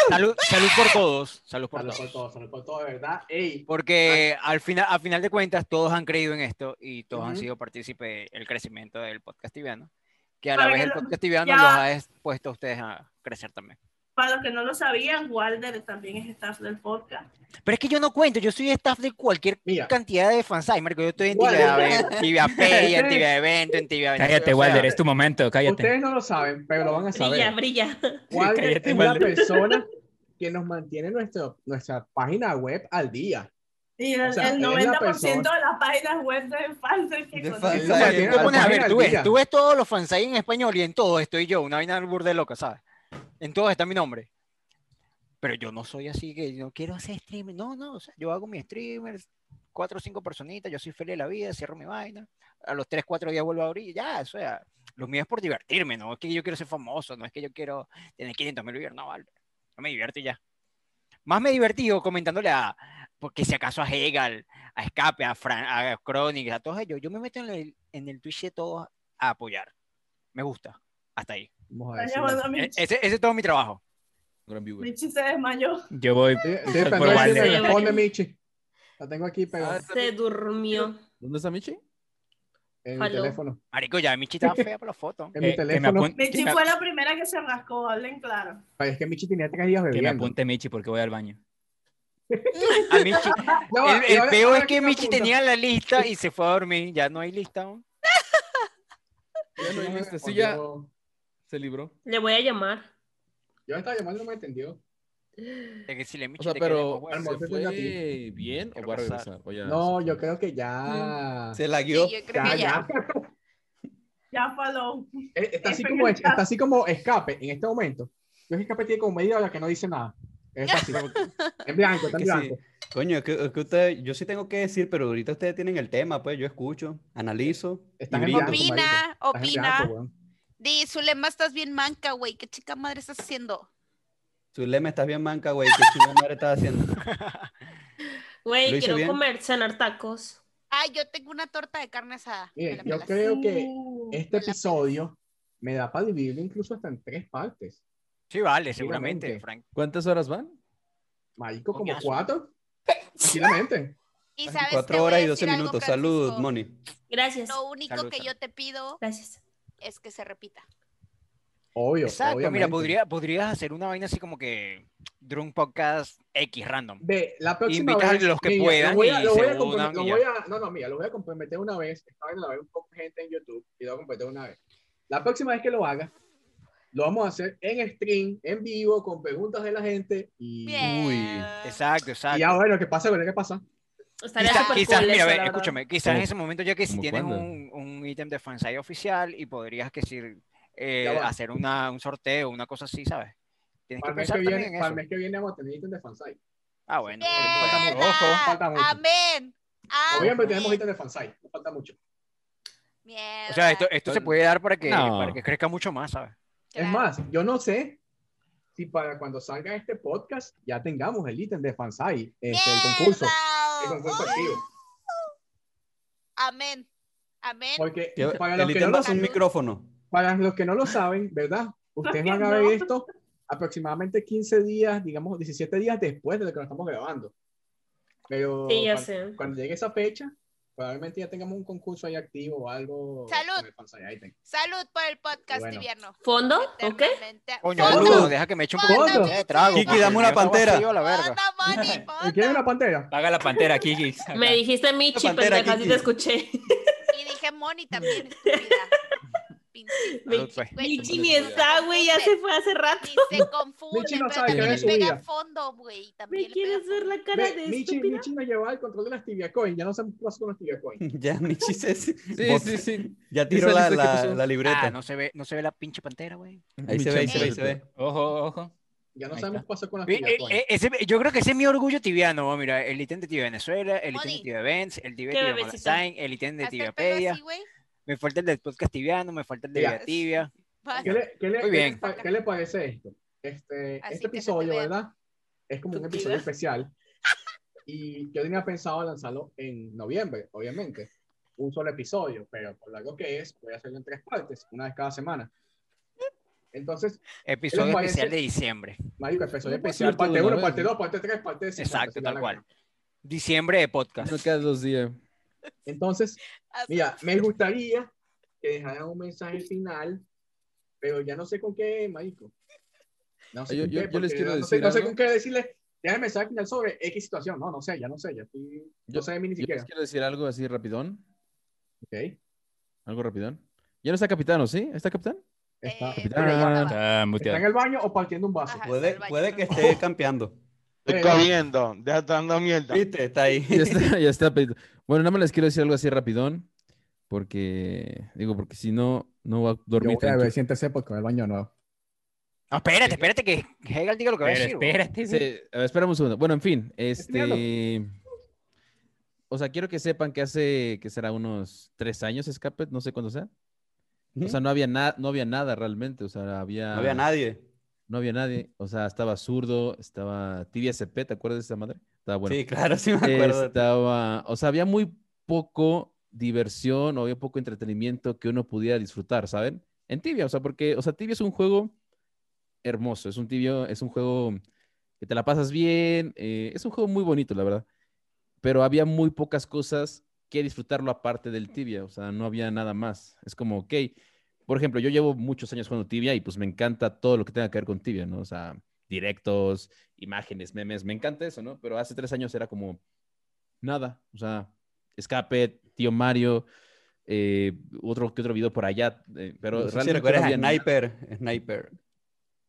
Salud, salud por todos. Salud por Salud por todos. todos, salud por todos, de verdad. Ey, Porque al final, al final de cuentas, todos han creído en esto y todos han Ujú. sido partícipes del crecimiento del podcast tibiano. Que a la Para vez que el lo- podcast tibiano ya. los ha expuesto a ustedes a crecer también. Para los que no lo sabían, Walder también es staff del podcast. Pero es que yo no cuento, yo soy staff de cualquier cantidad de fansites, marico. Yo estoy en Walder. tibia, Ve- tibia Feria, en Ustedes- tibia evento, en tibia Avenida. Cállate, O sea, Walder, es tu momento, cállate. ustedes no lo saben, pero lo van a saber. Brilla, brilla. Walder cállate, es la Walder. persona que nos mantiene nuestro, nuestra página web al día. Y el, O sea, el él es la 90% persona- de las páginas web de Fansel que O conocen. sea, tú te Walder, pones a ver, Walder tú al ves, día. tú ves todos los fansites en español y en todos estoy yo, una vaina burde loca, ¿sabes? En todos está mi nombre. Pero yo no soy así que no quiero hacer streamer. No, no, o sea, yo hago mi streamer, cuatro o cinco personitas, yo soy feliz de la vida, cierro mi vaina. A los tres, cuatro días vuelvo a abrir, y ya, o sea, lo mío es por divertirme, no es que yo quiero ser famoso, no es que yo quiero tener 500 mil viewers, no, vale. Yo me divierto y ya. Más me he divertido comentándole a, porque si acaso a Hegel, a Escape, a, Fran, a Chronic, a todos ellos, yo me meto en el, en el Twitch de todos a apoyar. Me gusta. Hasta ahí. Vamos Está llamando a E- Michi. Ese, ese es todo mi trabajo. Michi se desmayó. Yo voy Estoy por esperando a ver si me Walder. responde Michi. La tengo aquí pegada Se durmió. Ah, ¿Dónde está Michi? en mi Aló. teléfono. Marico, ya Michi estaba fea por la foto. En mi Eh, que me teléfono. apun- Michi que me- fue la primera que se rascó, hablen claro. Ay, Es que Michi tenía tres días Que me bebiendo. apunte Michi porque voy al baño. A Michi- Ya va, el y el ahora- peor ahora es que me Michi apunta. tenía la lista y se fue a dormir. Ya no hay lista. ¿no? Ya no hay me lista, sí, respondió. ya se libró. Le voy a llamar. Yo estaba llamando y no me atendió. De que si le O Michi sea, te queda pero como ¿se huevo. fue Eh, bien o Quiero va a Mm, pasar. regresar? O ya- No, yo creo que ya. Se la guió. yo creo Ya, ya. que ya. Ya faló. Eh, Está así, Está como, en el chat. está así como escape en este momento. Yo que escape tiene como media hora que no dice nada. Está así. en blanco, está en Que sí. blanco. Coño, es que, es que ustedes, yo sí tengo que decir, pero ahorita ustedes tienen el tema, pues yo escucho, analizo. y pues, Estás en brillo. blanco, Opina, marico. Estás en opina. blanco, weón. Di, Zulema, estás bien manca, güey. ¿Qué chica madre estás haciendo? Zulema, estás bien manca, güey. ¿Qué chingada madre estás haciendo? Lo Güey, hice quiero bien. comer, cenar tacos. Ay, yo tengo una torta de carne asada. Me Miren, la yo pelas. creo que este episodio me da para dividirlo incluso hasta en tres partes. Sí, vale, seguramente, Frank. ¿Cuántas horas van? Marico, como cuatro. Tranquilamente. Y sabes te Cuatro voy a horas y 12 decir algo, minutos. Francisco. Salud, Moni. Gracias. Lo único Salud, que salud. yo te pido es que se repita. Obvio. Exacto, mira, obviamente. podría, podrías hacer una vaina así como que Drunk Podcast X random. Ve, la próxima Invitas vez, a los que mira, puedan Lo voy a, y lo se voy a unan compromet- lo y ya. voy a- no, no, mira, lo voy a comprometer una vez. Esta vez la voy a ver un poco de gente en YouTube y lo voy a comprometer una vez. La próxima vez que lo haga, lo vamos a hacer en stream, en vivo, con preguntas de la gente. Y, Exacto, exacto. y ya bueno, ¿qué pasa? Bueno, ¿qué pasa? Estaría Quizá- súper quizás, cool mira, eso, ve, la verdad. escúchame, quizás en ese momento ya que si ¿Cómo tienes cuándo? un un ítem de fansite oficial y podrías que si, eh, Ya va. hacer una, un sorteo, una cosa así, ¿sabes? Tienes Para que el mes que pensar viene, también en para el eso. mes que viene vamos a tener ítem de fansite. Ah, bueno. Falta mucho. Falta mucho. Amén. Noviembre tenemos ítem de fansite. Nos falta mucho. O sea, esto, esto se puede dar para que, No. para que crezca mucho más, ¿sabes? Es más, yo no sé si para cuando salga este podcast ya tengamos el ítem de fansite, este, el concurso. El concurso activo. Amén. Amén. Porque Que- para el los, que no ítem va lo, a ser un micrófono. para los que no lo saben, ¿verdad? Ustedes van a No. ver esto aproximadamente 15 días, digamos 17 días después de lo que lo estamos grabando. Pero Sí, ya cuan- sé. cuando, llegue esa fecha, probablemente ya tengamos un concurso ahí activo o algo. Salud. con el fansite item. Salud por el podcast Bueno. invierno. ¿Fondo? ¿O qué? Coño, Fondo. boludo, deja que me eche un poquito Fondo. de Eh, trago. Kiki, porque dame una yo estaba pantera. vacío a la verga. ¿Y quién es la pantera? Paga la pantera, Kiki. Me dijiste Michi, pantera, pendeja, así Kiki. te escuché. Y dije Moni también. Michi ni está, güey, ya se fue hace rato. Se confunde. Michi no pero sabe qué también es su le pega vida. fondo, güey. También ¿Me quieres ver la cara Ve, de Michi, estúpida? Michi nos llevaba el control de las tibia coin. Ya no sabemos qué pasó con las tibia coin. Ya, Michi se... Sí, sí, sí. Ya tiró Dice, la, dice, ¿qué la- pasó? la libreta. Ah, no se ve, no se ve la pinche pantera, güey. Ahí se ve, ahí se ve, ahí se ve. Ojo, ojo. Ya no Ahí sabemos está. qué pasó con las Eh, tibia eh, coin. eh, ese- yo creo que ese es mi orgullo tibiano. vos, Mira, el ítem de Tibia Venezuela, el ítem de Moni. Tibia Events, el Tibia Qué Tibia bebecito. Malasign, el ítem de Hasta Tibia el pelo Pedia. así, güey. Me falta el del podcast tibiano, me falta el de Mira. Vía Tibia. Vas. ¿Qué le, qué le- qué le Muy bien. pa- qué le parece esto? Este, Así este que se te episodio, vea. ¿verdad? Es como un Tu episodio tibia. especial. Y yo tenía pensado lanzarlo en noviembre, obviamente. Un solo episodio, pero por lo largo que es, voy a hacerlo en tres partes, una vez cada semana. Entonces, Episodio parece? especial de diciembre. marico, episodio No puedo especial, hacer todo de parte 1, una vez, parte ¿no? 2, parte 3, parte 5. Exacto, tal cual. Diciembre de podcast. No cada dos días. Entonces, mira, me gustaría que dejaran un mensaje final, pero ya no sé con qué, marico. No sé Ah, Yo- con yo- qué, yo les porque quiero no sé- decir no sé algo. con qué decirle, déjame mensaje final sobre X situación. No, no sé, ya no sé, ya estoy, no sé de mí ni Yo les siquiera. quiero decir algo así rapidón. Ok. Algo rapidón. Ya no está capitán, ¿o sí? ¿Está capitán? Está, Capitán. Está está en muteado. el baño o partiendo un vaso. Puede, puede que esté campeando. Estoy Eh. comiendo, ya está dando mierda. Viste, está ahí. Ya está, ya está. Pedrito. Bueno, nada más les quiero decir algo así rapidón. Porque, digo, porque si no, no va a dormir. tranquilo. siéntese porque con el baño no. No, espérate, espérate que Hegel diga lo que va a Pero decir. güey. espérate. güey. Sí, a ver, espérame un segundo. Bueno, en fin, Míralo. este. O sea, quiero que sepan que hace, que será unos tres años, Escapet, no sé cuándo sea. O sea, no había, nada no había nada realmente. O sea, había. No había nadie. No había nadie. O sea, estaba zurdo, estaba Tibia CP, ¿te acuerdas de esa madre? Estaba bueno. Sí, claro, sí me acuerdo. Estaba, o sea, había muy poco diversión, o había poco entretenimiento que uno pudiera disfrutar, ¿saben? En Tibia, o sea, porque, o sea, Tibia es un juego hermoso, es un tibio, es un juego que te la pasas bien, eh, es un juego muy bonito, la verdad, pero había muy pocas cosas que disfrutarlo aparte del Tibia, o sea, no había nada más. Es como, ok, por ejemplo, yo llevo muchos años jugando Tibia y pues me encanta todo lo que tenga que ver con Tibia, ¿no? O sea, directos, imágenes, memes, me encanta eso, ¿no? Pero hace tres años era como nada, o sea, escape, tío Mario, eh, otro que otro video por allá, eh, pero Pero realmente no recuerdas había a nada. Sniper. Sniper.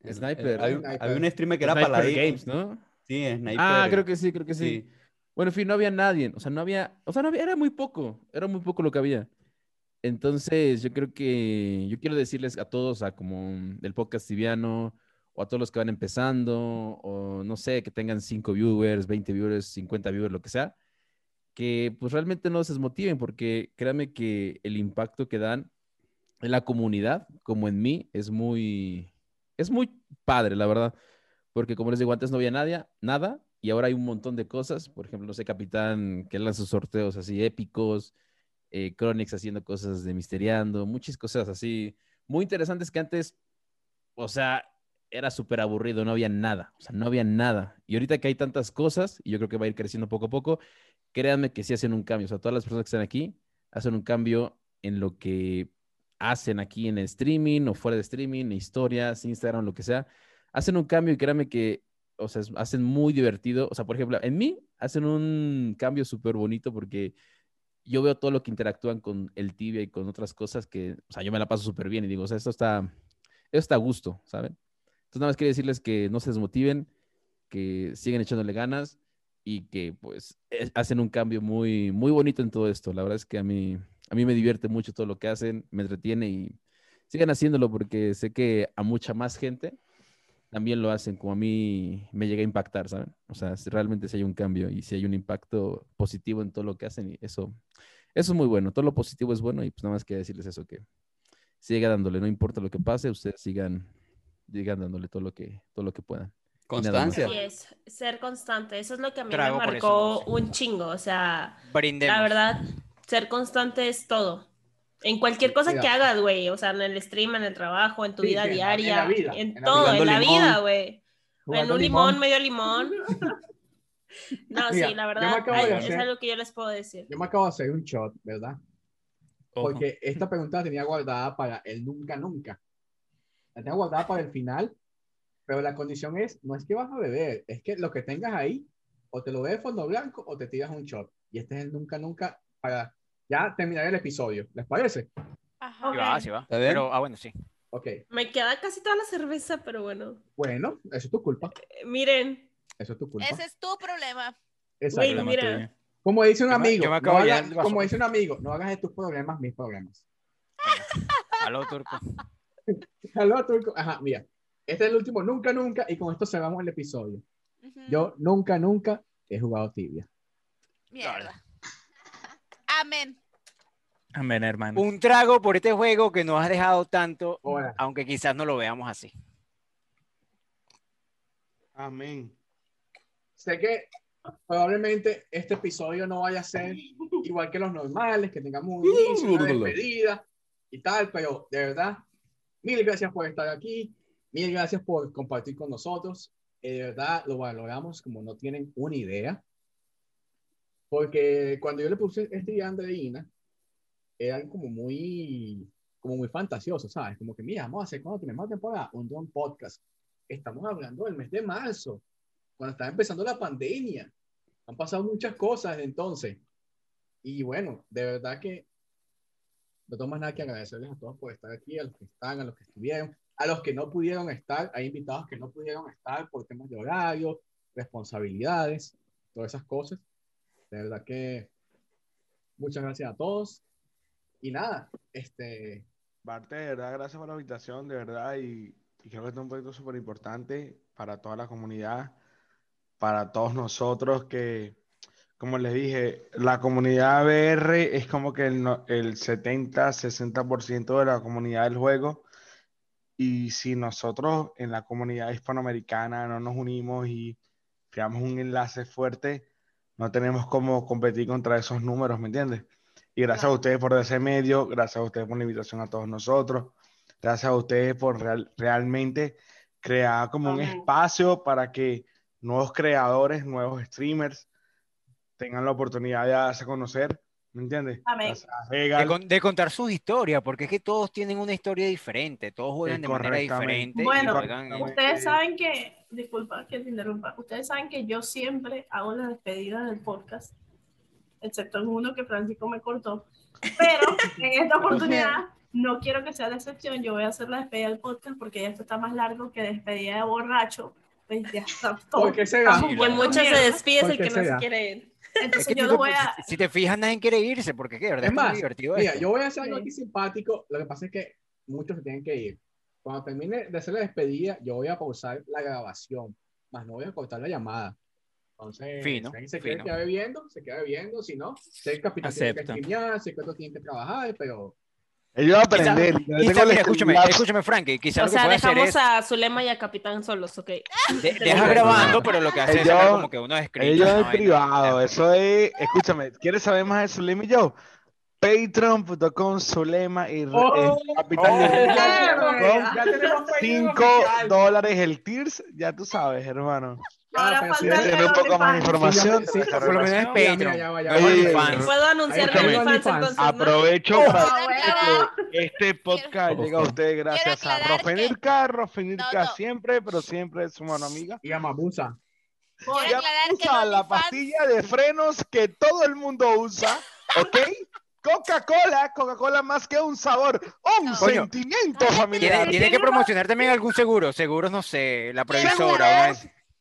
El- Sniper. el- Había, Sniper. había un streamer que era Sniper paladín. Games, ¿no? Sí, Sniper. Ah, creo que sí, creo que sí. Sí. Bueno, en fin, no había nadie. O sea, no había, o sea, no había- era muy poco, era muy poco lo que había. Entonces, yo creo que, yo quiero decirles a todos, a como del podcast tibiano, o a todos los que van empezando, o no sé, que tengan 5 viewers, 20 viewers, 50 viewers, lo que sea, que pues realmente no se desmotiven, porque créanme que el impacto que dan en la comunidad, como en mí, es muy, es muy padre, la verdad. Porque como les digo, antes no había nadie, nada, y ahora hay un montón de cosas. Por ejemplo, no sé, Capitán, que lanza sorteos así épicos. eh, Chronix haciendo cosas de Misteriando, muchas cosas así muy interesantes que antes, o sea, era súper aburrido, no había nada, o sea, no había nada. Y ahorita que hay tantas cosas, y yo creo que va a ir creciendo poco a poco, créanme que sí hacen un cambio, o sea, todas las personas que están aquí hacen un cambio en lo que hacen aquí en el streaming o fuera de streaming, historias, Instagram, lo que sea, hacen un cambio y créanme que, o sea, es- hacen muy divertido. O sea, por ejemplo, en mí hacen un cambio súper bonito porque yo veo todo lo que interactúan con el tibia y con otras cosas que, o sea, yo me la paso súper bien y digo, o sea, esto está, esto está a gusto, ¿saben? Entonces, nada más quería decirles que no se desmotiven, que siguen echándole ganas y que, pues, eh, hacen un cambio muy, muy bonito en todo esto. La verdad es que a mí, a mí me divierte mucho todo lo que hacen, me entretiene y sigan haciéndolo porque sé que a mucha más gente también lo hacen como a mí me llega a impactar, ¿saben? O sea, si realmente si hay un cambio y si hay un impacto positivo en todo lo que hacen y eso, eso es muy bueno, todo lo positivo es bueno y pues nada más quería decirles eso, que siga dándole, no importa lo que pase, ustedes sigan, sigan dándole todo lo que, todo lo que puedan. Y nada más. Así es, ser constante, eso es lo que a mí Trago me por marcó eso. un chingo, o sea, Brindemos. la verdad, ser constante es todo. En cualquier cosa que Cuidado. hagas, güey, o sea, en el stream, en el trabajo, en tu Sí, vida sí, en la- en diaria, la vida, en, en la todo, vida. en la Jugando vida, limón. güey. En Jugando un limón. limón, medio limón. No, Mira, sí, yo la me verdad, acabo de ay, es hacer- algo que yo les puedo decir. Yo me acabo de hacer un shot, ¿verdad? Ojo. Porque esta pregunta la tenía guardada para el nunca, nunca. La tenía guardada para el final, pero la condición es, no es que vas a beber, es que lo que tengas ahí, o te lo bebes fondo blanco o te tiras un shot. Y este es el nunca, nunca para ya terminar el episodio. ¿Les parece? Ajá. Sí va, sí va. bien? Pero, ah, bueno, sí. Ok, Me queda casi toda la cerveza, pero bueno. bueno, eso es tu culpa. Eh, Miren, Eso es tu culpa. Ese es tu problema. Exacto. Güey, mira. Como dice un Yo me- amigo, yo me no acabo de hagas- llenar el vaso. como dice un amigo, no hagas de tus problemas mis problemas. Aló, pues. turco. Aló, turco. Ajá, mira. Este es el último, nunca, nunca, y con esto cerramos el episodio. Yo nunca, nunca he jugado tibia. Mierda. Amén. Amén, hermano. Un trago por este juego que nos has dejado tanto, aunque quizás no lo veamos así. Amén. Sé que probablemente este episodio no vaya a ser igual que los normales, que tengamos un inicio, una despedida y tal, pero de verdad, mil gracias por estar aquí, mil gracias por compartir con nosotros. Eh, de verdad, lo valoramos como no tienen una idea. Porque cuando yo le puse este día a Andreina, eran como muy, como muy fantasiosos, ¿sabes? Como que, mira, vamos a hacer cuando tenemos la temporada, un Don Podcast. Estamos hablando del mes de marzo cuando estaba empezando la pandemia. Han pasado muchas cosas desde entonces. Y bueno, de verdad que no tengo más nada que agradecerles a todos por estar aquí, a los que están, a los que estuvieron, a los que no pudieron estar. Hay invitados que no pudieron estar por temas de horario, responsabilidades, todas esas cosas. De verdad que muchas gracias a todos. Y nada, este, Barte, de verdad, gracias por la invitación, de verdad, y, y creo que este es un proyecto súper importante para toda la comunidad, para todos nosotros que, como les dije, la comunidad BR es como que el, no- el 70, 60% de la comunidad del juego, y si nosotros en la comunidad hispanoamericana no nos unimos y creamos un enlace fuerte, no tenemos cómo competir contra esos números, ¿me entiendes? Y gracias a ustedes por ese medio, gracias a ustedes por la invitación a todos nosotros, gracias a ustedes por real- realmente crear como un espacio para que nuevos creadores, nuevos streamers tengan la oportunidad de darse a conocer, ¿me entiendes? Amén. Gracias a De, Regal, con- de contar sus historias, porque es que todos tienen una historia diferente, todos juegan de manera correctamente. diferente. y Bueno, juegan, eh, ustedes saben que, disculpa que te interrumpa, ustedes saben que yo siempre hago las despedidas del podcast, excepto en uno que Francisco me cortó, pero en esta oportunidad no quiero que sea la excepción, yo voy a hacer la despedida del podcast porque ya esto está más largo que despedida de borracho, pues ya está todo. ¿Por qué será? Estamos Sí, que vueltos muchos se mierda. despiden el Porque que no se sea. quiere ir. es Entonces que yo tú- lo voy a... si te fijas, nadie quiere irse, porque qué, de ¿verdad? Es está muy más, divertido este. mira, esto. yo voy a hacer algo aquí simpático. Lo que pasa es que muchos se tienen que ir. Cuando termine de hacer la despedida, yo voy a pausar la grabación, más no voy a cortar la llamada. Entonces, Fino, si alguien se fino. quiere quedar bebiendo, se queda bebiendo. Si no, sé que capitán tiene que Acepto. streamear, sé que otros tienen que trabajar, pero. Ellos van a Quizás- aprender. yo quizás- tengo el mira, escúchame, estudiazo. escúchame, Frankie, quizás lo O que sea, puede hacer dejamos es, a Zulema y a Capitán solos, ok. de- deja grabando, pero lo que hace es sacar como que uno ellos escribe. en privado, eso es, escúchame, ¿quieres saber más de Zulema y yo? Patreon.com, Zulema y Oh, eh, Capital de oh, Riesgo ya, punto güey, com. ya tenemos Patreon Cinco oficial. dólares el TIRS, ya tú sabes, hermano. Ahora Si falta quieres el tener un poco más de OnlyFans. información, Sí, tienes sí, que por lo menos relacionar. es Patreon. Ya, ya, ya, Oye, ya, ya, oye, ya. Puedo anunciar escúchame, mi OnlyFans, entonces, ¿no? Aprovecho Oh. para Quiero decirte que este podcast llega a ustedes gracias a Rofenirka, Rofenirka siempre, pero siempre es su mano amiga. Y a Mabusa. Ya usa la pastilla de frenos que todo el mundo usa, ¿ok? Coca-Cola, Coca-Cola más que un sabor, un Coño. sentimiento Tiene, familiar. tiene que promocionar también algún seguro. Seguros, no sé, la Seguros. previsora.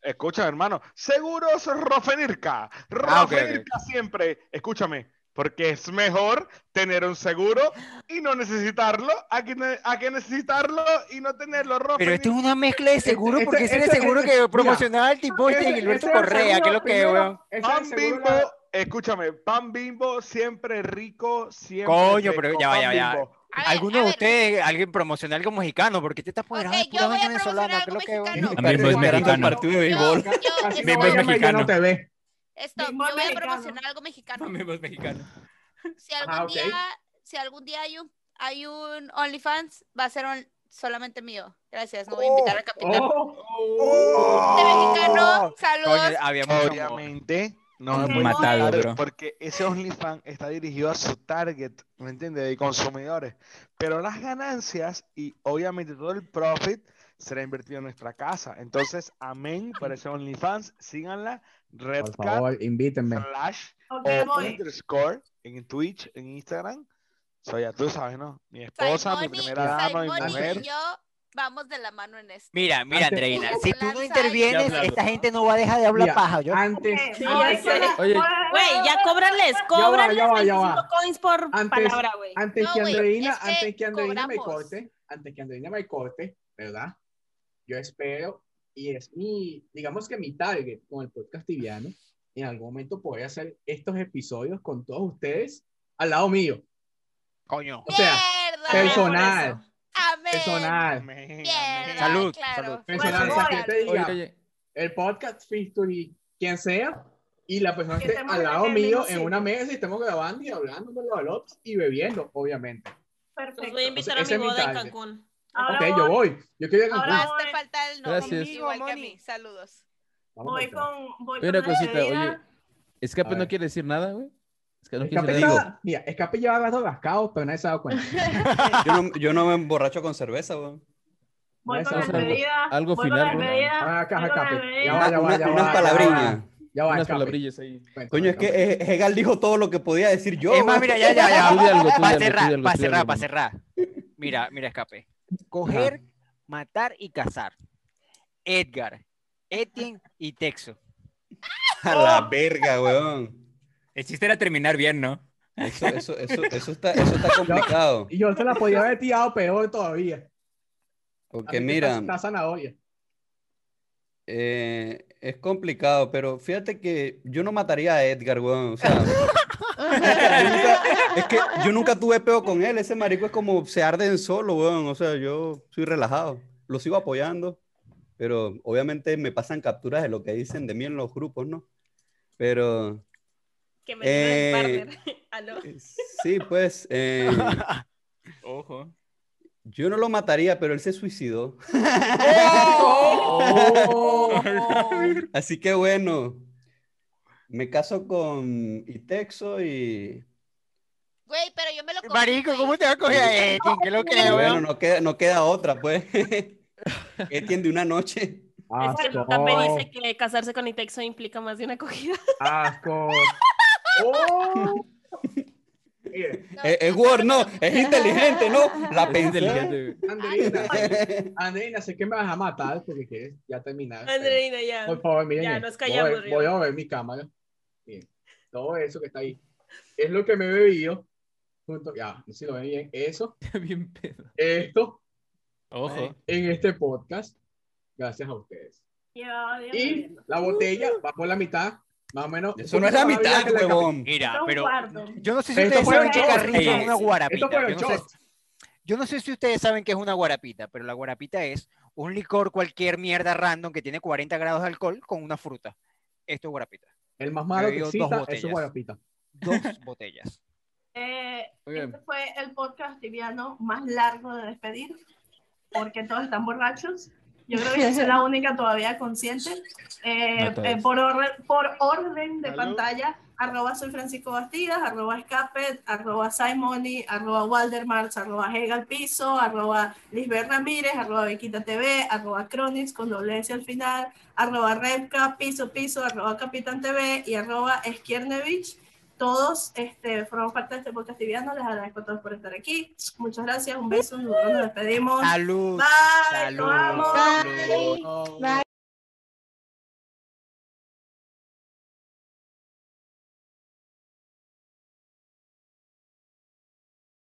Escucha, hermano. Seguros Rofenirca. Ah, ok, ok. Rofenirca siempre. Escúchame, porque es mejor tener un seguro y no necesitarlo a que, ne- a que necesitarlo y no tenerlo. Pero Rofenirca. esto es una mezcla de seguros, Este- porque este- ese era el este- seguro este- que mira, promocionaba el tipo este ese- Gilberto ese es el Correa, que es lo seguro que, primero, weón. ese es el Pan seguro, Bimbo, la- escúchame, pan bimbo siempre rico, siempre Coño, fresco, pero ya va, pan ya va, ya. Bimbo. Alguno de ustedes, alguien promocional como mexicano, porque te estás apoderado de pura vaina venezolana, que es lo que Bimbo es mexicano. partido de béisbol. Así Bimbo no es vaya, me- yo mexicano. no te veo. Esto, yo voy a promocionar algo mexicano. Bimbo es mexicano. Si algún Ah, ok. día, si algún día hay un, hay un OnlyFans, va a ser on- solamente mío. Gracias, no voy a invitar a Capitán. De mexicano, saludos. Coño, había mucho Obviamente, no me Un pueden matado, matar, bro. porque ese OnlyFans está dirigido a su target, ¿me entiendes? De consumidores. Pero las ganancias y obviamente todo el profit será invertido en nuestra casa. Entonces, amén por ese OnlyFans. Síganla, Por Redcar, favor, invítenme. Flash, Ok, o voy. underscore en Twitch, en Instagram. Soy ya tú sabes, ¿no? Mi esposa, mi primera dama, mi Simón mujer. y yo vamos de la mano en esto. Mira, mira, Antes- Andreina, si tú no Lanza- intervienes, Ya, claro. esta gente no va a dejar de hablar Mira, paja. Yo... Antes, Sí, Oye, güey, ya cóbrales, ya va, cóbrales ya va, ya va. 25 coins por Antes, palabra, güey. antes que Andreina, antes que Andreina me corte, antes que Andreina me corte, ¿verdad? Yo espero y es mi, digamos que mi target con el podcast tibiano, en algún momento poder hacer estos episodios con todos ustedes al lado mío. Coño. O sea, personal, Amén. personal. Salud. Salud. Personal, o sea, que te diga, el podcast History, quien sea, y la persona Que esté estemos al lado en el mío mismo en una mesa y estemos grabando y hablando de los alops y bebiendo, obviamente. Perfecto. Los voy a invitar a Ese mi es mi boda en target. Cancún. Ahora ok, yo voy. Yo quiero ir a ahora este- Cancún. voy- Falta el no Gracias. conmigo, Conmigo, igual que a mí. Saludos. Vamos Voy acá. con, voy Oye, una con la cosita, despedida. oye. Escape no quiere decir nada, güey. Escape no quiere Escape decir nada. lleva- mira, escape lleva gato rascado, pero nadie se ha dado cuenta. Yo no, yo no me emborracho con cerveza, weón. Voy con la Vamos a- despedida. algo voy final, con la ¿no? despedida. Ah, caja, voy con la escape. despedida. Ya va, ya va, ya va, unas ya va. palabrillas. Ya va, Unas escape. palabrillas ahí. Coño, es que eh, Hegel dijo todo lo que podía decir yo. Es weón. más, mira, ya, ya, Tú di algo, ya. tú di Para algo, tú di cerrar, algo, para tú di cerrar, algo. para cerrar. Mira, mira, escape. Coger, matar y cazar. Edgar, Etienne y Texo. A la verga, weón. El chiste era terminar bien, ¿no? Eso, eso, eso, eso está, eso está complicado. Y yo se la podía haber tirado peor todavía. Porque Así mira, Está, está zanahoria. eh, es complicado, pero fíjate que yo no mataría a Edgar, weón. O sea, nunca- es que yo nunca tuve peo con él. Ese marico es como se arde en solo, weón. O sea, yo soy relajado. Lo sigo apoyando, pero obviamente me pasan capturas de lo que dicen de mí en los grupos, ¿no? Pero Que me lleven Eh, el partner. Aló. sí, pues. eh, Ojo. Yo no lo mataría, pero él se suicidó. Así que bueno, me caso con Itexo y... Güey, pero yo me lo cogí. Marico, ¿cómo te va a coger a Etienne? ¿Qué es lo que Y es, bueno, weón? no queda, no queda otra, pues. Etienne de una noche. Es que Luca me dice que casarse con Itexo implica más de una acogida. Asco. Oh. Mire, Es, es Word, no, es inteligente, ¿no? La Es pensé. inteligente. Andreina, Andreina, sé que me vas a matar porque quieres ya terminar. pero- Andreina, ya. Por favor, miren. Ya, esto. nos callamos, Voy, Río. voy a ver mi cámara. Miren, todo eso que está ahí. Es lo que me he bebido. Junto, ya, no sé si lo ven bien. Eso. bien pedo. Esto. Ojo. En este podcast. Gracias a ustedes. Ya, ya me Y la botella va por la mitad. Más o menos. Eso no es la mitad, huevón. Mira, Son pero cuartos. yo no sé si Esto ustedes fue saben un qué shot. carrito es una Esto guarapita. fue un Yo no, sé, shot. yo no sé si ustedes saben qué es una guarapita, pero la guarapita es un licor cualquier mierda random que tiene 40 grados de alcohol con una fruta. Esto es guarapita. El más malo Yo que digo dos exista es botellas. su guarapita. Dos botellas. Eh, Este fue el podcast tibiano más largo de despedir, porque todos están borrachos. Yo creo que yo soy la única todavía consciente. Eh, No todos. eh, por, orre- por orden de pantalla, arroba soy Francisco Bastidas, arroba escapet, arroba Simoni, arroba Walder Marx, arroba Hegel Piso, arroba Lisbeth Ramírez, arroba Bequita TV, arroba Cronis con doble S al final, arroba Repca, piso piso, arroba Capitán TV y arroba Esquiernevich. Todos este, forman parte de este podcast tibiano. Les agradezco a todos por estar aquí. Muchas gracias. Un beso. Nos despedimos. Salud. Bye. Salud. Nos vamos. Salud. Bye.